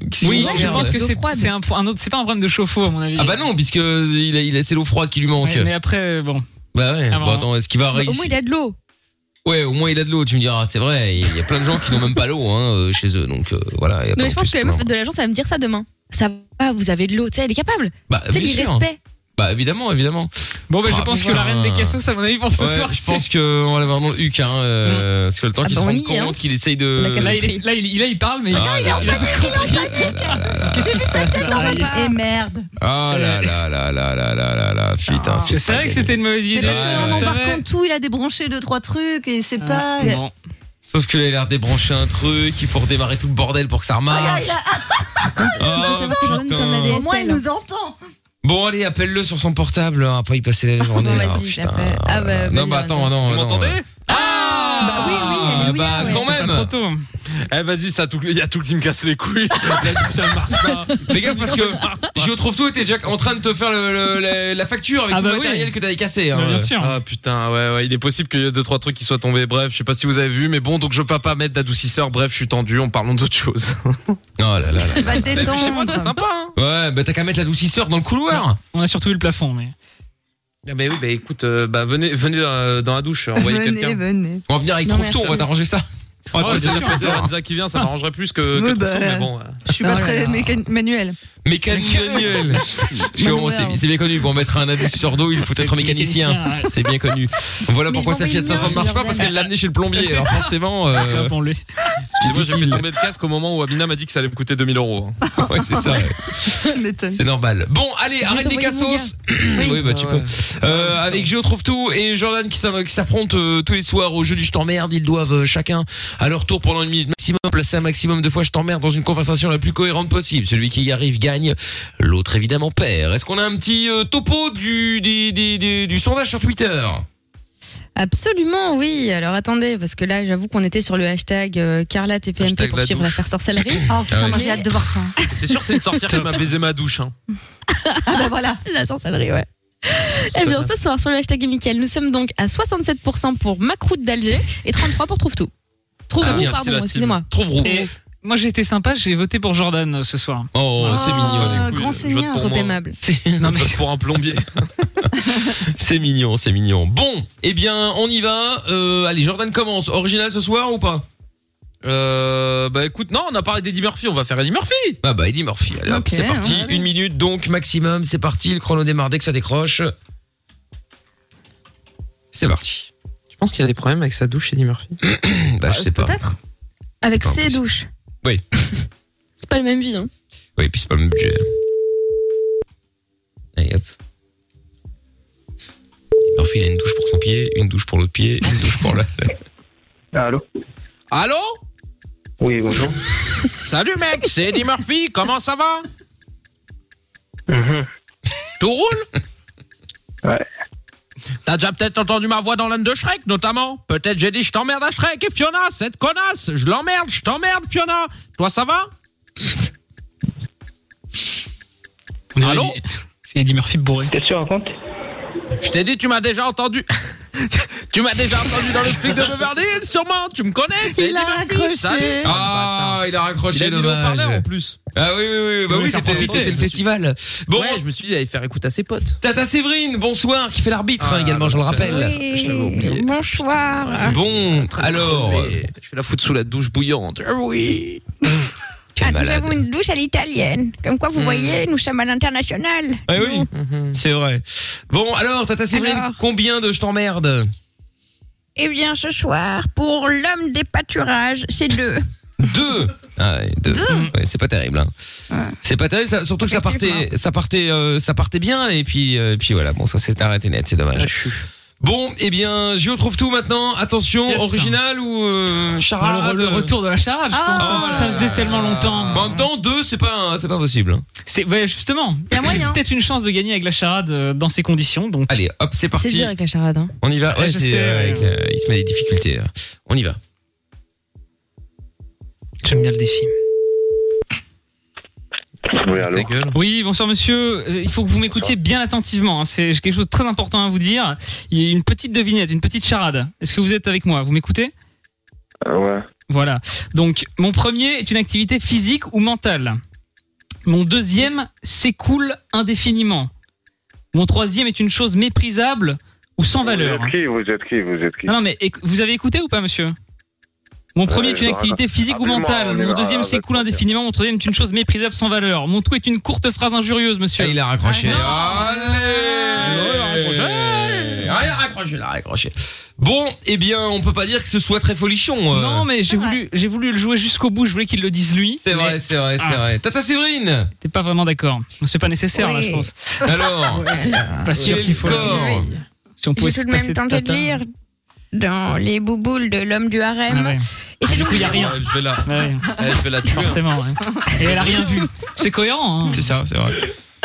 Qu'est-ce
Oui,
qu'on
je
emmerde
pense que
L'eau
c'est
froide.
c'est un, un autre, c'est pas un problème de chauffe-eau à mon avis.
Ah bah non, puisque il a, il a- c'est l'eau froide qui lui manque.
Ouais, mais après, bon.
Bah ouais.
Ah
Bon,
bon.
attends, est-ce qu'il va
Bah,
réussir
Au moins, il a de l'eau.
Ouais, au moins il a de l'eau, tu me diras, c'est vrai, il y a plein de gens qui n'ont même pas l'eau hein, euh, chez eux, donc euh, voilà. il y a
Non,
pas
mais je
non plus
pense que la
plein.
meuf de l'agence, elle va me dire ça demain. Ça va, vous avez de l'eau, tu sais, elle est capable.
Bah,
Tu sais,
bien sûr.
l'irrespect.
Bah, évidemment, évidemment.
Bon, bah,
Ah,
je pense que
putain.
la reine des cassos, à mon avis, pour ce
Ouais,
soir,
je
c'est-
pense qu'on va l'avoir dans le huc, hein, euh, parce que le temps
Ah
qu'il
bah,
se
on
rende
y est,
compte, qu'il essaye
On a
de.
cassé
Là,
le
il, est- là, il, il- là, il parle, mais il-
Ah
il,
là
a pas compris. Qu'est-ce qui se passe attends
Ah, il-
Et merde.
Ah là là là là là là là là, putain.
Je savais que c'était une mauvaise
Mais
idée.
parce
ouais,
qu'on
je
ouais.
embarque
savais.
en tout, il a débranché deux trois trucs et c'est pas.
Ah, bon.
Sauf que là, il a l'air de débrancher un truc, il faut redémarrer tout le bordel pour que ça
Regarde,
remarche.
il a-
Ah,
Ça va, ça va,
putain.
t'en as des-
Au moins, il
SL.
nous entend.
Bon, allez, appelle-le sur son portable, hein, après il passer la journée.
Bon,
là,
vas-y,
putain.
j'appelle. Ah, bah,
Non,
vas-y,
bah attends, non.
Vous
non,
m'entendez
ouais. Ah
Bah oui, oui, alléluia,
Bah
ouais.
quand
C'est pas trop
même
tôt.
Eh, vas-y, ça a tout- il y a tout qui me casse les couilles. La douche, elle marche pas.
Fais gaffe parce que j'y retrouve tout était déjà en train de te faire le- le- la, la facture avec
Ah
tout
bah
le
oui.
matériel que t'avais cassé. hein.
Bah, Bien sûr.
Ah putain, ouais, ouais, il est possible qu'il y ait deux trois trucs qui soient tombés. Bref, je sais pas si vous avez vu, mais bon, donc je peux pas mettre d'adoucisseur. Bref, je suis tendu. On parlons d'autre chose.
Oh là là là.
Il va te
Chez moi, c'est
détendre.
sympa. Hein
Ouais, bah t'as qu'à mettre l'adoucisseur dans le couloir.
On a surtout eu le plafond, mais.
ah bah oui, bah écoute, euh, bah venez, venez euh, dans la douche, envoyez
Venez,
quelqu'un.
venez.
On va venir avec
Non,
Trouve-Tout, on
merci.
va t'arranger ça. On va
Oh,
t'arranger
déjà,
ça.
c'est Lorenza qui vient, ça m'arrangerait plus que,
euh,
que
Ouais,
Trouve-Tout,
bah.
mais bon. ouais.
Je suis pas
Oh là
très
là.
mécan- manuel.
Mécanique manuelle. Parce que bon, c'est c'est bien connu, pour mettre un adoucisseur d'eau, il faut être mécanicien.
Mécanicien, ouais.
C'est bien connu. Voilà
Mais
pourquoi
je vais
sa Fiat
envoyer le
500 ne marche pas,
Jordan.
parce qu'elle l'a amené chez le plombier. Alors forcément, euh,
Hop, on l'est.
Excusez-moi, j'ai fait
difficile.
tomber le casque au moment où Abina m'a dit que ça allait me coûter 2000 euros. hein.
ouais, c'est ça. ouais.
M'étonne.
C'est normal. Bon, allez,
vais
arrête des
t'envoyer mon
cassos. oui, bah
Ah
tu peux. Euh, avec Géo trouve tout et Jordan qui s'en- qui s'affrontent euh, tous les soirs au jeu du je t'emmerde. Ils doivent euh, chacun à leur tour pendant une minute maximum placer un maximum de fois je t'emmerde dans une conversation la plus cohérente possible. Celui qui y arrive gagne, l'autre évidemment perd. Est-ce qu'on a un petit euh, topo du, du, du, du- du sondage sur Twitter
Absolument, oui. Alors attendez, parce que là, j'avoue qu'on était sur le hashtag euh, Carla TPMP
Hashtag
pour
la
suivre
douche.
l'affaire sorcellerie. Ah
Oh putain,
ouais.
moi j'ai hâte de voir ça.
C'est sûr, c'est une sorcière qui m'a baisé ma douche. Hein.
Ah bah voilà.
la sorcellerie, ouais. Eh bien, ce soir, sur le hashtag et Mickaël, nous sommes donc à 67% pour Macroute d'Alger et 33% pour Trouve-Tout. Trouve-Roux,
Ah, merci, la
pardon,
team.
excusez-moi.
Trouve-Roux.
Et Moi j'ai été sympa, j'ai voté pour Jordan euh, ce soir.
Oh,
Ah,
c'est mignon. écoute,
grand
je vote
seigneur,
pour
trop
moi.
aimable.
Non, mais... pour un plombier. c'est mignon, c'est mignon. Bon, eh bien, on y va. Euh, allez, Jordan commence. Original ce soir ou pas
Euh, bah écoute, non, on a parlé d'Eddie Murphy, on va faire Eddie Murphy.
Ah bah Eddie Murphy, allez hop,
Ok,
c'est parti.
hein, allez.
Une minute donc maximum, c'est parti. Le chrono démarre dès que ça décroche. C'est parti.
Tu penses qu'il y a des problèmes avec sa douche, Eddie Murphy
Bah je sais pas.
Ah, Peut-être Avec ses douches.
Oui.
C'est pas le même vie, hein.
Oui, puis c'est pas le même budget. Allez hop. Eddie Murphy, il a une douche pour son pied, une douche pour l'autre pied, une douche pour la.
Allô
Allô
Oui, bonjour.
Salut mec, c'est Eddie Murphy, comment ça va Tout roule
Mhm. Ouais.
T'as déjà peut-être entendu ma voix dans l'un de Shrek, notamment. Peut-être j'ai dit je t'emmerde à Shrek et Fiona, cette connasse. Je l'emmerde, je t'emmerde Fiona. Toi ça va Allô
C'est Eddie Murphy bourré.
T'es sûr, compte
Ah
Je t'ai dit, tu m'as déjà entendu. tu m'as déjà entendu dans le flic de Beverly Hills, sûrement. Tu me connais c'est
Il a
Eddie Murphy.
raccroché.
Salut.
Ah, il a raccroché,
Il a mis le
dommage.
haut-parleur, en plus.
Ah oui, oui, oui, bah oui,
faire
t'étais-
profiter.
t'étais le festival.
Bon, ouais, je me suis dit, allez faire écouter à ses potes. Ah, bah,
Tata Séverine, bonsoir, qui fait l'arbitre hein, également, je le rappelle. Ah.
bonsoir.
Ah,
Bon, alors.
Je vais la foutre sous la douche bouillante. Ah oui.
Quel
Ah, nous
malade.
avons une douche à l'italienne. Comme quoi, vous voyez, nous sommes à l'international.
Ah oui, c'est vrai. Bon, alors, Tata Séverine,
Alors.
combien de je t'emmerde
Eh bien, ce soir, pour l'homme des pâturages, c'est deux.
Deux. Ah, ouais, deux. Ouais, c'est pas terrible. hein. C'est pas terrible, ça- surtout que ça partait,
hein.
ça partait, euh, ça partait bien, et puis, euh, et puis voilà. Bon, ça s'est arrêté net, c'est dommage. Bon, eh bien, Gio trouve tout maintenant. Attention,
Yes.
original ou euh,
Alors,
charade Ah.
le retour de la charade, je
Ah.
pense. ça faisait tellement longtemps.
En même temps, deux, c'est pas, un- c'est pas possible. hein.
C'est ouais, justement. Il y a peut-être une chance de gagner avec la charade euh, dans ces conditions. Donc
allez, hop, c'est
C'est dur avec la charade. Hein.
On y va.
Ouais,
Ouais,
je
c'est,
sais,
euh,
ouais.
avec, euh, il se met des difficultés. euh. On y va.
J'aime bien le défi.
Oui, allô
Oui, bonsoir monsieur. Euh, Il faut que vous m'écoutiez bien attentivement. hein. C'est j'ai quelque chose de très important à vous dire. Il y a une petite devinette, une petite charade. Est-ce que vous êtes avec moi Vous m'écoutez
Euh, Ouais.
Voilà. Donc, mon premier est une activité physique ou mentale. Mon deuxième s'écoule indéfiniment. Mon troisième est une chose méprisable ou sans valeur.
Vous
hein.
êtes qui Vous êtes qui Vous êtes qui
Non, non, mais éc- vous avez écouté ou pas, monsieur Mon premier
Euh,
est une
non,
activité
attends.
physique ou
Absolument, Ah, bah,
mentale.
on est
Mon
là,
deuxième
là,
s'écoule indéfiniment. Mon troisième est une chose méprisable sans valeur. Mon tout est une courte phrase injurieuse, monsieur.
Ah,
Ah,
il a raccroché.
Allez
Ah, il a raccroché, il a raccroché. Bon, eh bien, on peut pas dire que ce soit très folichon. euh.
Non, mais j'ai voulu, j'ai voulu le jouer jusqu'au bout. Je voulais qu'il le dise lui.
C'est vrai, c'est vrai, Eh, c'est vrai. Tata Séverine
Ah. T'es pas vraiment d'accord. C'est pas nécessaire, là,
Oui.
je pense.
Alors
Pas sûr
Quel est
qu'il
le
faut la
score
jouer. Si on
J'ai
pouvait
tout
se
de même
passer de
tenté de
tatin.
lire dans les bouboules de l'homme du harem.
Ah ouais.
Et c'est
Du
donc
coup, il y a rien.
Je vais la,
je vais la tuer.
Forcément, ouais. Et elle a rien vu. C'est
hein.
cohérent.
C'est ça, c'est vrai.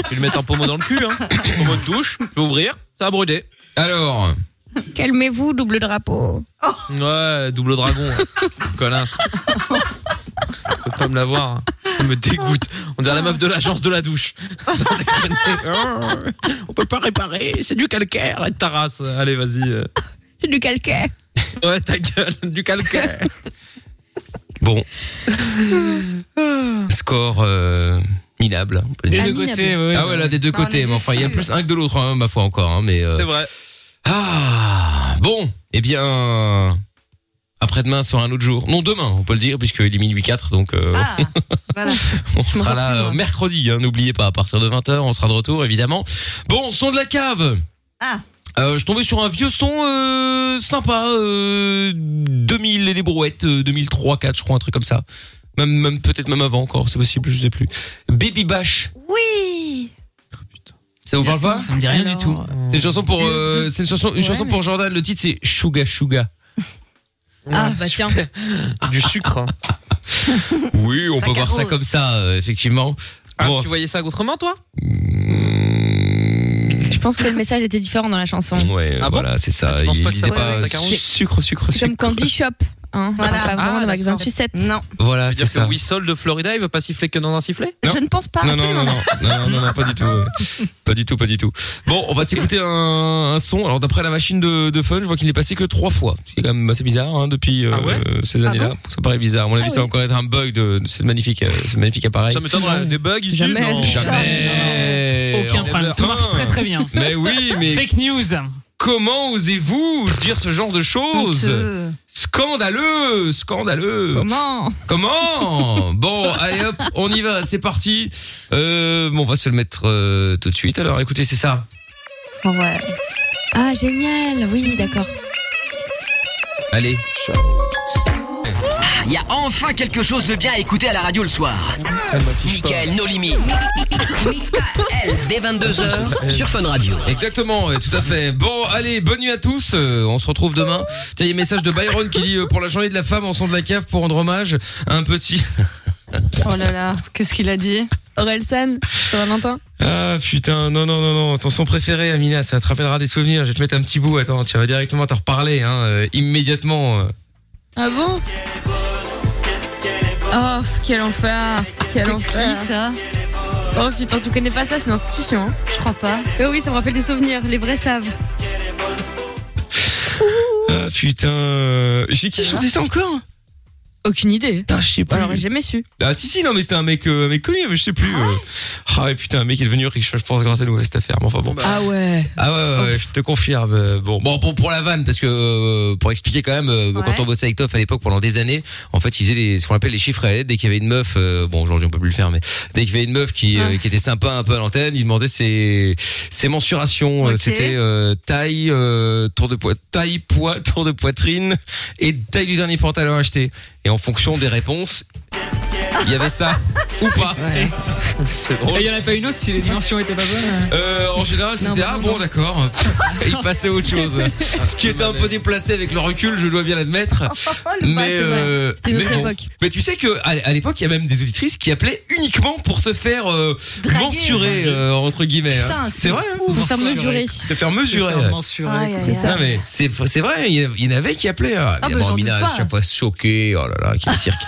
Je vais lui mettre un pommeau dans le cul, hein. pommeau de douche, je vais ouvrir, ça a brûlé.
Alors
Calmez-vous, double drapeau.
Ouais, double dragon, hein. connasse. Je peux pas me l'avoir, hein. on me dégoûte. On dirait la meuf de l'agence de la douche. Sans déconner. Oh, on peut pas réparer, c'est du calcaire et de ta race. Allez, vas-y. euh.
C'est du calcaire.
Ouais, ta gueule, du calcaire.
Bon. Score euh, minable. on peut le
Des
dire.
deux Minable. côtés, oui,
Ah ouais,
oui.
là, des deux
Non, on
côtés.
est
mais enfin, il y a plus un que de l'autre, hein, ma foi, encore. hein, mais, C'est
vrai.
Ah Bon, eh bien... Après-demain sera un autre jour. Non, demain, on peut le dire, puisqu'il est minuit 4, donc... euh,
Ah,
on sera là euh, mercredi, hein, n'oubliez pas, à partir de 20h, on sera de retour, évidemment. Bon, son de la cave
Ah.
euh, je tombais sur un vieux son euh, sympa, euh, 2000 et des brouettes, euh, 2003, 4, je crois, un truc comme ça. Même, même peut-être même avant encore, c'est possible, je sais plus. Baby Bash, Oh,
Oui
ça vous parle pas
Ça me dit rien du tout.
C'est une chanson pour, euh, c'est une chanson, une chanson pour Jordan. Le titre c'est Suga Suga.
Ah, bah tiens.
Du sucre. hein.
Oui, on peut voir ça comme ça, euh, effectivement.
Ah,
Bon.
tu voyais ça autrement, toi
Je pense que le message était différent dans la chanson.
Ah
Ouais, voilà, c'est ça.
penses
Il
pas que ça
lisait
va
pas
avec sa carotte
sucre, sucre,
C'est comme Candy Shop. Hein. On parle pas vraiment de magasin de sucette. Non.
Voilà,
c'est ça. veut dire que Whistle de Florida, il veut pas siffler que dans un sifflet
Je ne pense pas.
Non, non,
absolument
non, non, non, non, non, pas du tout. euh, Pas du tout, pas du tout. Bon, on va s'écouter un, un son. Alors, d'après la machine de, de fun, je vois qu'il n'est passé que trois fois. C'est quand même assez bizarre, hein, depuis
Ah
euh, ces années-là. ça paraît bizarre. À
Ah
mon avis, ça va encore être un bug de, de cette magnifique, euh, ce magnifique appareil.
Ça
Ah
m'étonnerait. Des bugs ici
Jamais.
Non.
Jamais.
Aucun problème. Tout marche très très bien.
Mais oui, mais-
Fake news.
Comment osez-vous dire ce genre de choses
Honteux.
Scandaleux, scandaleux.
Comment
Comment Bon, allez hop, on y va, c'est parti. Euh, bon, on va se le mettre euh, tout de suite. Alors, écoutez, c'est ça.
Ouais. Ah, génial. Oui, d'accord.
Allez.
Il y a enfin quelque chose de bien à écouter à la radio le soir. Michael, nos limites. Michael, dès 22h sur Fun Radio.
Exactement, ouais, tout à fait. Bon, allez, bonne nuit à tous. euh, on se retrouve demain. Tiens, il y a un message de Byron qui dit euh, pour la journée de la femme en son de la cave pour rendre hommage à un petit.
Oh là là, qu'est-ce qu'il a dit
Orelsan, Valentin.
Ah putain, non, non, non, non, ton son préféré, Amina, ça te rappellera des souvenirs. Je vais te mettre un petit bout. Attends, tu vas directement t'en reparler, hein, euh, immédiatement. euh.
Ah bon Oh, quel enfer Quel
C'est
enfer
qui, ça
Oh putain, tu connais pas ça, c'est une institution, hein Je crois pas. Oh oui, ça me rappelle des souvenirs, les vrais savent.
Ah putain, euh, j'ai qui chantait ça encore
Aucune idée.
Putain, je sais pas.
Alors, j'ai jamais su.
Ah si si non mais c'était un mec euh, un mec connu mais je sais plus. euh. Ah ouais, putain un mec qui est devenu riche je pense grâce à nous à cette affaire mais enfin bon.
Ah ouais.
Ah ouais, ouais, ouais, je te confirme. euh, Bon, bon pour, pour la vanne, parce que euh, pour expliquer quand même, euh, quand on bossait avec Toff à l'époque pendant des années, en fait, ils faisaient des, ce qu'on appelle les chiffres à l'aide. Dès qu'il y avait une meuf, euh, bon aujourd'hui on peut plus le faire, mais dès qu'il y avait une meuf qui, euh, qui était sympa un peu à l'antenne, ils demandaient ses, ses mensurations. Euh, C'était euh, taille, euh, tour de poids, taille, poids, tour de poitrine et taille du dernier pantalon acheté. Et en fonction des réponses, il y avait ça ou pas. C'est drôle.
Et il y en a pas une autre si les dimensions étaient pas bonnes. hein.
Euh, en général, c'était ah bon, d'accord. Il passait à autre chose.
Ah,
Ce qui était un peu déplacé avec le recul, je dois bien l'admettre.
Oh,
mais euh,
C'était notre
mais bon.
époque.
Mais tu sais que à, à l'époque, il y a même des auditrices qui appelaient uniquement pour se faire euh, mensurer euh, entre guillemets. hein.
Putain,
C'est vrai. hein.
ouf. Se faire mesurer.
Se faire mesurer.
Se faire
ouais.
mensurer, Aïe, quoi. aïe,
C'est
aïe.
ça. Non, mais c'est c'est vrai. Il y, en- il y en avait qui appelaient. hein.
Ah,
Mais bon,
bah, j'en doute
Mina,
pas.
chaque fois choquée. Oh là là, quel cirque.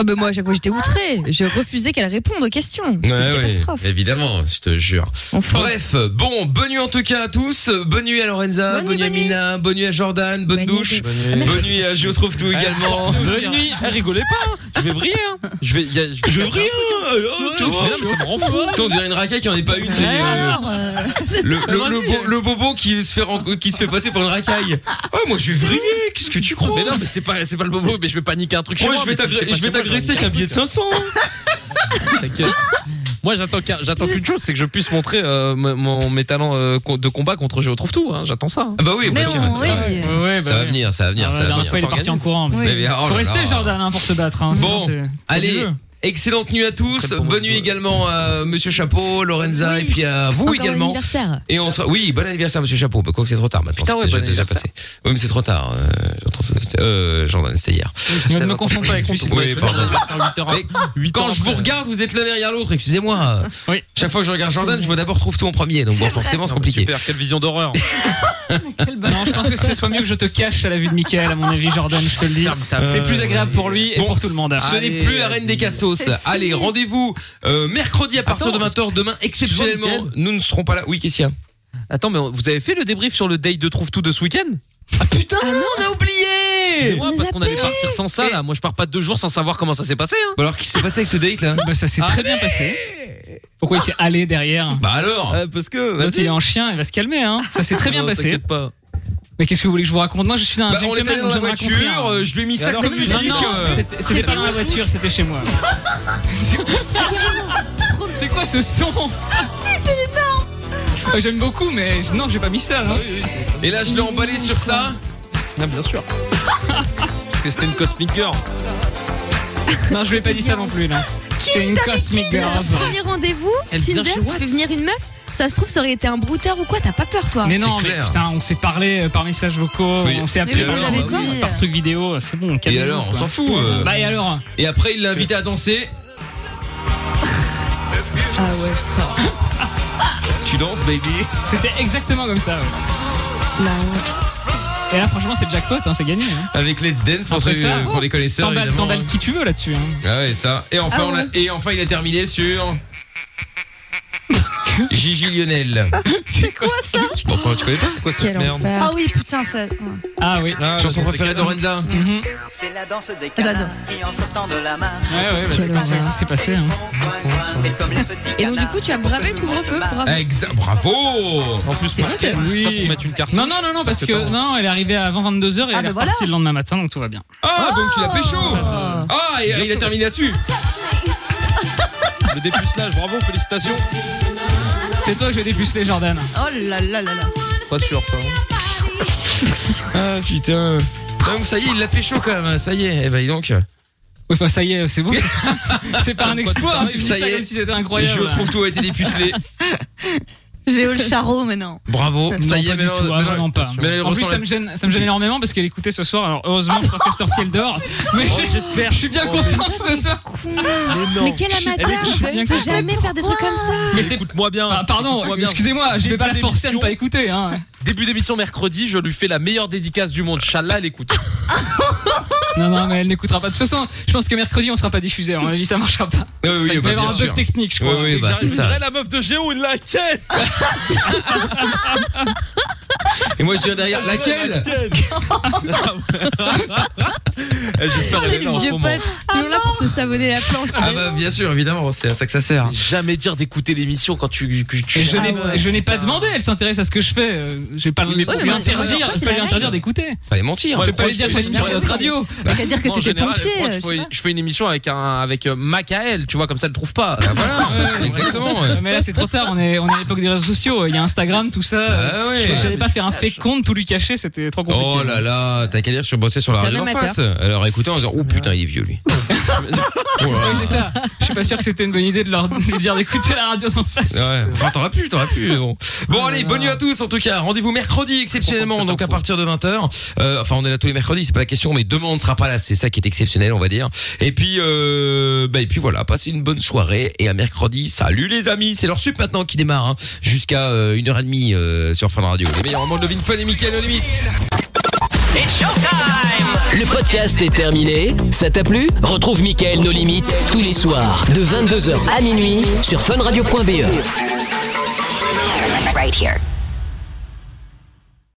Ah bah moi, à chaque fois, j'étais outré. Je refusais qu'elle réponde aux questions. C'était
Ouais,
une
ouais,
catastrophe.
évidemment, je te jure. Bref, bon, bonne nuit en tout cas à tous. Euh, Bonne nuit à Lorenza, bonne, nuit à Mina, bonne nuit à Jordan, bonne, douche, bonne nuit. à Je trouve tout également.
Bonne nuit. Eh, rigolez pas, hein. je vais vriller. hein. Je vais. Oh, y a-
Je ris, hein.
Ouais,
tu vois,
mais non, mais ça me rend fou.
Tu sais, on dirait une racaille qui en est pas une. c'est, euh, le, le, le bo- le bobo qui se fait ren- qui se fait passer pour une racaille. Oh moi je vais vriller. Qu'est-ce que tu crois
Mais non, mais c'est pas c'est pas le bobo, mais je vais paniquer un truc.
Moi,
chez
je vais
mais si
t'agré-
j'étais pas
je vais
chez moi,
t'agresser
j'aurais
avec un
dit,
billet de 500.
T'inquiète. Moi, j'attends qu'un- j'attends qu'une chose, c'est que je puisse montrer euh, m- mon, mes talents euh, co- de combat contre Je retrouve tout. hein. J'attends ça.
Ah bah oui,
Mais bah tiens, on- c'est oui. vrai. Ouais, ouais, bah
ça va
oui.
venir, ça va venir.
Ah,
ça
la
va
dernière
venir.
fois, il est parti en courant.
Mais bien, oh
Faut
là
rester
là.
Jordan hein, pour se battre. hein, sinon,
Bon,
c'est-
allez.
c'est
Excellente nuit à tous. Bonne nuit également à Monsieur Chapeau, Lorenza et puis à vous
Encore bon
également.
anniversaire.
Et on sera... Oui, bon anniversaire, monsieur Chapeau. Bah, quoi que c'est trop tard maintenant.
Putain, ouais,
C'était
bon
déjà- déjà
anniversaire.
passé. Oui, mais c'est trop tard. Euh, j'en trouve- c'était- euh, Jordan, c'était hier.
Ne me confonds pas avec lui. c'est-
Oui, pardon. Mais quand
heures
je vous regarde, vous êtes l'un derrière l'autre, excusez-moi.
Oui.
Chaque fois que je regarde Jordan, je vois d'abord trouve tout en premier. Donc bon, forcément, c'est compliqué.
Super, quelle vision d'horreur.
Non, je pense que ce soit mieux que je te cache à la vue de Michael, à mon avis, Jordan, je te le dis. C'est plus agréable pour lui et
Euh, Bon,
pour tout le
hein.
monde.
Ce n'est plus la reine
euh,
des cassos. Allez, rendez-vous euh, mercredi à partir de 20h. Demain, exceptionnellement, nous ne serons pas là. Oui, qu'est-ce qu'il y a
Attends, mais on- vous avez fait le débrief sur le date de Trouve Tout de ce week-end
Ah, Putain, non, on a oublié
Moi, parce qu'on allait partir sans ça, là. Moi, je pars pas deux jours sans savoir comment ça s'est passé, hein.
Bon, Bah, alors, qu'est-ce qui s'est passé avec ce date, là
Bah, ça s'est très bien passé. Pourquoi il s'est allé derrière
Bah alors
Ah, Parce que.
L'autre, il est en chien, il va se calmer, hein. Ça s'est très bien
Non,
passé.
t'inquiète pas.
Mais qu'est-ce que vous voulez que je vous raconte Moi, je suis un
Bah, on
gentleman,
était allé dans
donc
la
je me raconte rien.
voiture, euh, je lui ai mis
Et
ça
alors,
comme une
non,
musique,
non,
euh.
c'était- C'était pas dans la voiture, c'était chez moi. C'est quoi ce son
c'est énorme
Euh, J'aime beaucoup, mais je- non, j'ai pas mis ça. hein.
Et là, je l'ai emballé sur ça.
Non, bien sûr. Parce que c'était une Cosmic Girl.
Non, je lui ai pas dit ça non plus, là. C'est une Cosmic
Leur
Girls.
premier rendez-vous,
Elle vient
Tinder,
chez
tu fais venir une meuf ça se trouve, ça aurait été un brouteur ou quoi T'as pas peur, toi
Mais non, mais putain, on s'est parlé euh, par messages vocaux, on s'est appelé
et
par,
alors,
par- par truc vidéo, c'est bon,
Et
calmez-vous,
alors, on
quoi.
s'en fout. euh.
Bah et alors
Et après, il l'a invité à danser.
Ah ouais, putain.
Tu danses, baby.
C'était exactement comme ça. Bah ouais. Et là, franchement, c'est le jackpot, hein, c'est gagné. hein.
Avec Let's Dance pour,
Après
ceux- euh,
ça,
pour les connaisseurs.
t'emballes-
évidemment.
T'emballes qui tu veux là-dessus. hein.
Ah ouais, ça. Et enfin,
Ah
on a-
ouais.
et enfin il a terminé sur. Gigi Lionel.
c'est quoi ça
Bon, enfin, tu connais pas c'est quoi cette merde
Ah oui, putain, ça. ouais. Mhm.
Ah oui.
Chanson préférée de Lorenza.
Mhm.
C'est la danse des canards qui en sortant de la main.
Ouais, ouais, bah, c'est comme ça, ça s'est passé. hein.
Et donc, du coup, tu as bravé le couvre-feu. Bravo.
Exa- bravo En plus,
C'est honteux.
Oui.
ça pour mettre une carte.
Non, non, non, non, parce
C'est
que
pas vrai.
non, elle est arrivée avant 22h et
Ah,
elle est
voilà.
repartie le lendemain matin, donc tout va bien.
Ah, donc tu l'as pécho Ah, et, il a terminé là-dessus
Le dépucelage, bravo, félicitations.
C'est toi que je vais dépuceler, Jordan.
Oh là là là là.
Pas sûr, ça.
hein. Ah putain Ah, Donc ça y est, il l'a pécho quand même, ça y est, eh ben dis donc.
Ouais, enfin, ça y est, c'est bon. c'est pas un exploit, hein, tu me dis
Ça
ça,
y est.
comme si c'était incroyable. Ah
Je retrouve tout a été dépucelé.
J'ai eu le charreau maintenant.
Bravo,
Non,
ça y est,
pas du
maintenant.
tout,
maintenant-
vraiment pas.
maintenant, il
en plus,
ressent
ça
la-
me, gêne, ça me gêne énormément parce qu'elle écoutait ce soir. Alors, heureusement, Princesse Torsier, elle dort. Mais Ah Oh, j'espère. Je suis bien content que ce soit.
non.
Mais quel
Elle
amateur
écoute-
Il faut jamais faire des trucs comme ça
Mais écoute-moi bien. pardon,
écoute-moi bien.
excusez-moi, je vais pas la
Début
forcer à ne pas écouter. Hein.
Début d'émission mercredi, je lui fais la meilleure dédicace du monde. Inch'Allah, elle écoute.
Ah,
Non, non, mais elle n'écoutera pas. De toute façon, je pense que mercredi, on sera pas diffusé. À mon avis, ça marchera pas.
Oui, oui,
Il
bah,
va y
bien
avoir un bug
sûr.
technique, je crois.
Oui, oui, bah, c'est ça.
la meuf de Géo, une laquette
Et moi je dirais derrière, laquelle
Eh,
J'espère
C'est le vieux pote, toujours là pour te savonner la planche.
Ah bah bien sûr, évidemment, c'est à ça que ça sert.
Jamais dire d'écouter l'émission quand tu. que tu-
Et je n'ai
Ah ouais.
je n'ai pas demandé, elle s'intéresse à ce que je fais. euh, Je vais pas lui
pourquoi
lui
c'est la
interdire, je vais pas lui
règle
interdire d'écouter.
Fallait mentir.
Je vais pas lui dire que j'anime sur une autre radio.
Bah,
Je vais dire que
non, en
t'étais
général,
pompier, euh,
je crois que
je
je, fais, je fais une émission avec un avec euh, Macael, tu vois, comme ça, elle trouve pas.
Ah, voilà, exactement. ouais.
Mais là, c'est trop tard, on est, on est à l'époque des réseaux sociaux. Il y a Instagram, tout ça.
Ah ouais.
Je- J'allais pas faire un fake compte, tout lui cacher, c'était trop compliqué.
Oh là là, t'as qu'à dire que je bossais sur la
C'est un
radio en
amateur.
face. Alors écoutez en disant, oh putain, il est vieux lui.
Ouais, c'est ça. Je suis pas sûr que c'était une bonne idée de leur de lui dire d'écouter la radio d'en face. Oh
Ouais. Enfin, t'aurais pu, t'aurais pu. mais Bon, bon allez, bonne nuit à tous en tout cas. Rendez-vous mercredi exceptionnellement, donc à partir de 20h. Euh, enfin, on est là tous les mercredis, c'est pas la question, mais demain on ne sera pas là, c'est ça qui est exceptionnel, on va dire. Et puis, euh, bah, et puis voilà, passez une bonne soirée et à mercredi. Salut les amis, c'est leur sup maintenant qui démarre, hein, jusqu'à 1h30 euh, sur Fun Radio. Les meilleurs moments de Levin Fun et Mickaël au limite.
Le podcast est terminé. Ça t'a plu Retrouve Mickaël nos limites tous les soirs de E. 22h à minuit sur funradio.be.
Right here.